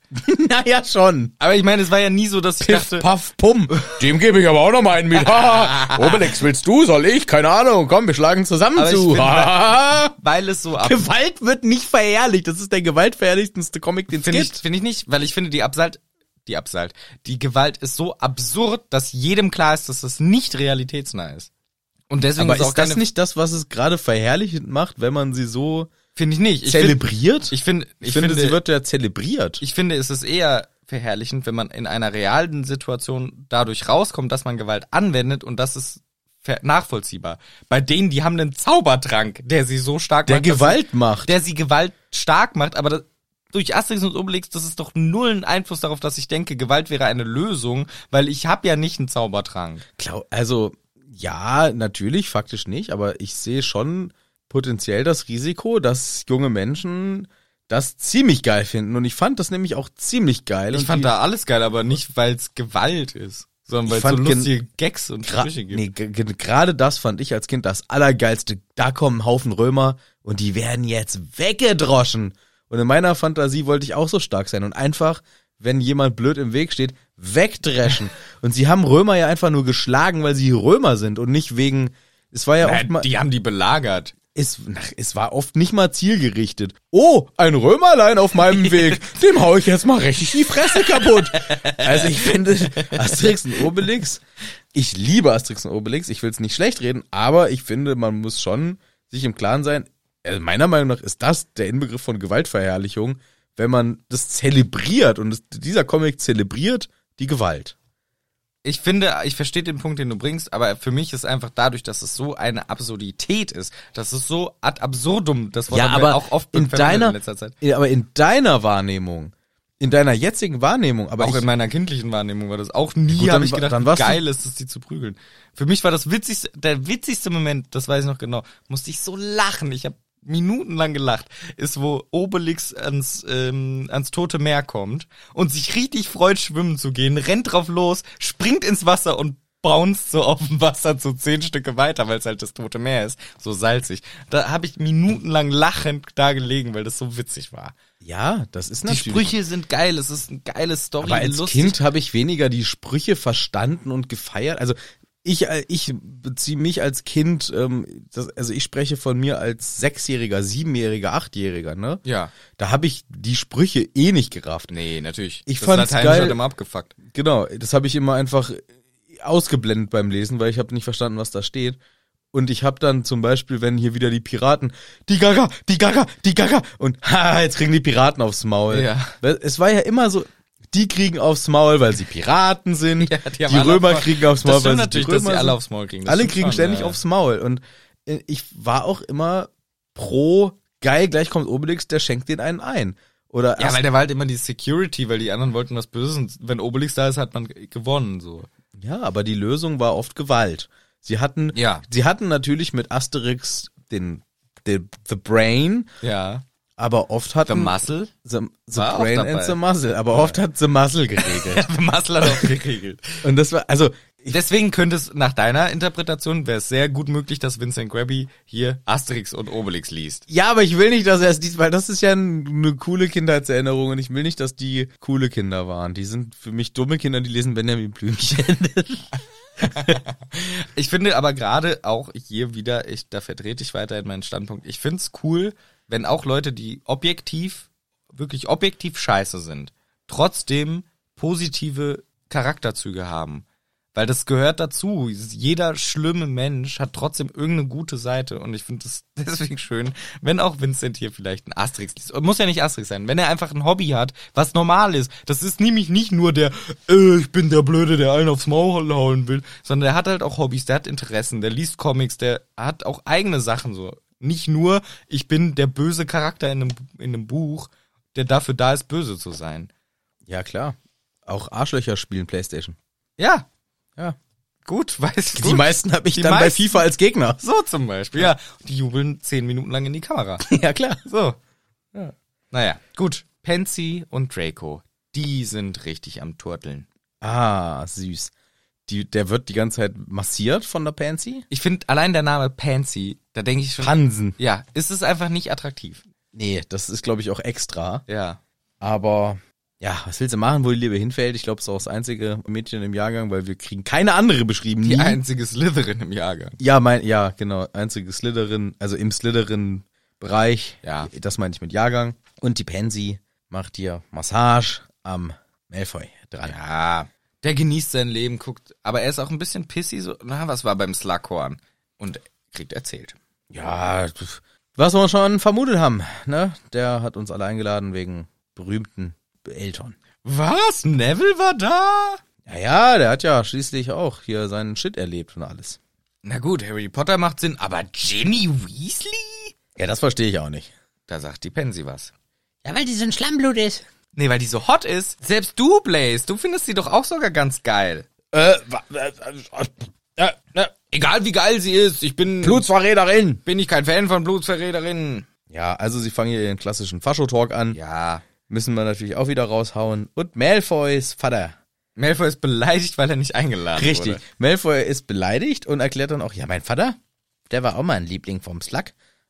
S1: naja, schon.
S2: Aber ich meine, es war ja nie so, dass ich
S1: Piff,
S2: dachte,
S1: Paff, Pum. Dem gebe ich aber auch noch mal einen mit. Ha, ha. *laughs* Obelix, willst du? Soll ich? Keine Ahnung. Komm, wir schlagen zusammen
S2: Aber ich
S1: zu.
S2: finde-
S1: Ha, ha, ha.
S2: weil es so
S1: *laughs*
S2: ab.
S1: Gewalt wird nicht verherrlicht. Das ist der gewaltverherrlichtendste Comic, den es
S2: Finde ich,
S1: gibt.
S2: find ich nicht, weil ich finde, die Absalt, die Absalt, die Gewalt ist so absurd, dass jedem klar ist, dass das nicht realitätsnah ist. Und deswegen
S1: Aber
S2: ist auch
S1: ist das
S2: keine,
S1: nicht das, was es gerade verherrlichend macht, wenn man sie so
S2: finde ich nicht. Ich finde,
S1: zelebriert?
S2: ich, find, ich,
S1: ich finde, sie wird ja zelebriert.
S2: ich finde, es ist eher verherrlichend, wenn man in einer realen Situation dadurch rauskommt, dass man Gewalt anwendet und das ist ver- nachvollziehbar. Bei denen, die haben einen Zaubertrank, der sie so stark
S1: der
S2: macht, dass
S1: Gewalt
S2: sie,
S1: macht.
S2: der sie Gewalt stark macht, aber das, durch Asterix und Obelix, das ist doch null ein Einfluss darauf, dass ich denke, Gewalt wäre eine Lösung, weil ich habe ja nicht einen Zaubertrank.
S1: Glau- also ja, natürlich, faktisch nicht, aber ich sehe schon potenziell das Risiko, dass junge Menschen das ziemlich geil finden. Und ich fand das nämlich auch ziemlich geil.
S2: Ich
S1: und
S2: fand
S1: die,
S2: da alles geil, aber nicht, weil es Gewalt ist,
S1: Ich
S2: sondern weil es
S1: fand
S2: so
S1: gen-
S2: lustige Gags und
S1: gra
S2: Sprüche gibt.
S1: nee, ge- ge- gerade das fand ich als Kind das Allergeilste. Da kommen ein Haufen Römer und die werden jetzt weggedroschen. Und in meiner Fantasie wollte ich auch so stark sein und einfach, wenn jemand blöd im Weg steht,
S2: *laughs*
S1: wegdreschen. und sie haben Römer ja einfach nur geschlagen, weil sie Römer sind und nicht wegen. Es war ja oft mal.
S2: Nein, Äh, die haben die belagert.
S1: Es, na, es war oft nicht mal zielgerichtet. Oh, ein Römerlein auf
S2: *laughs*
S1: meinem Weg. Dem hau ich jetzt mal richtig die Fresse kaputt. Also ich finde Asterix und Obelix, ich liebe Asterix und Obelix, ich will es nicht schlecht reden, aber ich finde, man muss schon sich im Klaren sein, also meiner Meinung nach ist das der Inbegriff von Gewaltverherrlichung, wenn man das zelebriert und es, dieser Comic zelebriert die Gewalt.
S2: ich finde, ich verstehe den Punkt, den du bringst, aber für mich ist einfach dadurch, dass es so eine Absurdität ist, dass es so ad absurdum, das Wort haben wir auch oft
S1: in
S2: verwendet
S1: deiner,
S2: in letzter Zeit.
S1: ja, aber in deiner Wahrnehmung, in deiner jetzigen Wahrnehmung, aber
S2: Auch
S1: ich,
S2: in meiner kindlichen Wahrnehmung war das auch nie,
S1: Gut, dann
S2: habe ich
S1: wa-
S2: gedacht,
S1: dann
S2: wie
S1: warst du-
S2: geil ist es, die zu prügeln. Für mich war das witzigste, der witzigste Moment, das weiß ich noch genau, musste ich so lachen, ich habe minutenlang gelacht, ist wo Obelix ans, ähm, ans Tote Meer kommt und sich richtig freut, schwimmen zu gehen, rennt drauf los, springt ins Wasser und bounced so auf dem Wasser zu zehn Stücke weiter, weil es halt das Tote Meer ist, so salzig. Da habe ich minutenlang lachend da gelegen, weil das so witzig war.
S1: Ja, das ist
S2: Die
S1: natürlich.
S2: Sprüche sind geil, es ist eine geile Story,
S1: aber als
S2: lustig.
S1: Kind habe ich weniger die Sprüche verstanden und gefeiert. Also ich, äh, ich beziehe mich als Kind, ähm, das, also ich spreche von mir als Sechsjähriger, Siebenjähriger, Achtjähriger, ne?
S2: Ja.
S1: Da habe ich die Sprüche eh nicht gerafft.
S2: Nee, natürlich.
S1: Ich
S2: das
S1: fand's
S2: Lateinische
S1: geil.
S2: hat immer abgefuckt.
S1: Genau, das habe ich immer einfach ausgeblendet beim Lesen, weil ich habe nicht verstanden, was da steht. Und ich habe dann zum Beispiel, wenn hier wieder die Piraten, die Gaga, die Gaga, die Gaga und *laughs* ha, jetzt kriegen die Piraten aufs Maul.
S2: Ja.
S1: Weil Es war ja immer so, die kriegen aufs Maul, weil sie Piraten
S2: *laughs*
S1: sind. die
S2: haben alle
S1: Römer
S2: aufs Maul-
S1: kriegen aufs Maul,
S2: Das
S1: weil
S2: stimmt
S1: sie
S2: natürlich,
S1: die Römer
S2: dass sie alle
S1: sind.
S2: aufs Maul kriegen. Das
S1: Alle
S2: stimmt
S1: kriegen
S2: schon,
S1: ständig
S2: ja.
S1: aufs Maul. Und äh, ich war auch immer pro geil, gleich kommt Obelix, der schenkt den einen ein. Oder
S2: Ja, weil der war halt immer die Security, weil die anderen wollten was Böses und wenn Obelix da ist, hat man gewonnen, so.
S1: Ja, aber die Lösung war oft Gewalt. Sie hatten,
S2: Ja.
S1: sie hatten natürlich mit Asterix den, den The Brain,
S2: Ja.
S1: aber oft hatten
S2: Muscle?
S1: The, the
S2: war auch
S1: Brain
S2: dabei.
S1: and the Muscle, aber oft hat The Muscle geregelt. *laughs*
S2: *laughs* The Muscle hat auch *laughs* geregelt.
S1: Und das war also ich,
S2: Deswegen könnte es, nach deiner Interpretation, wäre es sehr gut möglich, dass Vincent Grabby hier Asterix und Obelix liest.
S1: ja, aber ich will nicht, dass er es dies, weil das ist ja ein- eine coole Kindheitserinnerung und ich will nicht, dass die coole Kinder waren. Die sind für mich dumme Kinder, die lesen Benjamin Blümchen.
S2: Ich finde aber gerade auch hier wieder, ich, da vertrete ich weiterhin meinen Standpunkt. Ich find's cool, wenn auch Leute, die objektiv, wirklich objektiv scheiße sind, trotzdem positive Charakterzüge haben. Weil das gehört dazu. Jeder schlimme Mensch hat trotzdem irgendeine gute Seite. Und ich finde es *laughs* deswegen schön, wenn auch Vincent hier vielleicht ein Asterix liest. Und Muss ja nicht Asterix sein. Wenn er einfach ein Hobby hat, was normal ist. Das ist nämlich nicht nur der, äh, ich bin der Blöde, der allen aufs Maul hauen will. Sondern der hat halt auch Hobbys, der hat Interessen, der liest Comics, der hat auch eigene Sachen so. Nicht nur, ich bin der böse Charakter in einem, in einem Buch, der dafür da ist, böse zu sein.
S1: *laughs* ja, klar. Auch Arschlöcher spielen Playstation.
S2: Ja,
S1: Ja.
S2: gut, *laughs* weiß gut.
S1: Die meisten habe ich
S2: Die
S1: dann bei
S2: meisten-
S1: FIFA als Gegner.
S2: So zum Beispiel, ja. Und Die jubeln zehn Minuten lang in die Kamera.
S1: *laughs* ja, klar.
S2: *laughs* So. Naja, gut. Pansy und Draco, die sind richtig am Turteln.
S1: Ah, süß. Die, der wird die ganze Zeit massiert von der Pansy?
S2: Ich finde allein der Name Pansy, da denke ich schon.
S1: Pansen.
S2: ja, ist es einfach nicht attraktiv.
S1: Nee, das ist, glaube ich, auch extra.
S2: Ja.
S1: Aber ja, was willst du machen, wo die Liebe hinfällt? Ich glaube, es ist auch das einzige Mädchen im Jahrgang, weil wir kriegen keine andere beschrieben.
S2: Die
S1: nie.
S2: einzige Slytherin im Jahrgang.
S1: ja, mein, ja, genau. Einzige Slytherin, also im Slytherin-Bereich.
S2: Ja.
S1: Das meine ich mit Jahrgang. Und die Pansy macht dir Massage am Malfoy dran.
S2: Ja. Der genießt sein Leben, guckt, aber er ist auch ein bisschen pissy, so, na, was war beim Slughorn? Und kriegt erzählt.
S1: Ja, das- was wir schon vermutet haben, ne? Der hat uns alle eingeladen wegen berühmten Eltern.
S2: Was? Neville war da?
S1: Ja, ja, der hat ja schließlich auch hier seinen Shit erlebt und alles.
S2: Na gut, Harry Potter macht Sinn, aber Ginny Weasley?
S1: Ja, das verstehe ich auch nicht.
S2: Da sagt die Pansy was.
S5: Ja, weil die so ein Schlammblut ist.
S2: Nee, weil die so hot ist. Selbst du, Blaze, du findest sie doch auch sogar ganz geil.
S1: Äh, wa- äh, äh, äh, äh,
S2: Egal wie geil sie ist, ich bin
S1: Blutsverräterin!
S2: bin ich kein Fan von Blutsverräterinnen.
S1: Ja, also sie fangen hier ihren klassischen Faschotalk an.
S2: Ja.
S1: Müssen wir natürlich auch wieder raushauen. Und Malfoys Vater.
S2: Malfoy ist beleidigt, weil er nicht eingeladen
S1: Richtig.
S2: wurde.
S1: Malfoy ist beleidigt und erklärt dann auch, ja, mein Vater, der war auch mal ein Liebling vom Slug,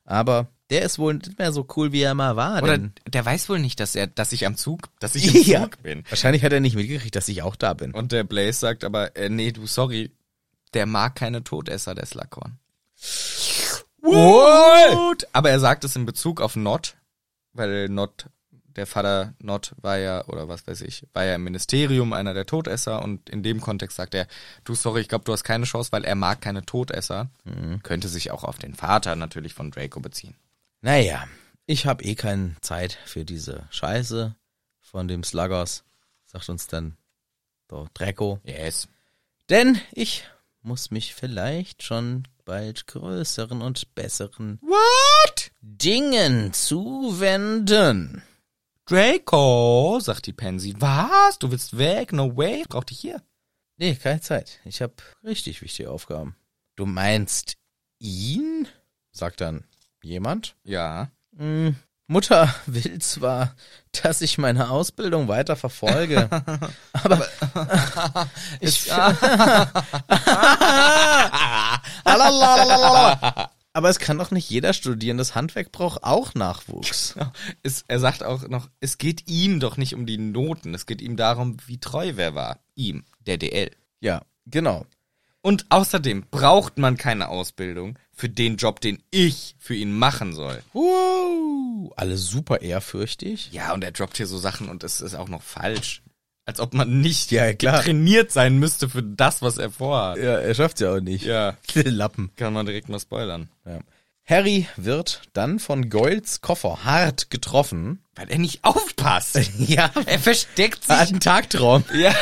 S1: aber der ist wohl nicht mehr so cool, wie er mal war.
S2: Oder
S1: denn-
S2: der weiß wohl nicht, dass er, dass ich am Zug, dass ich *laughs* am
S1: Ja.
S2: Zug bin.
S1: wahrscheinlich hat er nicht mitgekriegt, dass ich auch da bin.
S2: Und der Blaze sagt aber, äh, nee, du, sorry, der mag keine Todesser, der Slughorn. What? Aber er sagt es in Bezug auf Not, weil Not, der Vater Not war ja, oder was weiß ich, war ja im Ministerium einer der Todesser und in dem Kontext sagt er, du, sorry, ich glaube, du hast keine Chance, weil er mag keine Todesser. Könnte sich auch auf den Vater natürlich von Draco beziehen.
S1: Naja, ich habe eh keine Zeit für diese Scheiße von dem Sluggers, sagt uns dann der Draco.
S2: Yes.
S1: Denn ich muss mich vielleicht schon bald größeren und besseren
S2: What?
S1: Dingen zuwenden.
S2: Draco, sagt die Pansy, was? Du willst weg? No way, ich brauch dich hier.
S1: Nee, keine Zeit. Ich habe richtig wichtige Aufgaben. Du meinst ihn? sagt dann jemand.
S2: Ja.
S1: Hm, Mutter *laughs* will zwar, dass ich meine Ausbildung weiter *laughs* verfolge, aber *laughs* ich, aber es kann doch nicht jeder studieren. Das Handwerk braucht auch Nachwuchs.
S2: *laughs* Es, er sagt auch noch, es geht ihm doch nicht um die Noten, es geht ihm darum, wie treu wer war. Ihm, der DL.
S1: Ja, genau.
S2: Und außerdem braucht man keine Ausbildung für den Job, den ich für ihn machen soll.
S1: Wow, alle super ehrfürchtig.
S2: Ja, und er droppt hier so Sachen und es ist auch noch falsch. Als ob man nicht
S1: Ja, klar.
S2: trainiert sein müsste für das, was er vorhat.
S1: Ja, er schafft's ja auch nicht.
S2: Ja,
S1: Lappen.
S2: kann man direkt mal spoilern.
S1: Ja. Harry wird dann von Goyles Koffer hart getroffen.
S2: Weil er nicht aufpasst.
S1: *laughs* Ja,
S2: er versteckt
S1: er
S2: sich.
S1: hat einen Tagtraum.
S2: ja.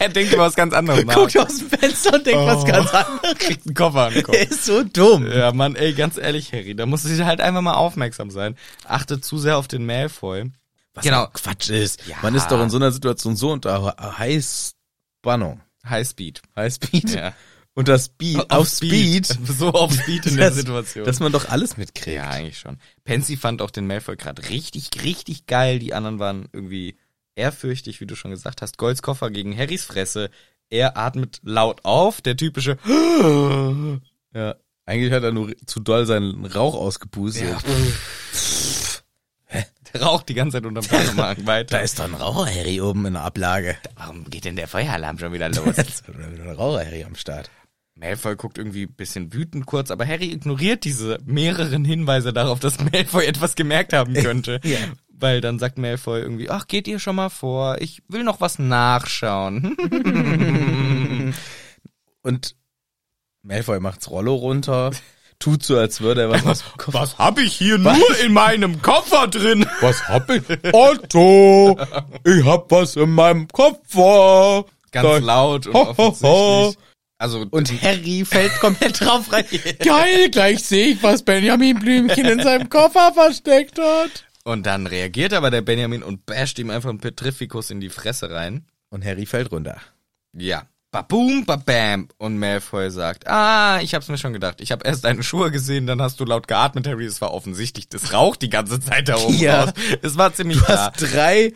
S2: er denkt über was ganz anderes nach.
S1: Guckt aus dem Fenster und denkt was ganz anderes.
S2: kriegt einen Koffer an den Kopf.
S1: Der ist so dumm.
S2: Ja, Mann, ey, ganz ehrlich, Harry, da musst du dich halt einfach mal aufmerksam sein. Achte zu sehr auf den Malfoy.
S1: Was
S2: Genau.
S1: doch Quatsch ist.
S2: Ja.
S1: Man ist doch in so einer Situation so unter High Spannung.
S2: High Speed.
S1: High Speed.
S2: *laughs* Ja.
S1: Unter Speed. Auf, Speed.
S2: So auf Speed *laughs* in der
S1: dass-
S2: Situation.
S1: Dass man doch alles mitkriegt.
S2: ja, eigentlich schon. Pansy fand auch den Malfoy gerade richtig, richtig geil. Die anderen waren irgendwie ehrfürchtig, wie du schon gesagt hast. Golds Koffer gegen Harrys Fresse. Er atmet laut auf. Der typische *gasps*
S1: Ja. Eigentlich hat er nur zu doll seinen Rauch ausgepustet.
S2: der raucht die ganze Zeit unterm *laughs* Pferdemagen weiter.
S1: Da ist doch ein Raucher-Harry oben in der
S2: *laughs*
S1: Ablage.
S2: Warum geht denn der Feueralarm schon wieder los?
S1: Da ist doch ein Raucher-Harry am Start.
S2: Malfoy guckt irgendwie ein bisschen wütend kurz, aber Harry ignoriert diese mehreren Hinweise darauf, dass *laughs* Malfoy etwas gemerkt haben könnte.
S1: Ja.
S2: Weil dann sagt Malfoy irgendwie, ach, geht ihr schon mal vor, ich will noch was nachschauen. *laughs*
S1: Und Malfoy macht's Rollo
S2: *laughs*
S1: runter, tut so, als würde er was aus dem Koffer.
S2: Was hab ich hier nur in meinem Koffer drin?
S1: Was hab ich? Otto! Ich hab was in meinem Koffer!
S2: Ganz
S1: Da-
S2: laut und
S1: Ho, ho, ho.
S2: offensichtlich. Also,
S1: Und Harry fällt komplett *laughs* drauf rein. Geil, gleich sehe ich, was Benjamin Blümchen in seinem Koffer versteckt hat.
S2: und dann reagiert aber der Benjamin und basht ihm einfach einen Petrificus in die Fresse rein.
S1: Und Harry fällt runter.
S2: Ja. Babum, babam. Und Malfoy sagt, ah, ich hab's mir schon gedacht. Ich hab erst deine Schuhe gesehen, dann hast du laut geatmet, Harry. Es war offensichtlich, das raucht die ganze Zeit da oben
S1: Ja.
S2: raus. Es war ziemlich
S1: Du
S2: klar.
S1: hast drei,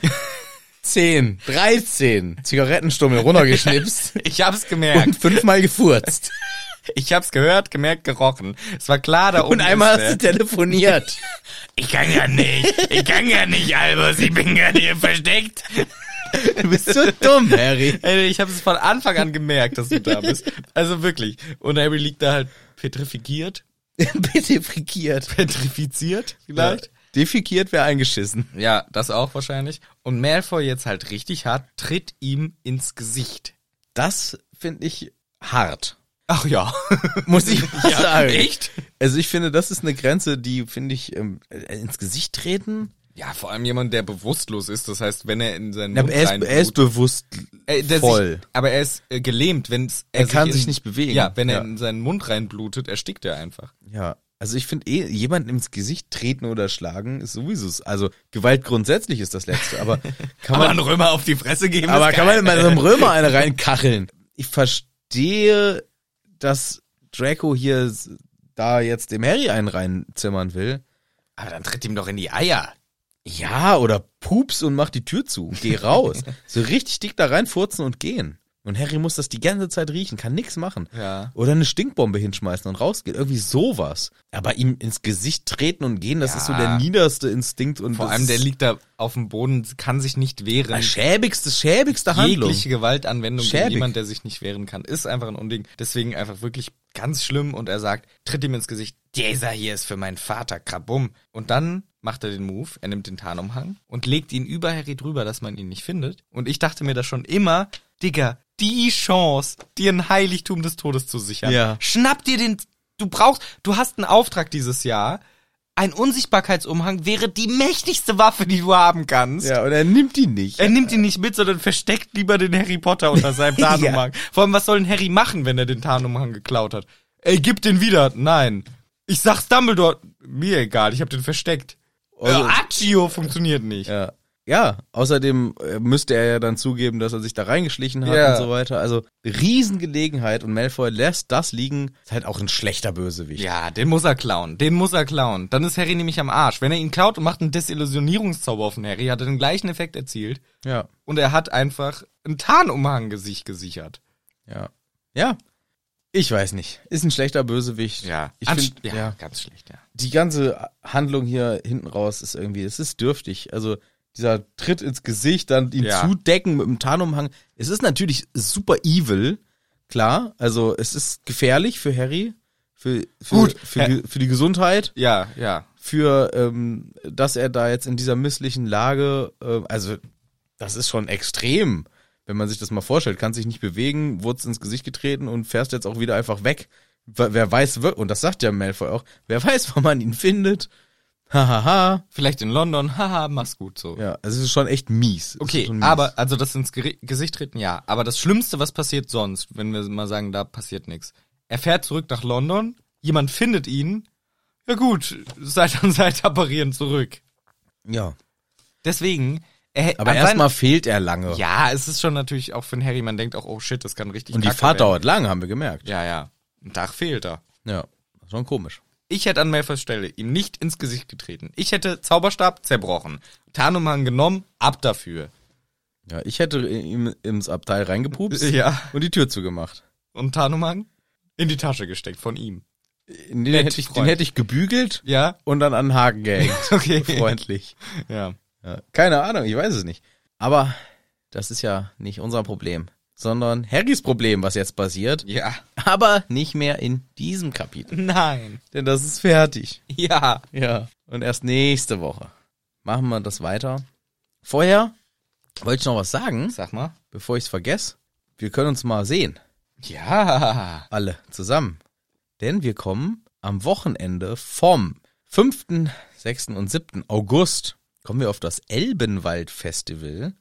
S1: zehn, dreizehn Zigarettenstummel
S2: *laughs*
S1: runtergeschnipst
S2: Ich hab's
S1: und
S2: gemerkt.
S1: fünfmal gefurzt.
S2: *laughs* Ich hab's gehört, gemerkt, gerochen. Es war klar da oben.
S1: Und einmal
S2: ist
S1: hast du
S2: wer.
S1: telefoniert.
S2: Ich kann ja nicht. Ich kann ja nicht, Albus. Ich bin gerade hier versteckt. *laughs*
S1: Du bist so dumm, Harry.
S2: Ey, ich hab's von Anfang an gemerkt, dass du
S1: *laughs*
S2: da bist. Also wirklich. Und Harry liegt da halt petrifiziert.
S1: Bitte frikiert.
S2: Petrifiziert vielleicht.
S1: Defikiert wäre eingeschissen.
S2: Ja, das auch wahrscheinlich. Und Malfoy jetzt halt richtig hart, tritt ihm ins Gesicht.
S1: Das finde ich hart.
S2: Ach ja.
S1: Muss
S2: *laughs*
S1: ich mal sagen.
S2: echt?
S1: Also ich finde, das ist eine Grenze, die finde ich ähm, äh, ins Gesicht treten.
S2: Ja, vor allem jemand, der bewusstlos ist. Das heißt, wenn er in seinen
S1: Ja, aber
S2: Mund
S1: er ist,
S2: reinblutet-
S1: er ist bewusst
S2: Äh, der
S1: voll.
S2: Sich, aber er ist äh, gelähmt, wenn
S1: Er kann sich
S2: in,
S1: nicht bewegen.
S2: Ja, wenn er
S1: Ja.
S2: in seinen Mund reinblutet, erstickt er einfach.
S1: ja, Also ich finde eh, jemanden ins Gesicht treten oder schlagen ist sowieso, also Gewalt grundsätzlich ist das Letzte,
S2: *laughs*
S1: aber kann man,
S2: Römer auf die Fresse geben.
S1: aber kann man mal so einem
S2: *laughs*
S1: Römer eine reinkacheln? Ich verstehe, dass Draco hier s- da jetzt dem Harry einen reinzimmern will.
S2: aber dann tritt ihm doch in die Eier.
S1: Ja, oder pups und mach die Tür zu.
S2: *laughs*
S1: Geh raus. so richtig dick da reinfurzen und gehen. Und Harry muss das die ganze Zeit riechen, kann nix machen.
S2: Ja.
S1: Oder eine Stinkbombe hinschmeißen und rausgehen. Irgendwie sowas. Aber ihm ins Gesicht treten und gehen, das ist so
S2: Ja.
S1: der niederste Instinkt und
S2: Vor
S1: das
S2: allem, der
S1: ist
S2: liegt da auf dem Boden, kann sich nicht wehren.
S1: eine schäbigste, schäbigste Handlung.
S2: Jegliche Gewaltanwendung gegen
S1: Schäbig.
S2: jemand, der sich nicht wehren kann, ist einfach ein Unding. Deswegen einfach wirklich ganz schlimm und er sagt, tritt ihm ins Gesicht, dieser hier ist für meinen Vater, krabum. Und dann macht er den Move, er nimmt den Tarnumhang und legt ihn über Harry drüber, dass man ihn nicht findet. Und ich dachte mir da schon immer, Digga, die Chance, dir ein Heiligtum des Todes zu sichern.
S1: Ja.
S2: Schnapp dir den, du brauchst, du hast einen Auftrag dieses Jahr. Ein Unsichtbarkeitsumhang wäre die mächtigste Waffe, die du haben kannst.
S1: Ja, und er nimmt die nicht.
S2: Er nimmt ihn nicht mit, sondern versteckt lieber den Harry Potter
S1: *laughs*
S2: unter seinem Tarnumhang. Vor allem, was soll denn Harry machen, wenn er den Tarnumhang geklaut hat? Ey, gib den wieder. Nein. Ich sag's Dumbledore. Mir egal, ich hab den versteckt.
S1: Also-
S2: Also, Accio funktioniert nicht.
S1: Ja. Ja, außerdem äh, müsste er ja dann zugeben, dass er sich da reingeschlichen hat
S2: Ja.
S1: und so weiter. Also Riesengelegenheit und Malfoy lässt das liegen. Ist halt auch ein schlechter Bösewicht.
S2: Ja, den muss er klauen. Den muss er klauen. Dann ist Harry nämlich am Arsch. Wenn er ihn klaut und macht einen Desillusionierungszauber auf den Harry, hat er den gleichen Effekt erzielt.
S1: Ja,
S2: Und er hat einfach einen Tarnumhang sich gesichert.
S1: ja. Ja. Ich weiß nicht. Ist ein schlechter Bösewicht. Ich
S2: Anst-
S1: find,
S2: ja,
S1: ja.
S2: ganz schlecht, ja.
S1: Die ganze Handlung hier hinten raus ist irgendwie, es ist dürftig. Also dieser Tritt ins Gesicht, dann ihn
S2: Ja.
S1: zudecken mit dem Tarnumhang. Es ist natürlich super evil. Klar, also es ist gefährlich für Harry, für, für,
S2: Gut.
S1: für, die- für die Gesundheit.
S2: Ja, ja.
S1: für, ähm, dass er da jetzt in dieser misslichen Lage, äh, also das ist schon extrem, wenn man sich das mal vorstellt, kann sich nicht bewegen, wurdest ins Gesicht getreten und fährst jetzt auch wieder einfach weg. Wer, wer weiß, wir- und das sagt ja Malfoy auch, wer weiß, wo man ihn findet. Hahaha.
S2: Vielleicht in London. *laughs* Haha, mach's gut so.
S1: ja, also es ist schon echt mies. Es ist
S2: Okay,
S1: schon mies.
S2: aber also das ins Geri- Gesicht treten, ja. Aber das Schlimmste, was passiert sonst, wenn wir mal sagen, da passiert nichts. Er fährt zurück nach London, jemand findet ihn. Ja gut, seid an Seite *laughs* apparieren zurück.
S1: Ja.
S2: Deswegen, er,
S1: Aber
S2: an
S1: erstmal fehlt er lange.
S2: seinen- ja, es ist schon natürlich auch für den Harry, man denkt auch, oh shit, das kann richtig.
S1: und die
S2: kacke
S1: Fahrt
S2: werden.
S1: dauert lang, haben wir gemerkt.
S2: Ja, ja, ein Tag fehlt da.
S1: Ja. Schon komisch.
S2: Ich hätte an Malfoys Stelle ihm nicht ins Gesicht getreten. Ich hätte Zauberstab zerbrochen, Tarnumhang genommen,
S1: *laughs*
S2: ab dafür.
S1: Ja, ich hätte ihm ins Abteil *laughs* reingepupst
S2: Ja.
S1: und die Tür zugemacht.
S2: Und Tarnumhang in die Tasche gesteckt von ihm.
S1: Den
S2: Nett,
S1: hätte ich, den
S2: Freund.
S1: hätte ich gebügelt
S2: Ja,
S1: und dann an den Haken gehängt.
S2: *laughs*
S1: *laughs*
S2: Okay.
S1: Freundlich.
S2: ja.
S1: Ja, keine Ahnung, ich weiß es nicht. Aber das ist ja nicht unser Problem, sondern Harrys Problem, was jetzt passiert.
S2: Ja.
S1: Aber nicht mehr in diesem Kapitel.
S2: Nein.
S1: Denn das ist fertig.
S2: Ja.
S1: Ja. Und erst nächste Woche machen wir das weiter. Vorher wollte ich noch was sagen,
S2: Sag mal.
S1: bevor ich es vergesse. Wir können uns mal sehen.
S2: Ja.
S1: alle zusammen. Denn wir kommen am Wochenende vom 5., 6. und 7. August kommen wir auf das Elbenwald Festival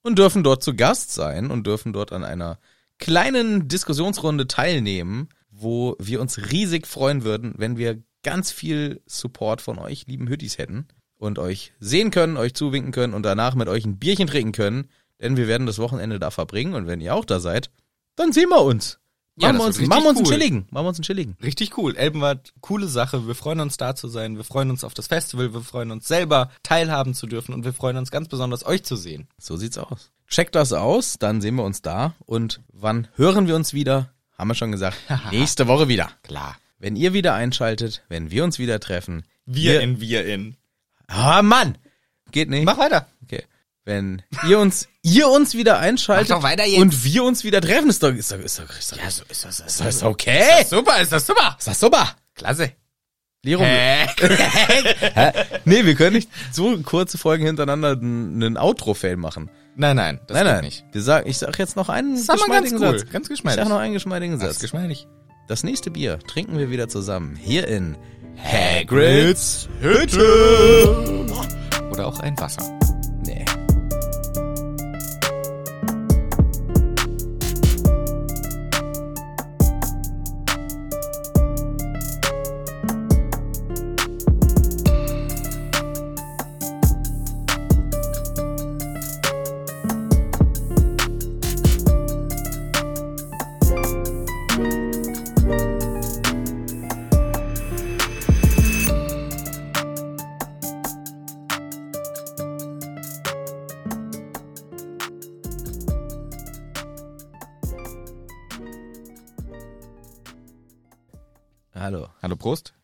S1: und dürfen dort zu Gast sein und dürfen dort an einer kleinen Diskussionsrunde teilnehmen, wo wir uns riesig freuen würden, wenn wir ganz viel Support von euch, lieben Hüttis, hätten und euch sehen können, euch zuwinken können und danach mit euch ein Bierchen trinken können, denn wir werden das Wochenende da verbringen und wenn ihr auch da seid, dann sehen wir uns.
S2: Ja,
S1: Machen
S2: das
S1: wir uns,
S2: wird richtig
S1: machen wir uns einen
S2: cool.
S1: chilligen. Machen wir uns einen chilligen.
S2: Richtig cool. Elbenwald, coole Sache. Wir freuen uns da zu sein. Wir freuen uns auf das Festival. Wir freuen uns selber teilhaben zu dürfen. Und wir freuen uns ganz besonders, euch zu sehen.
S1: So sieht's aus. Checkt das aus, dann sehen wir uns da. Und wann hören wir uns wieder? Haben wir schon
S2: *laughs*
S1: gesagt. Nächste Woche wieder.
S2: Klar.
S1: Wenn ihr wieder einschaltet, wenn wir uns wieder treffen.
S2: Wir
S1: ihr-
S2: in, wir in.
S1: Ah, Mann! Geht nicht.
S2: Mach weiter.
S1: Okay. Wenn ihr uns, ihr uns wieder einschaltet
S2: Mach doch weiter jetzt.
S1: und wir uns wieder treffen, ist doch, ist doch, ist doch, ist doch,
S4: Ja, so ist das. das
S1: ist doch okay.
S2: Super, ist das super.
S1: Ist das super?
S2: Klasse.
S1: Lero, *laughs*
S2: Äh.
S1: nee, wir können nicht so kurze Folgen hintereinander n- einen Outro-Fail machen.
S2: Nein, nein, das
S1: nein,
S2: geht
S1: nein.
S2: nicht.
S1: Wir sagen, ich sag jetzt noch einen
S2: Sag mal ganz
S1: geschmeidigen
S2: cool,
S1: Satz.
S2: ganz geschmeidig.
S1: Ich sag noch einen geschmeidigen
S2: Das ist
S1: Satz.
S2: geschmeidig.
S1: Das nächste Bier trinken wir wieder zusammen hier in
S2: Hagrids Hütte. Oder auch ein Wasser.
S1: Nee. Hallo.
S2: Hallo, Prost.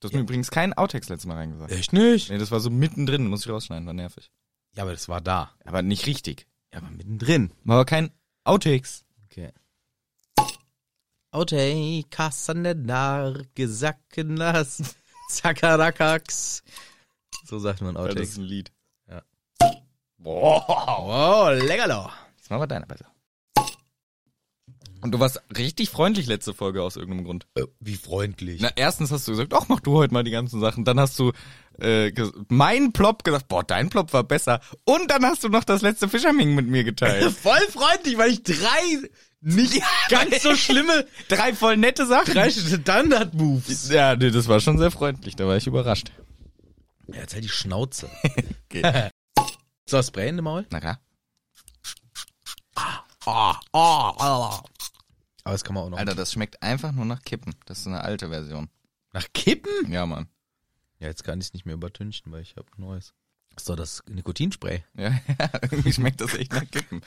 S2: Du hast mir übrigens keinen Outtakes letztes Mal reingesagt.
S1: Echt nicht?
S2: Nee, das war so mittendrin, muss ich rausschneiden, war nervig.
S1: Ja, aber das war da.
S2: Aber nicht richtig.
S1: Ja, aber mittendrin.
S2: War aber kein Outtakes.
S1: Okay. Outay, Kassanenar, Gesackenas, *laughs* Zakarakax. So sagt man
S2: Ja,
S1: Outtakes.
S2: ein Lied.
S1: Wow, lecker doch.
S2: Das war aber deine besser. Und du warst richtig freundlich letzte Folge aus irgendeinem Grund.
S1: Äh, Wie freundlich.
S2: Na, erstens hast du gesagt, ach, mach du heute mal die ganzen Sachen. Dann hast du äh, ges- mein Plop gesagt, boah, dein Plop war besser. Und dann hast du noch das letzte Fischerming mit mir *laughs* geteilt.
S1: Voll freundlich, weil ich drei nicht ganz so schlimme
S2: Drei voll nette Sachen.
S1: drei Standard-Moves.
S2: Ja, nee, das war schon sehr freundlich, da war ich überrascht.
S1: Ja, jetzt halt die
S2: *laughs*
S1: Schnauze. *laughs* so, Spray in dem Maul.
S2: Na klar.
S1: Aber das kann man auch noch.
S2: Alter, das schmeckt einfach nur nach Kippen. Das ist eine alte Version.
S1: Nach Kippen?
S2: Ja, Mann.
S1: Ja, jetzt kann ich es nicht mehr übertünchen, weil ich habe ein neues. So, das Nikotinspray.
S2: Ja, *laughs* irgendwie schmeckt das echt nach Kippen.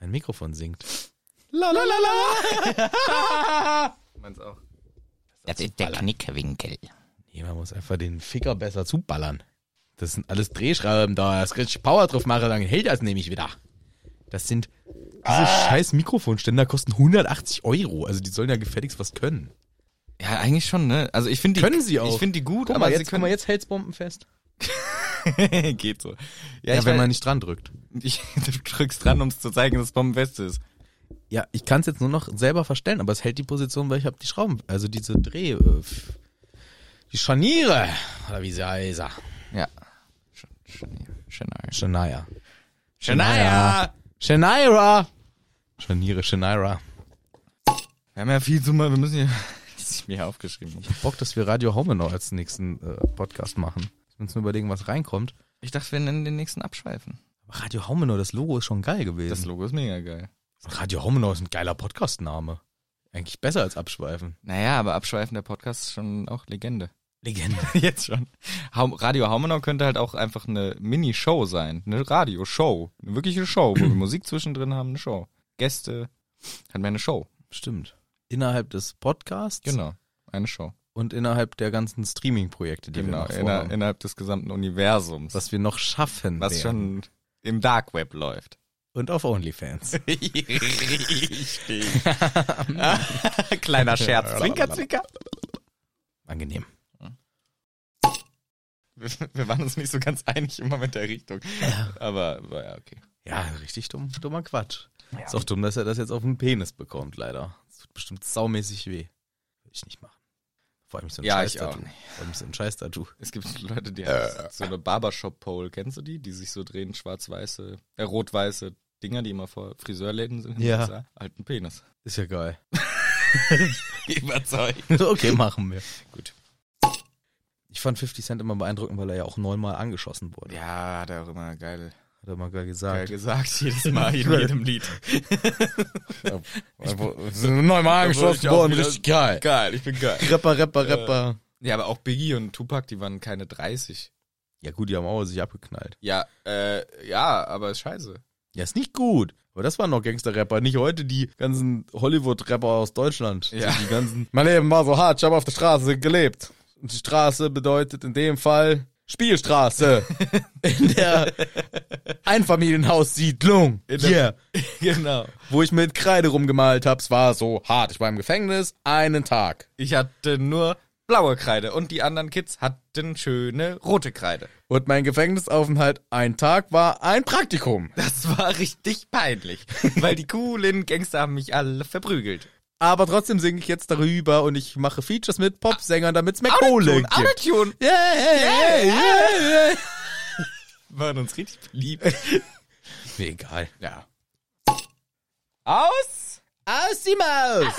S1: Mein Mikrofon singt.
S2: La la la la. Meins auch.
S4: Das ist der Knickwinkel.
S1: Nee, man muss einfach den Ficker besser zuballern. Das sind alles Drehschrauben da. Das kriegt Power drauf machen, dann hält das nämlich wieder. Das sind, diese
S2: Ah.
S1: scheiß Mikrofonständer kosten 180 Euro. Also die sollen ja gefälligst was können.
S2: Ja, eigentlich schon, ne? Also ich finde die
S1: Können sie auch.
S2: Ich finde die gut,
S1: Guck
S2: aber
S1: mal,
S2: sie
S1: jetzt, guck
S2: können
S1: mal, jetzt hält's bombenfest.
S2: *laughs* geht so.
S1: Ja,
S2: ich
S1: wenn
S2: weiß-
S1: man nicht dran drückt.
S2: *laughs* Ich, du drückst dran, um es zu zeigen, dass es Bombenfest ist.
S1: Ja, ich kann es jetzt nur noch selber verstellen, aber es hält die Position, weil ich habe die Schrauben, also diese Dreh, äh, f- die Scharniere, oder wie sie heißt.
S2: Ja. Shania.
S1: Shania.
S2: Shania!
S1: Shania! Scharniere, Shania.
S2: Wir haben ja *laughs* viel zu mal, wir müssen hier... Das ist mir hier aufgeschrieben.
S1: Bock, dass wir Radio Homenau als nächsten äh, Podcast machen. Wir müssen nur überlegen, was reinkommt.
S2: Ich dachte, wir nennen den nächsten Abschweifen.
S1: Aber Radio Homenau, das Logo ist schon geil
S2: Das
S1: gewesen.
S2: Logo ist mega geil.
S1: Radio Homenau ist ein geiler Podcastname. Eigentlich besser als Abschweifen.
S2: Naja, aber Abschweifen, der Podcast ist schon auch Legende.
S1: Legende.
S2: *laughs* Jetzt schon. Hau- Radio Haumenau könnte halt auch einfach eine Mini-Show sein. Eine Radioshow. Eine wirkliche Show,
S1: *clears throat*
S2: wo wir Musik zwischendrin haben, eine Show. Gäste. Hat mehr eine Show.
S1: Stimmt. Innerhalb des Podcasts
S2: Genau. Eine Show.
S1: und innerhalb der ganzen Streaming-Projekte, die
S2: Genau.
S1: wir noch vorhaben.
S2: Inner, innerhalb des gesamten Universums.
S1: was wir noch schaffen
S2: was
S1: werden.
S2: schon im Dark Web läuft.
S1: *laughs* Und auf *laughs* OnlyFans.
S2: Richtig. *laughs*
S1: *laughs*
S2: Kleiner Scherz. Zwinker, zwinker.
S1: Angenehm.
S2: Wir, wir waren uns nicht so ganz einig immer mit der Richtung. Aber war ja okay.
S1: Ja, richtig dumm, dummer Quatsch. Ist auch dumm, dass er das jetzt auf den Penis bekommt, leider. Das tut bestimmt saumäßig weh. Will ich nicht machen. Vor allem so ein
S2: Ja, ich auch
S1: Scheiß-Tattoo. Vor allem so ein Scheiß-Tattoo.
S2: Es gibt *laughs* Leute, die haben so eine Barbershop-Pole, kennst du die? Die sich so drehen, schwarz-weiße, äh, rot-weiße Dinger, die immer vor Friseurläden sind. in den
S1: Ja.
S2: USA. Alten Penis.
S1: Ist ja *laughs* geil.
S2: *laughs* Überzeugt.
S1: okay, machen wir.
S2: Gut.
S1: Ich fand 50 Cent immer beeindruckend, weil er ja auch neunmal angeschossen wurde.
S2: Ja, hat er auch immer geil,
S1: Hat er mal geil
S2: geil
S1: gesagt.
S2: gesagt, jedes Mal, *laughs* in jedem Lied.
S1: *laughs* neunmal
S2: angeschossen worden, richtig
S1: geil. Äh.
S2: Geil, ich bin geil.
S1: Rapper, Rapper, Rapper.
S2: Ja, aber auch Biggie und Tupac, die waren keine 30.
S1: Ja gut, die haben auch sich abgeknallt.
S2: Ja, äh, ja, aber ist scheiße.
S1: Ja, ist nicht gut. Aber das waren noch Gangster-Rapper, nicht heute die ganzen Hollywood-Rapper aus Deutschland. Also
S2: Ja.
S1: Die ganzen mein Leben war so hart, ich habe auf der Straße gelebt. Und die Straße bedeutet in dem Fall
S2: *laughs*
S1: Spielstraße. in der Einfamilienhaussiedlung.
S2: In der-
S1: Yeah.
S2: *laughs* genau.
S1: Wo ich mit Kreide rumgemalt hab, es war so hart. Ich war im Gefängnis einen Tag.
S2: Ich hatte nur blaue Kreide und die anderen Kids hatten schöne rote Kreide.
S1: Und mein Gefängnisaufenthalt ein Tag war ein
S2: *laughs*
S1: Praktikum.
S2: Das war richtig peinlich, weil die coolen Gangster haben mich alle verprügelt.
S1: Aber trotzdem singe ich jetzt darüber und ich mache Features mit Popsängern, damit's mehr Kohle
S2: Autotune,
S1: gibt.
S2: Autotune.
S1: Yeah, yeah, yeah, yeah.
S2: Waren uns richtig beliebt.
S1: Mir egal.
S2: Ja. Aus.
S1: Aus die Maus!